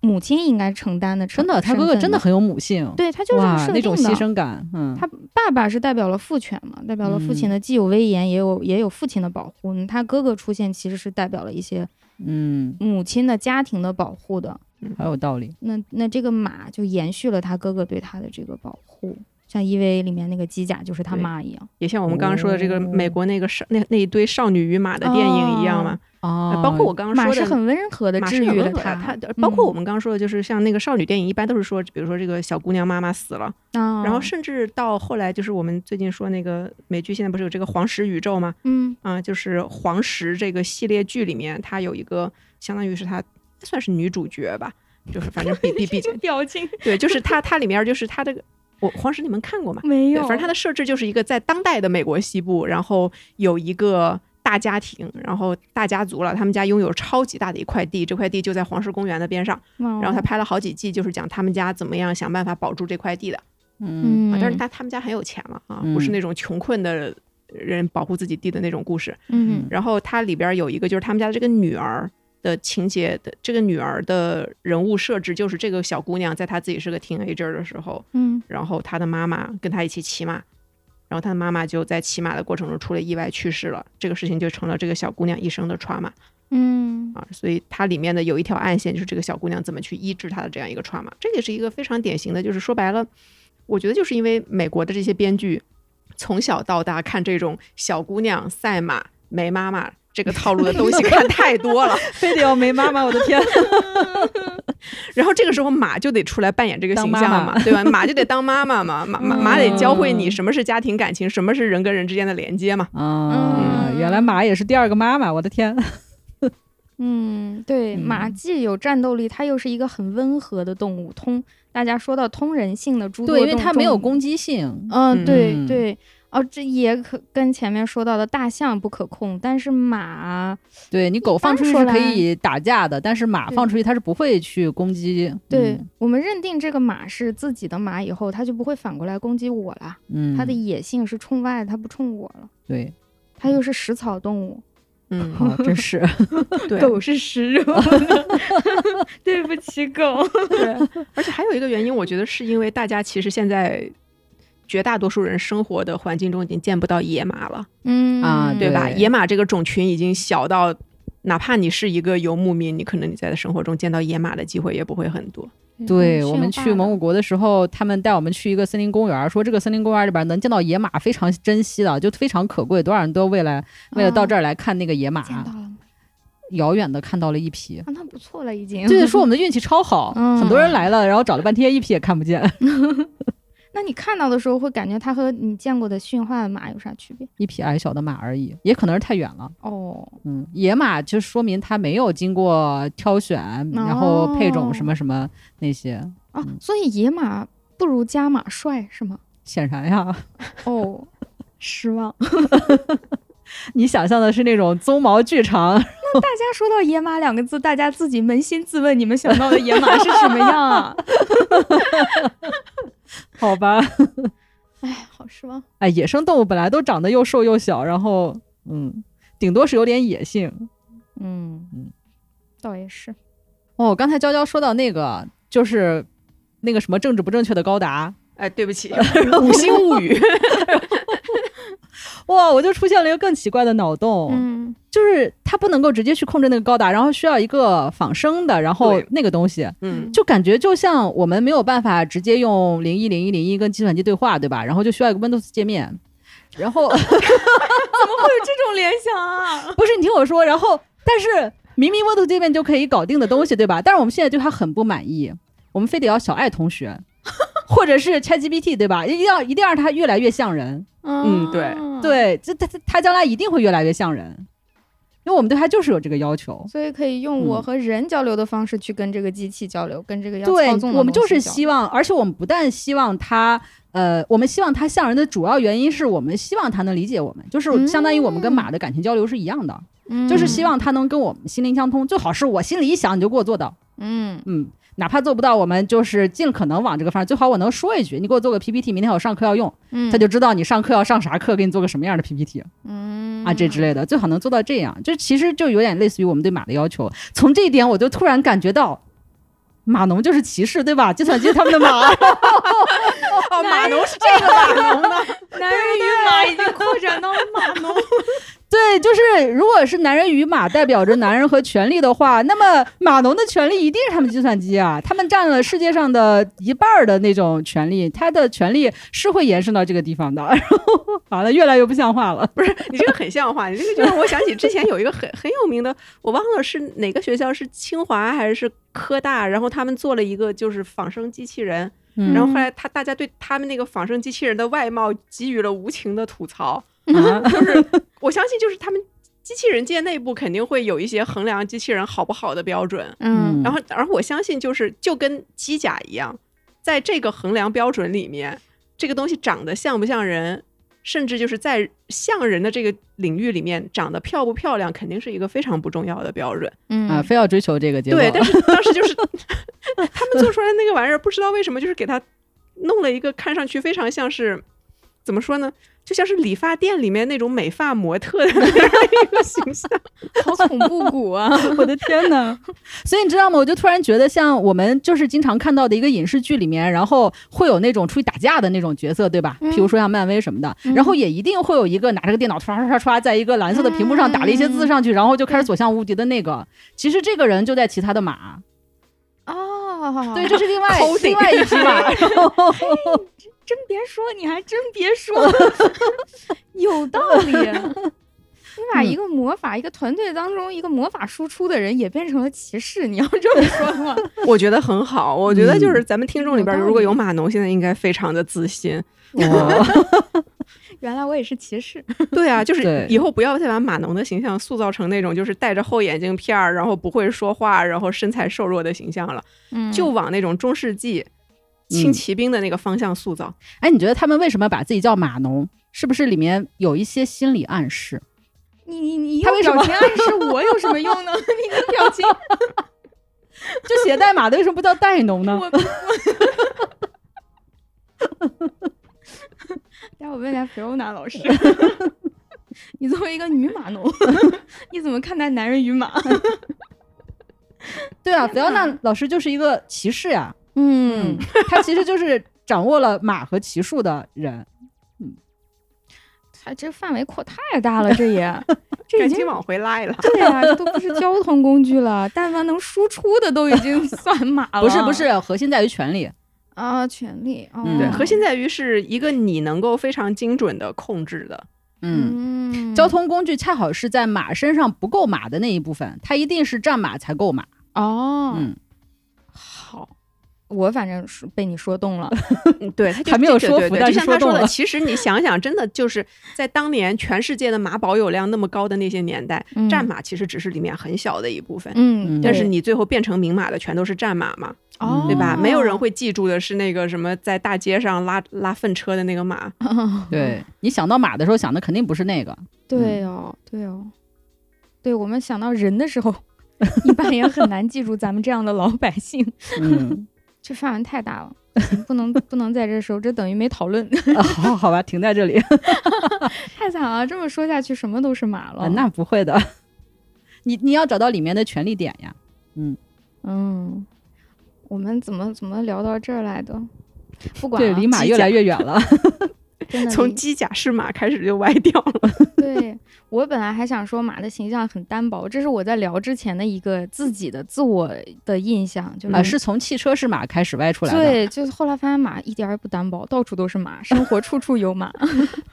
B: 母亲应该承担的成，
C: 真的，他哥哥
B: 身份
C: 真的很有母性，
B: 对他就是这么
C: 哇
B: 设，定
C: 那
B: 的
C: 种牺牲感，嗯，
B: 他爸爸是代表了父权嘛，代表了
A: 嗯
B: 父亲的既有威严，也有也有父亲的保护。嗯他哥哥出现其实是代表了一些
C: 嗯，
B: 母亲的家庭的保护的。
C: 好有道理，
B: 那那这个马就延续了他哥哥对他的这个保护，像 EVA 里面那个机甲就是他
A: 对
B: 妈一样。
A: 也像我们刚刚说的这个美国那个少那那一堆少女与马的电影一样嘛，
B: 啊
C: 哦
A: 包括我刚刚
B: 马
A: 说
B: 是
A: 的
B: 很温和的
A: 马
B: 治
A: 是很
B: 愈
A: 温
B: 了
A: 和的
B: 他，
A: 它包括
B: 嗯
A: 我们刚刚说的，就是像那个少女电影，一般都是说，比如说这个小姑娘妈妈死了，
B: 啊，
A: 然后甚至到后来，就是我们最近说那个美剧，现在不是有这个黄石宇宙吗？
B: 嗯
A: 啊，就是黄石这个系列剧里面，它有一个相当于是它算是女主角吧，就是反正比比 比
B: 表情
A: 对，就是它它里面就是它这个我黄石你们看过吗？
B: 没
A: 对，
B: 有，
A: 反正它的设置就是一个在当代的美国西部，然后有一个大家庭，然后大家族了，他们家拥有超级大的一块地，这块地就在黄石公园的边上。
B: 然
A: 然后他拍了好几季，就是讲他们家怎么样想办法保住这块地的。
C: 嗯
B: 嗯
A: 啊，，但是他他们家很有钱了啊，
C: 嗯
A: 不是那种穷困的人保护自己地的那种故事。
B: 嗯
A: 然后它里边有一个就是他们家的这个女儿的情节的，这个女儿的人物设置就是这个小姑娘在她自己是个 teenager 的时候，
B: 嗯
A: 然后她的妈妈跟她一起骑马，然后她的妈妈就在骑马的过程中出了意外去世了，这个事情就成了这个小姑娘一生的 trauma
B: 嗯
A: 啊，所以它里面的有一条暗线就是这个小姑娘怎么去医治她的这样一个 trauma，这也是一个非常典型的，就是说白了，我觉得就是因为美国的这些编剧从小到大看这种小姑娘赛马没妈妈。这个套路的东西看太多了，
C: 非得要没妈妈，我的天，
A: 然后这个时候马就得出来扮演这个形象
C: 当
A: 嘛，
C: 妈
A: 对吧？马就得当妈妈嘛， 马马马得教会
C: 嗯
A: 你什么是家庭感情，什么是人跟人之间的连接嘛。
C: 啊，
B: 嗯
C: 原来马也是第二个妈妈，我的天，
B: 嗯，对，马既有战斗力，它又是一个很温和的动物。通，大家说到通人性的诸多
C: 对，因为
B: 动
C: 它没有
B: 动物
C: 攻击性，
B: 嗯，
C: 嗯
B: 对对，哦，这也可跟前面说到的大象不可控，但是马，
C: 对你狗放出去
B: 说
C: 是可
B: 来
C: 以打架的，但是马
B: 对
C: 放出去它是不会去攻击，嗯
B: 对、我们认定这个马是自己的马以后，它就不会反过来攻击我了。
C: 嗯，嗯，嗯
B: 它的野性是冲外，它不冲我了。
C: 对，
B: 它又是食草动物，
A: 嗯，
C: 好，真是
A: 对。
B: 狗是食 肉的，对不起狗。
A: 而且还有一个原因，我觉得是因为大家其实现在绝大多数人生活的环境中已经见不到野马了，
B: 嗯
C: 啊
A: 对吧？
C: 对
A: 野马这个种群已经小到。哪怕你是一个游牧民，你可能你在生活中见到野马的机会也不会很多。
C: 对我们去蒙
B: 蒙
C: 古国的时候，他们带我们去一个森林公园儿，说这个森林公园儿里边儿能见到野马，非常珍惜的，就非常可贵，多少人都为了为了到这儿来看那个野马，
B: 嗯见到了吗？
C: 遥远的看到了 一匹。
B: 啊，那不错了已经。
C: 对，说我们的运气超好，
B: 嗯
C: 很多人来了，然后找了半天一匹也看不见，
B: 那你看到的时候会感觉它和你见过的驯化的马有啥区别？
C: 一匹矮小的马而已，也可能是太远了。
B: 哦，
C: 嗯，野马就说明它没有经过挑选，然后配种什么什么那些。
B: 啊
C: 嗯，
B: 所以野马不如家马帅是吗？
C: 显然呀，
B: 哦，失望。 大
C: 你想象的是那种鬃毛巨长，
B: 家说到野马两个字，大家自己扪心自问，你们想到的野马是什么样啊？
C: 好吧？
B: 哎，好失望。
C: 哎，野生动物本来都长得又瘦又小，然后嗯，顶多是有点野性。
B: 嗯
C: 嗯，
B: 倒也是。
C: 哦，刚才娇娇说到那个，就是那个什么政治不正确的高达，
A: 哎，对不 起，五星物语。
C: 哇，我就出现了一个更奇怪的脑洞，
B: 嗯
C: 就是它不能够直接去控制那个高达，然后需要一个仿生的，然后
A: 对
C: 那个东西。
A: 嗯，
C: 就感觉就像我们没有办法直接用零一零一零一跟计算机对话，对吧？然后就需要一个 Windows 界面，然后
B: 会有这种联想啊？
C: 不是你听我说，然后但是明明 Windows 界面就可以搞定的东西，对吧？但是我们现在对它很不满意，我们非得要小爱同学， 或者是 ChatGPT，对吧？一定要一定要让它越来越像人，
A: 嗯对
B: 啊。
C: 对，这它它它将来一定会越来越像人，因为我们对它就是有这个要求。
B: 所以可以用
C: 嗯
B: 我和人交流的方式去跟这个机器交流，跟这个要
C: 对
B: 操纵，的
C: 我们就
B: 东西
C: 是
B: 交流
C: 希望，而且我们不但希望他，呃，我们希望他像人的主要原因是我们希望他能理解我们，就是
B: 嗯
C: 相当于我们跟马的感情交流是一样的，就是希望他能跟我们心灵相通，最好是我心里一想你就给我做到，
B: 嗯
C: 嗯，哪怕做不到，我们就是尽可能往这个方向，最好我能说一句，你给我做个 PPT，明天我上课要用，
B: 嗯，
C: 他就知道你上课要上啥课，给你做个什么样的 PPT
B: 嗯
C: 啊，这之类的，最好能做到这样，就其实就有点类似于我们对马的要求，从这一点我就突然感觉到。马农就是骑士，对吧？计算机他们 的马，
A: 哦，马农是这个马农呢？
B: 男人与马已经扩展到了马农，
C: 对，就是如果是男人与马代表着男人和权力的话，那么马农的权利一定是他们计算机啊，他们占了世界上的一半儿的那种权利，他的权利是会延伸到这个地方的。 然后完了，越来越不像话了。
A: 不是，你这个很像话，你这个就让我想起之前有一个很很有名的，我忘了是哪个学校，是清华还是科大，然后他们做了一个就是仿生机器人，
C: 嗯
A: 然后后来他大家对他们那个仿生机器人的外貌给予了无情的吐槽，
C: 啊
A: 就是我相信就是他们机器人界内部肯定会有一些衡量机器人好不好的标准，
B: 嗯
A: 然后而我相信就是就跟机甲一样，在这个衡量标准里面，这个东西长得像不像人，甚至就是在像人的这个领域里面长得漂不漂亮，肯定是一个非常不重要的标准。
B: 嗯
C: 啊，非要追求这个结果。
A: 对，但是当时 就是他们做出来那个玩意儿，不知道为什么就是给它弄了一个看上去非常像是怎么说呢，就像是理发店里面那种美发模特的那样一个形象。
B: 好恐 怖谷啊！
C: 我的天呐！ 所以你知道吗？我就突然觉得，像我们就是经常看到的一个影视剧里面，然后会有那种出去打架的那种角色，对吧？
B: 嗯
C: 比如说像漫威什么的，
B: 嗯
C: 然后也一定会有一个拿着个电脑刷刷刷刷，在一个蓝色的屏幕上打了一些字上
B: 嗯
C: 去，然后就开始所向无敌的那个。其实这个人就在骑他的马，
B: 啊，
C: 对，这 是 另外
A: Coding
C: 另外一匹马。然后
B: 真别说，你还真别说，有道理。你把
C: 嗯
B: 一个魔法、一个团队当中一个魔法输出的人也变成了骑士，你要这 么 说的话，
A: 我觉得很好。我觉得就是
C: 嗯
A: 咱们听众里边
B: 有道理
A: 如果有码农，现在应该非常的自 信。
B: 原来我也是骑士，
A: 对啊，就是
C: 对
A: 以后不要再把码农的形象塑造成那种就是戴着厚眼镜片儿，然后不会说话，然后身材瘦弱的形象了，
B: 嗯
A: 就往那种中世纪轻骑兵的那个方向塑造。
C: 哎，你觉得他们为什么把自己叫码农？是不是里面有一些心理暗示？
B: 你你你
C: 他
B: 用
C: 为什
B: 表
C: 么
B: 情暗示我有什么用呢？ 你的表情，
C: 就写代码的为什么不叫代农 呢？
B: 我待会我问一下菲欧娜老师，你作为一个女码农，你怎么看待男人与马？
C: 对啊，
B: 天
C: 菲奥
B: 哪
C: 娜老师就是一个骑士呀、
B: 嗯，
C: 他其实就是掌握了马和骑术的人。
B: 他哎这范围扩太大了，这也这已
A: 赶
B: 经
A: 紧往回拉一拉。
B: 对啊，这都不是交通工具了，但凡能输出的都已经算马了。
C: 不是不是，核心在于权力。
B: 啊，权力哦，
C: 嗯
A: 对，核心在于是一个你能够非常精准的控制的。
C: 嗯，
B: 嗯，
C: 交通工具恰好是在马身上不够马的那一部分，它一定是战马才够马。
B: 哦，
C: 嗯，
B: 好，我反正是被你说动了，
A: 嗯， 对，他就
C: 还没有
A: 对
C: 说
A: 对
C: 服
A: 对就
C: 但
A: 是像他
C: 说动
A: 的，
C: 了
A: 其实你想想，真的就是在当年全世界的马保有量那么高的那些年代，
B: 嗯
A: 战马其实只是里面很小的一部分。
B: 嗯，
C: 嗯
A: 但
B: 对
A: 是你最后变成名马的，全都是战马嘛，
B: 哦，
A: 对吧？没有人会记住的是那个什么在大街上拉拉粪车的那个马。
B: 哦
C: 对你想到马的时候，想的肯定不是那个。
B: 对哦，对哦，对我们想到人的时候， 一般也很难记住咱们这样的老百姓。
C: 嗯，
B: 这范围太 大了，不能不能在这时候，这等于没讨论，
C: 啊好好吧，停在这里。
B: 太惨了。这么说下去，什么都是马了。
C: 啊那不 会的，你你要找到里面的权力点呀。
B: 嗯，我们怎么怎么聊到这儿来的？不管
C: 对，
B: 了、
C: 离马
A: 机
C: 越来
A: 甲
C: 越远了。
B: 真 的
A: 从
B: 离
A: 机甲式马开始就歪掉 了。
B: 对我本来还想说马的形象很单薄，这是我在聊之前的一个自己的自我的印象，就是、
C: 啊，是从汽车是马开始歪出来的。
B: 嗯对，就是后来发现马一点儿也不单薄，到处都是 马，生活处处有马。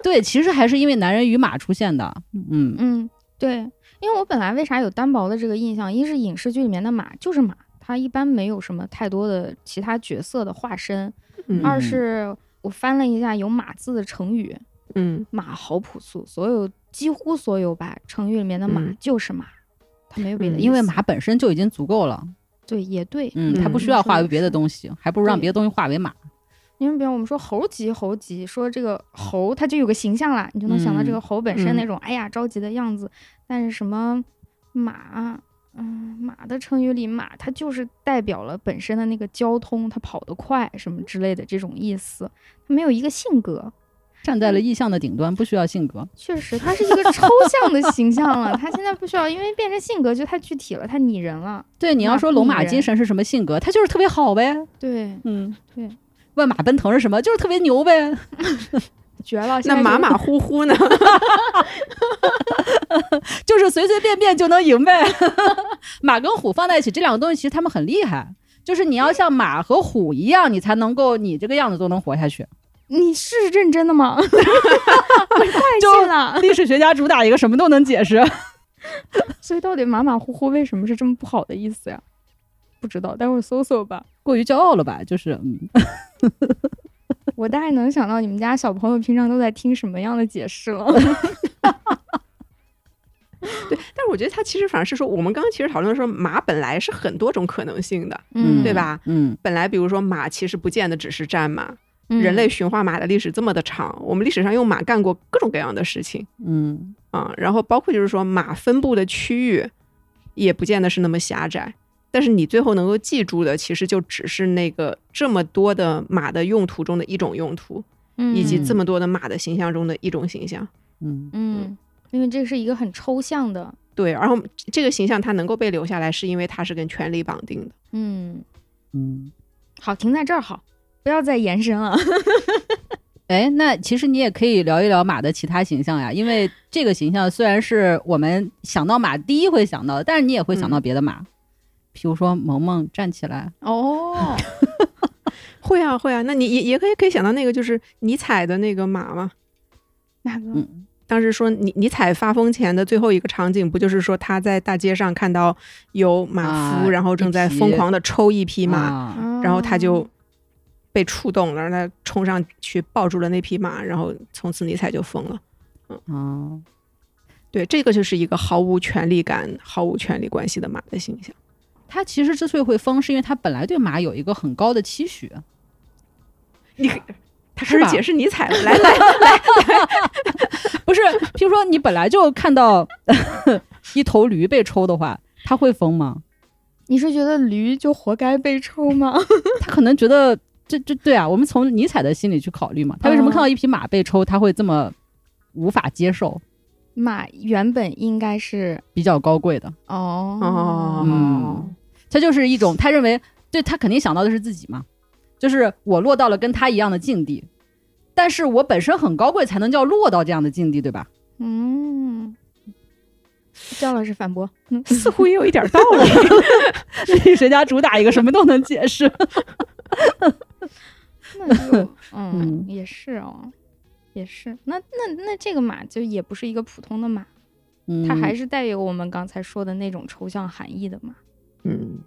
C: 对其实还是因为男人与马出现的。 嗯，
B: 嗯，对，因为我本来为啥有单薄的这个印象，一是影视剧里面的马就是马，它一般没有什么太多的其他角色的化身；
A: 嗯
B: 二是我翻了一下有马字的成语，
A: 嗯，
B: 马好朴素，所有几乎所有吧成语里面的马
A: 嗯
B: 就是马，它没有别的
A: 嗯
B: 意思，
C: 因为马本身就已经足够了。
B: 对也对，
C: 嗯，它不
A: 嗯
C: 需要
B: 你说
C: 化
B: 的
C: 为别
B: 是
C: 的东西，还不如让
B: 对
C: 别的东西化为马。
B: 因为比如我们说猴急猴急，说这个猴它就有个形象啦，你就能想到这个猴本身
A: 嗯
B: 那种、哎呀着急的样子。但是什么马，嗯，马的成语里马它就是代表了本身的那个交通，它跑得快什么之类的这种意思，它没有一个性格。
C: 站在了意象的顶端，不需要性格。
B: 确实，它是一个 抽象的形象了，它现在不需要，因为变成性格就太具体了，太拟人了。
C: 对，你要
B: 马
C: 说
B: 不
C: 龙
B: 拟
C: 马精
B: 人
C: 神是什么性格，他就是特别好呗。
B: 对，
C: 嗯，
B: 对。
C: 万马奔腾是什么？就是特别牛呗。
B: 绝了！现
A: 那
B: 在
A: 马
B: 就
A: 马虎虎呢？
C: 就是随随便便就能赢呗。 马跟虎放在一起，这两个东西其实他们很厉害，就是你要像马和虎一样，你才能够你这个样子都能活下去。
B: 你是认真的吗？ 我太
C: 就
B: 信了。
C: 历史学家主打一个什么都能解释，
B: 所以到底马马虎虎为什么是这么不好的意思呀？不知道，待会儿搜搜吧。
C: 过于骄傲了吧？就是嗯，
B: 我大概能想到你们家小朋友平常都在听什么样的解释了。
A: 但是我觉得他其实反而是说，我们刚刚其实讨论说，马本来是很多种可能性的，
C: 嗯
A: 对吧？
C: 嗯，
A: 本来比如说马其实不见得只是战马，
B: 嗯
A: 人类驯化马的历史这么的长，我们历史上用马干过各种各样的事情
C: 嗯，
A: 啊、然后包括就是说马分布的区域也不见得是那么狭窄，但是你最后能够记住的，其实就只是那个这么多的马的用途中的一种用途，以及这么多的马的形象中的一种形象。
C: 嗯，
B: 嗯，因为这是一个很抽象的，
A: 对，然后这个形象它能够被留下来，是因为它是跟权力绑定的。
B: 嗯，
C: 嗯，
B: 好，停在这儿好，不要再延伸了。
C: 哎，那其实你也可以聊一聊马的其他形象呀，因为这个形象虽然是我们想到马第一会想到的，但是你也会想
A: 嗯
C: 到别的马，比如说萌萌站起来，
B: 哦，
A: 会啊，会啊，那你也也可以可以想到那个就是尼采的那个马嘛，
B: 那个
C: 嗯，
A: 当时说尼尼采发疯前的最后一个场景，不就是说他在大街上看到有马夫，
C: 啊
A: 然后正在疯狂的抽一匹马，
C: 啊
A: 然后他就被触动了，让他冲上去抱住了那匹马，然后从此尼采就疯了。
C: 啊，
A: 对，这个就是一个毫无权力感、毫无权力关系的马的形象。
C: 他其实之所以会疯，是因为他本来对马有一个很高的期许。
A: 你他开
C: 是
A: 始
C: 吧
A: 解释尼采了，来来，
C: 不是，譬如说你本来就看到 一头驴被抽的话，他会疯吗？
B: 你是觉得驴就活该被抽吗？
C: 他可能觉得这这对啊，我们从尼采的心理去考虑嘛，他为什
A: 嗯
C: 么看到一匹马被抽，他会这么无法接受？
B: 马原本应该是
C: 比较高贵的，
B: 哦
A: 哦
C: 嗯他就是一种他认为，对他肯定想到的是自己嘛，就是我落到了跟他一样的境地，但是我本身很高贵才能叫落到这样的境地，对吧？
B: 嗯，赵老师反驳，
A: 似乎也有一点道理。
C: 谁家主打一个什么都能解释，
B: 那就 嗯
C: 嗯
B: 也是哦，也是。那那那这个马就也不是一个普通的马，它还
C: 是
B: 是带有我们刚才说的那种抽象含义的马。
A: 嗯，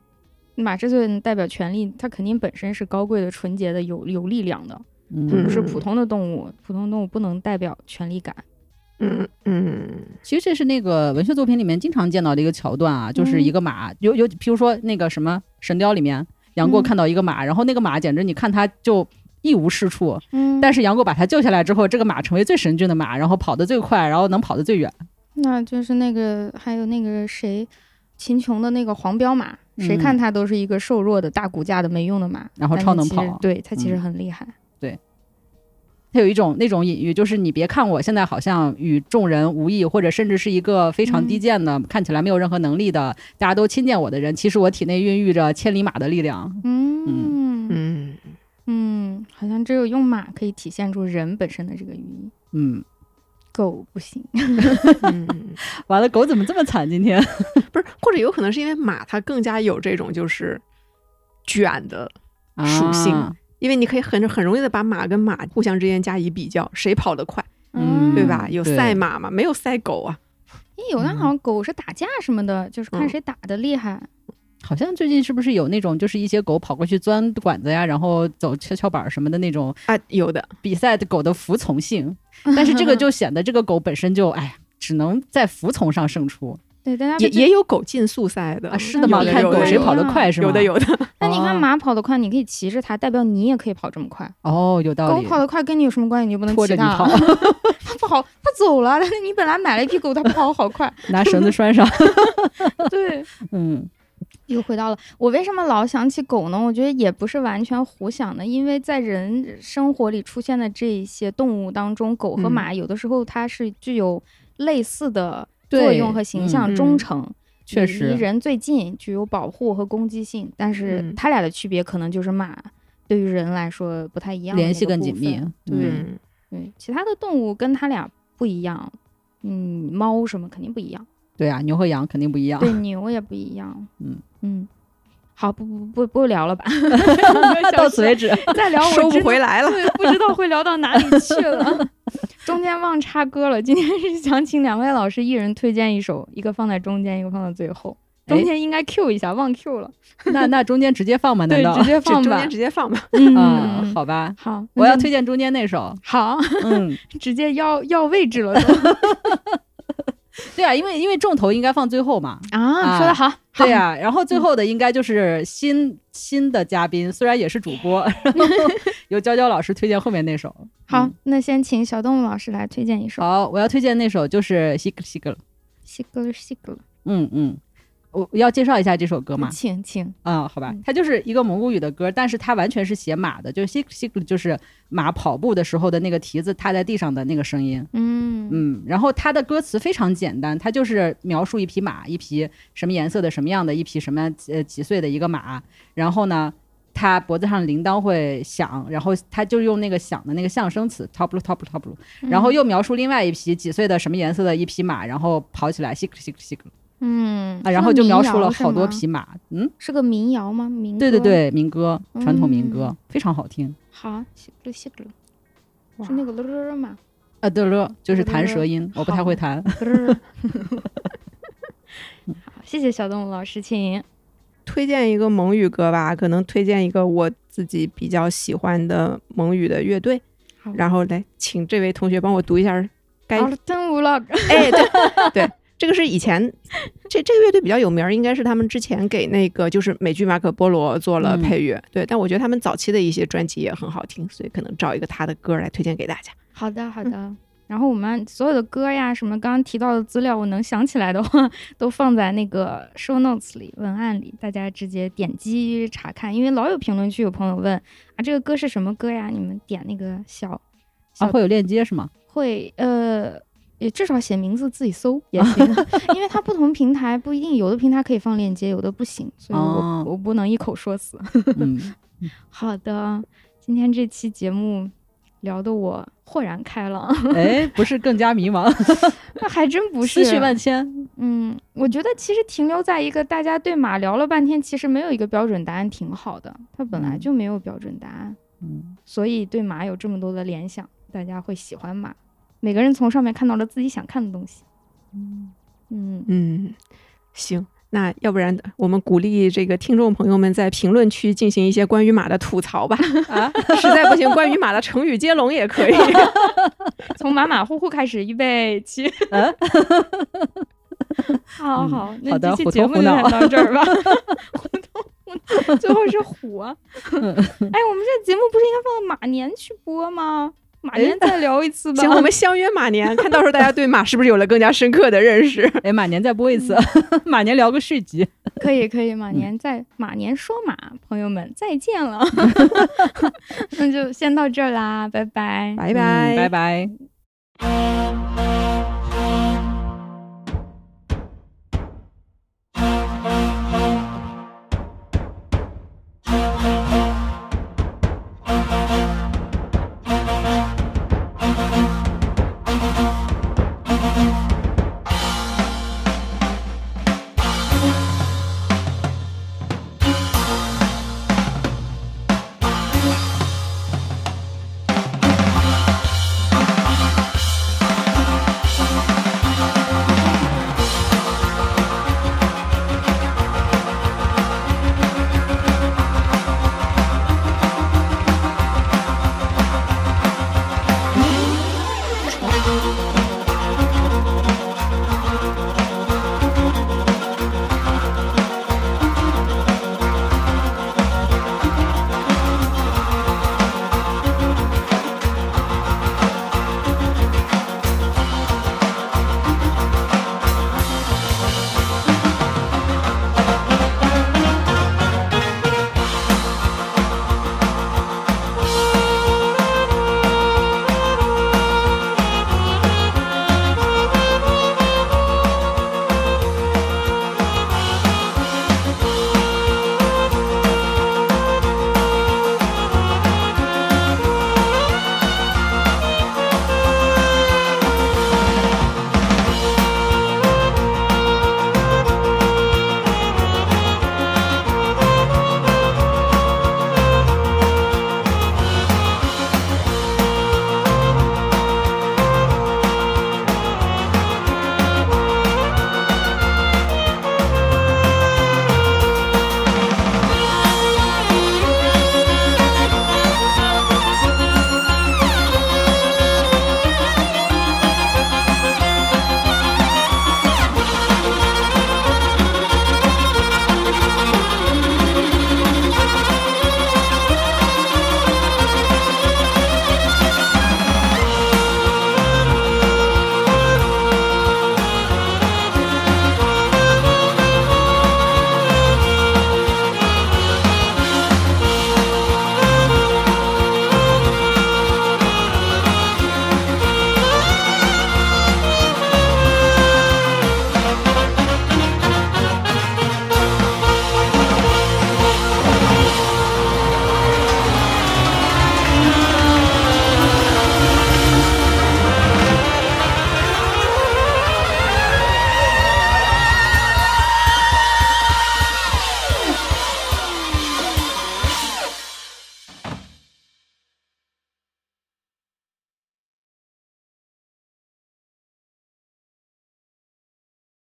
B: 马之所以能代表权力，它肯定本身是高贵的、纯洁的、有有力量的，不
C: 嗯，
B: 是普通的动物。普通动物不能代表权力感。
A: 嗯嗯
C: 其实这是那个文学作品里面经常见到的一个桥段啊，就是一个马，有有，比如说那个什么《神雕》里面，杨过
B: 嗯
C: 看到一个马，然后那个马简直你看他就一无是处，
B: 嗯
C: 但是杨过把他救下来之后，这个马成为最神俊的马，然后跑得最快，然后能跑得最远。
B: 那就是那个，还有那个谁，秦琼的那个黄骠马，谁
C: 嗯
B: 看他都是一个瘦弱的大骨架的没用的马，
C: 然后
B: 但
C: 超
B: 它
C: 能
B: 其实
C: 跑
B: 对他其实
C: 嗯
B: 很厉害。
C: 他有一种那种隐喻，就是你别看我现在好像与众人无异，或者甚至是一个非常低贱的、看起来没有任何能力的、大家都亲见我的人，其实我体内孕育着千里马的力量。
B: 嗯嗯
A: 嗯，
B: 好像只有用马可以体现出人本身的这个寓意，
C: 嗯，
B: 狗不行。
A: 嗯，
C: 完了，狗怎么这么惨？今天
A: 不是，或者有可能是因为马它更加有这种就是卷的，属性
C: 啊
A: 因为你可以很很容易的把马跟马互相之间加以比较，谁跑得快，
C: 嗯
A: 对吧？有
C: 对
A: 赛马嘛，没有赛狗啊。
B: 诶，
C: 嗯
B: 有的好像狗是打架什么的，就是看
A: 嗯
B: 谁打的厉害。
C: 好像最近是不是有那种，就是一些狗跑过去钻管子呀，然后走跷跷板儿什么的那种
A: 啊，有的，
C: 比赛的狗的服从性？但是这个就显得这个狗本身就哎呀，只能在服从上胜出。
B: 对，大家
A: 也
B: 不就
A: 也有狗竞速赛的
C: 啊，是的嘛，
A: 有
B: 的
C: 看
A: 有
C: 狗
A: 的
C: 谁
A: 有
C: 跑得
B: 的
C: 快是吗？
A: 有的有的，
B: 那你看
C: 哦
B: 马跑得快，你可以骑着它，代表你也可以跑这么快。
C: 哦，有道
B: 狗
C: 理，
B: 跑得快跟你有什么关系？你就不能
C: 拖
B: 骑
C: 着你
B: 它？
C: 跑，
B: 它跑，它走了。但是你本来买了一匹狗，它跑好 快。
C: 拿绳子拴上。
B: 对，
C: 嗯
B: 又回到了我为什么老想起狗呢？我觉得也不是完全胡想的，因为在人生活里出现的这一些动物当中，狗和
A: 嗯
B: 马有的时候它是具有类似的
C: 对
B: 作用和形象，
A: 嗯
B: 忠诚，
C: 确
B: 离
C: 实
B: 离人最近，具有保护和攻击性。但是
A: 嗯
B: 它俩的区别可能就是马对于人来说不太一样的那个
C: 联
B: 部
C: 系
B: 分，
C: 更紧密。
B: 对
C: 嗯
A: 嗯
B: 对，其他的动物跟它俩不一样，嗯，猫什么肯定不一样。
C: 对啊，牛和羊肯定不一样。
B: 对牛也不一样。
C: 嗯
B: 嗯，好，不不不不聊了 吧，
C: 到此为止，
B: 再聊 我
A: 收不
B: 真的
A: 回来了。
B: 对，不知道会聊到哪里去了。中间忘插歌了，今天是想请两位老师一人推荐一首，一个放在中间，一个放在最后。中间应该 Q 一下，忘 Q 了，
C: 那那中间直 接 放吧？难
B: 对，
C: 道
B: 直接
A: 这
B: 放
A: 中
B: 吧
A: 间。直接放吧，
B: 嗯，
C: 啊
B: 嗯？
C: 好吧，
B: 好，那
C: 我要
B: 就
C: 推荐中间那首。
B: 好，
C: 嗯，
B: 直接要要位置了都
C: 对啊，因为因为重头应该放最后嘛。
B: 啊！说的好，好嗯
C: 对，啊，然后最后的应该就是新新的嘉宾，虽然也是主播，然 后由娇娇老师推荐后面那首。
B: 好
C: 嗯，
B: 那先请小动物老师来推荐一首《
C: 好，我要推荐那首就是《西格西格》。
B: 西格尔西格
C: 嗯嗯，我要介绍一下这首歌
B: 尔》，
C: 嘛。
B: 请请，
C: 啊、好吧
B: 嗯，
C: 它就是一个蒙古语的歌，但是它完全是写马的，就是 sik sik 就是马跑步的时候的那个蹄子踏在地上的那个声音。
B: 嗯
C: 嗯，然后它的歌词非常简单，它就是描述一匹马，一匹什么颜色的、什么样的、一匹什么呃几岁的一个马，然后呢，它脖子上的铃铛会响，然后它就用那个响的那个象声词 top top top，然
B: 嗯
C: 后又描述另外一匹几岁的、什么颜色的一匹马，然后跑起来 sik sik sik
B: 嗯，
C: 啊，
B: 是
C: 然
B: 个
C: 后就
B: 民
C: 描述
B: 谣
C: 了
B: 是
C: 好多
B: 吗
C: 匹马，嗯。
B: 是个民谣吗？民
C: 对对
B: 歌，
C: 对，民歌，传统民歌、
B: 嗯
C: 非常好听。
B: 好，西格鲁西格鲁
A: 哇
B: 是那个噜噜噜吗？
C: 啊，对了，就是弹舌音，我不太会弹。啊
B: 好，谢谢小动物老师，请。
A: 推荐一个蒙语歌吧，可能推荐一个我自己比较喜欢的蒙语的乐队
B: 好。
A: 然后来，请这位同学帮我读一下。该
B: 好了，登五了。
A: 哎，对对，这个是以前这这个乐队比较有名儿，应该是他们之前给那个就是美剧《马可波罗》做
C: 嗯
A: 了配乐。对，但我觉得他们早期的一些专辑也很好听，所以可能找一个他的歌儿来推荐给大家。
B: 好的，好的。
C: 嗯
B: 然后我们所有的歌呀，什么刚刚提到的资料，我能想起来的话， 都放在那个 show notes 里文案里，大家直接点击查看。因为老有评论区有朋友问啊，这个歌是什么歌呀？你们点那个小
C: 啊，
B: 小
C: 会有链接是 吗？
B: 会呃，也至少写名字自己搜也 行，因为它不同平台不一定，有的平台可以放链接，有的不行，所以我、
C: 哦
B: 我不能一口说死。
C: 嗯，
B: 好的，今天这期节目聊得我豁然开朗，
C: 哎，不是更加迷 茫，
B: 那还真不是
C: 思绪万千。
B: 嗯，我觉得其实停留在一个大家对马聊了半天，其实没有一个标准答案，挺好的。它本来
C: 嗯
B: 就没有标准答案，
C: 嗯，
B: 所以对马有这么多的联想，大家会喜欢马。每个人从上面看到了自己想看的东西。嗯
A: 嗯，行，那要不然我们鼓励这个听众朋友们在评论区进行一些关于马的吐槽吧。
C: 啊，
A: 实在不行，关于马的成语接龙也可以。
B: 从马马虎虎开始，预备起。 好
C: 嗯
B: 好，那
C: 好的
B: 这期
C: 虎
B: 节
C: 头
B: 目
C: 虎
B: 就
C: 脑
B: 到这 儿吧。 虎头虎脑，最后是虎啊。
C: 嗯
B: 哎，我们这节目不是应该放到马年去播吗？马
C: 哎
B: 年再聊一次吧。
A: 行，我们相约马年，看到时候大家对马是不是有了更加深刻的认识。
C: 哎，马年再播一次， 马年聊个续集。
B: 可以可以，马年在马年说马，朋友们再见 了。 那就先到这儿啦，拜拜。
A: 拜
C: 嗯
A: 拜，
C: 拜拜。
D: Thank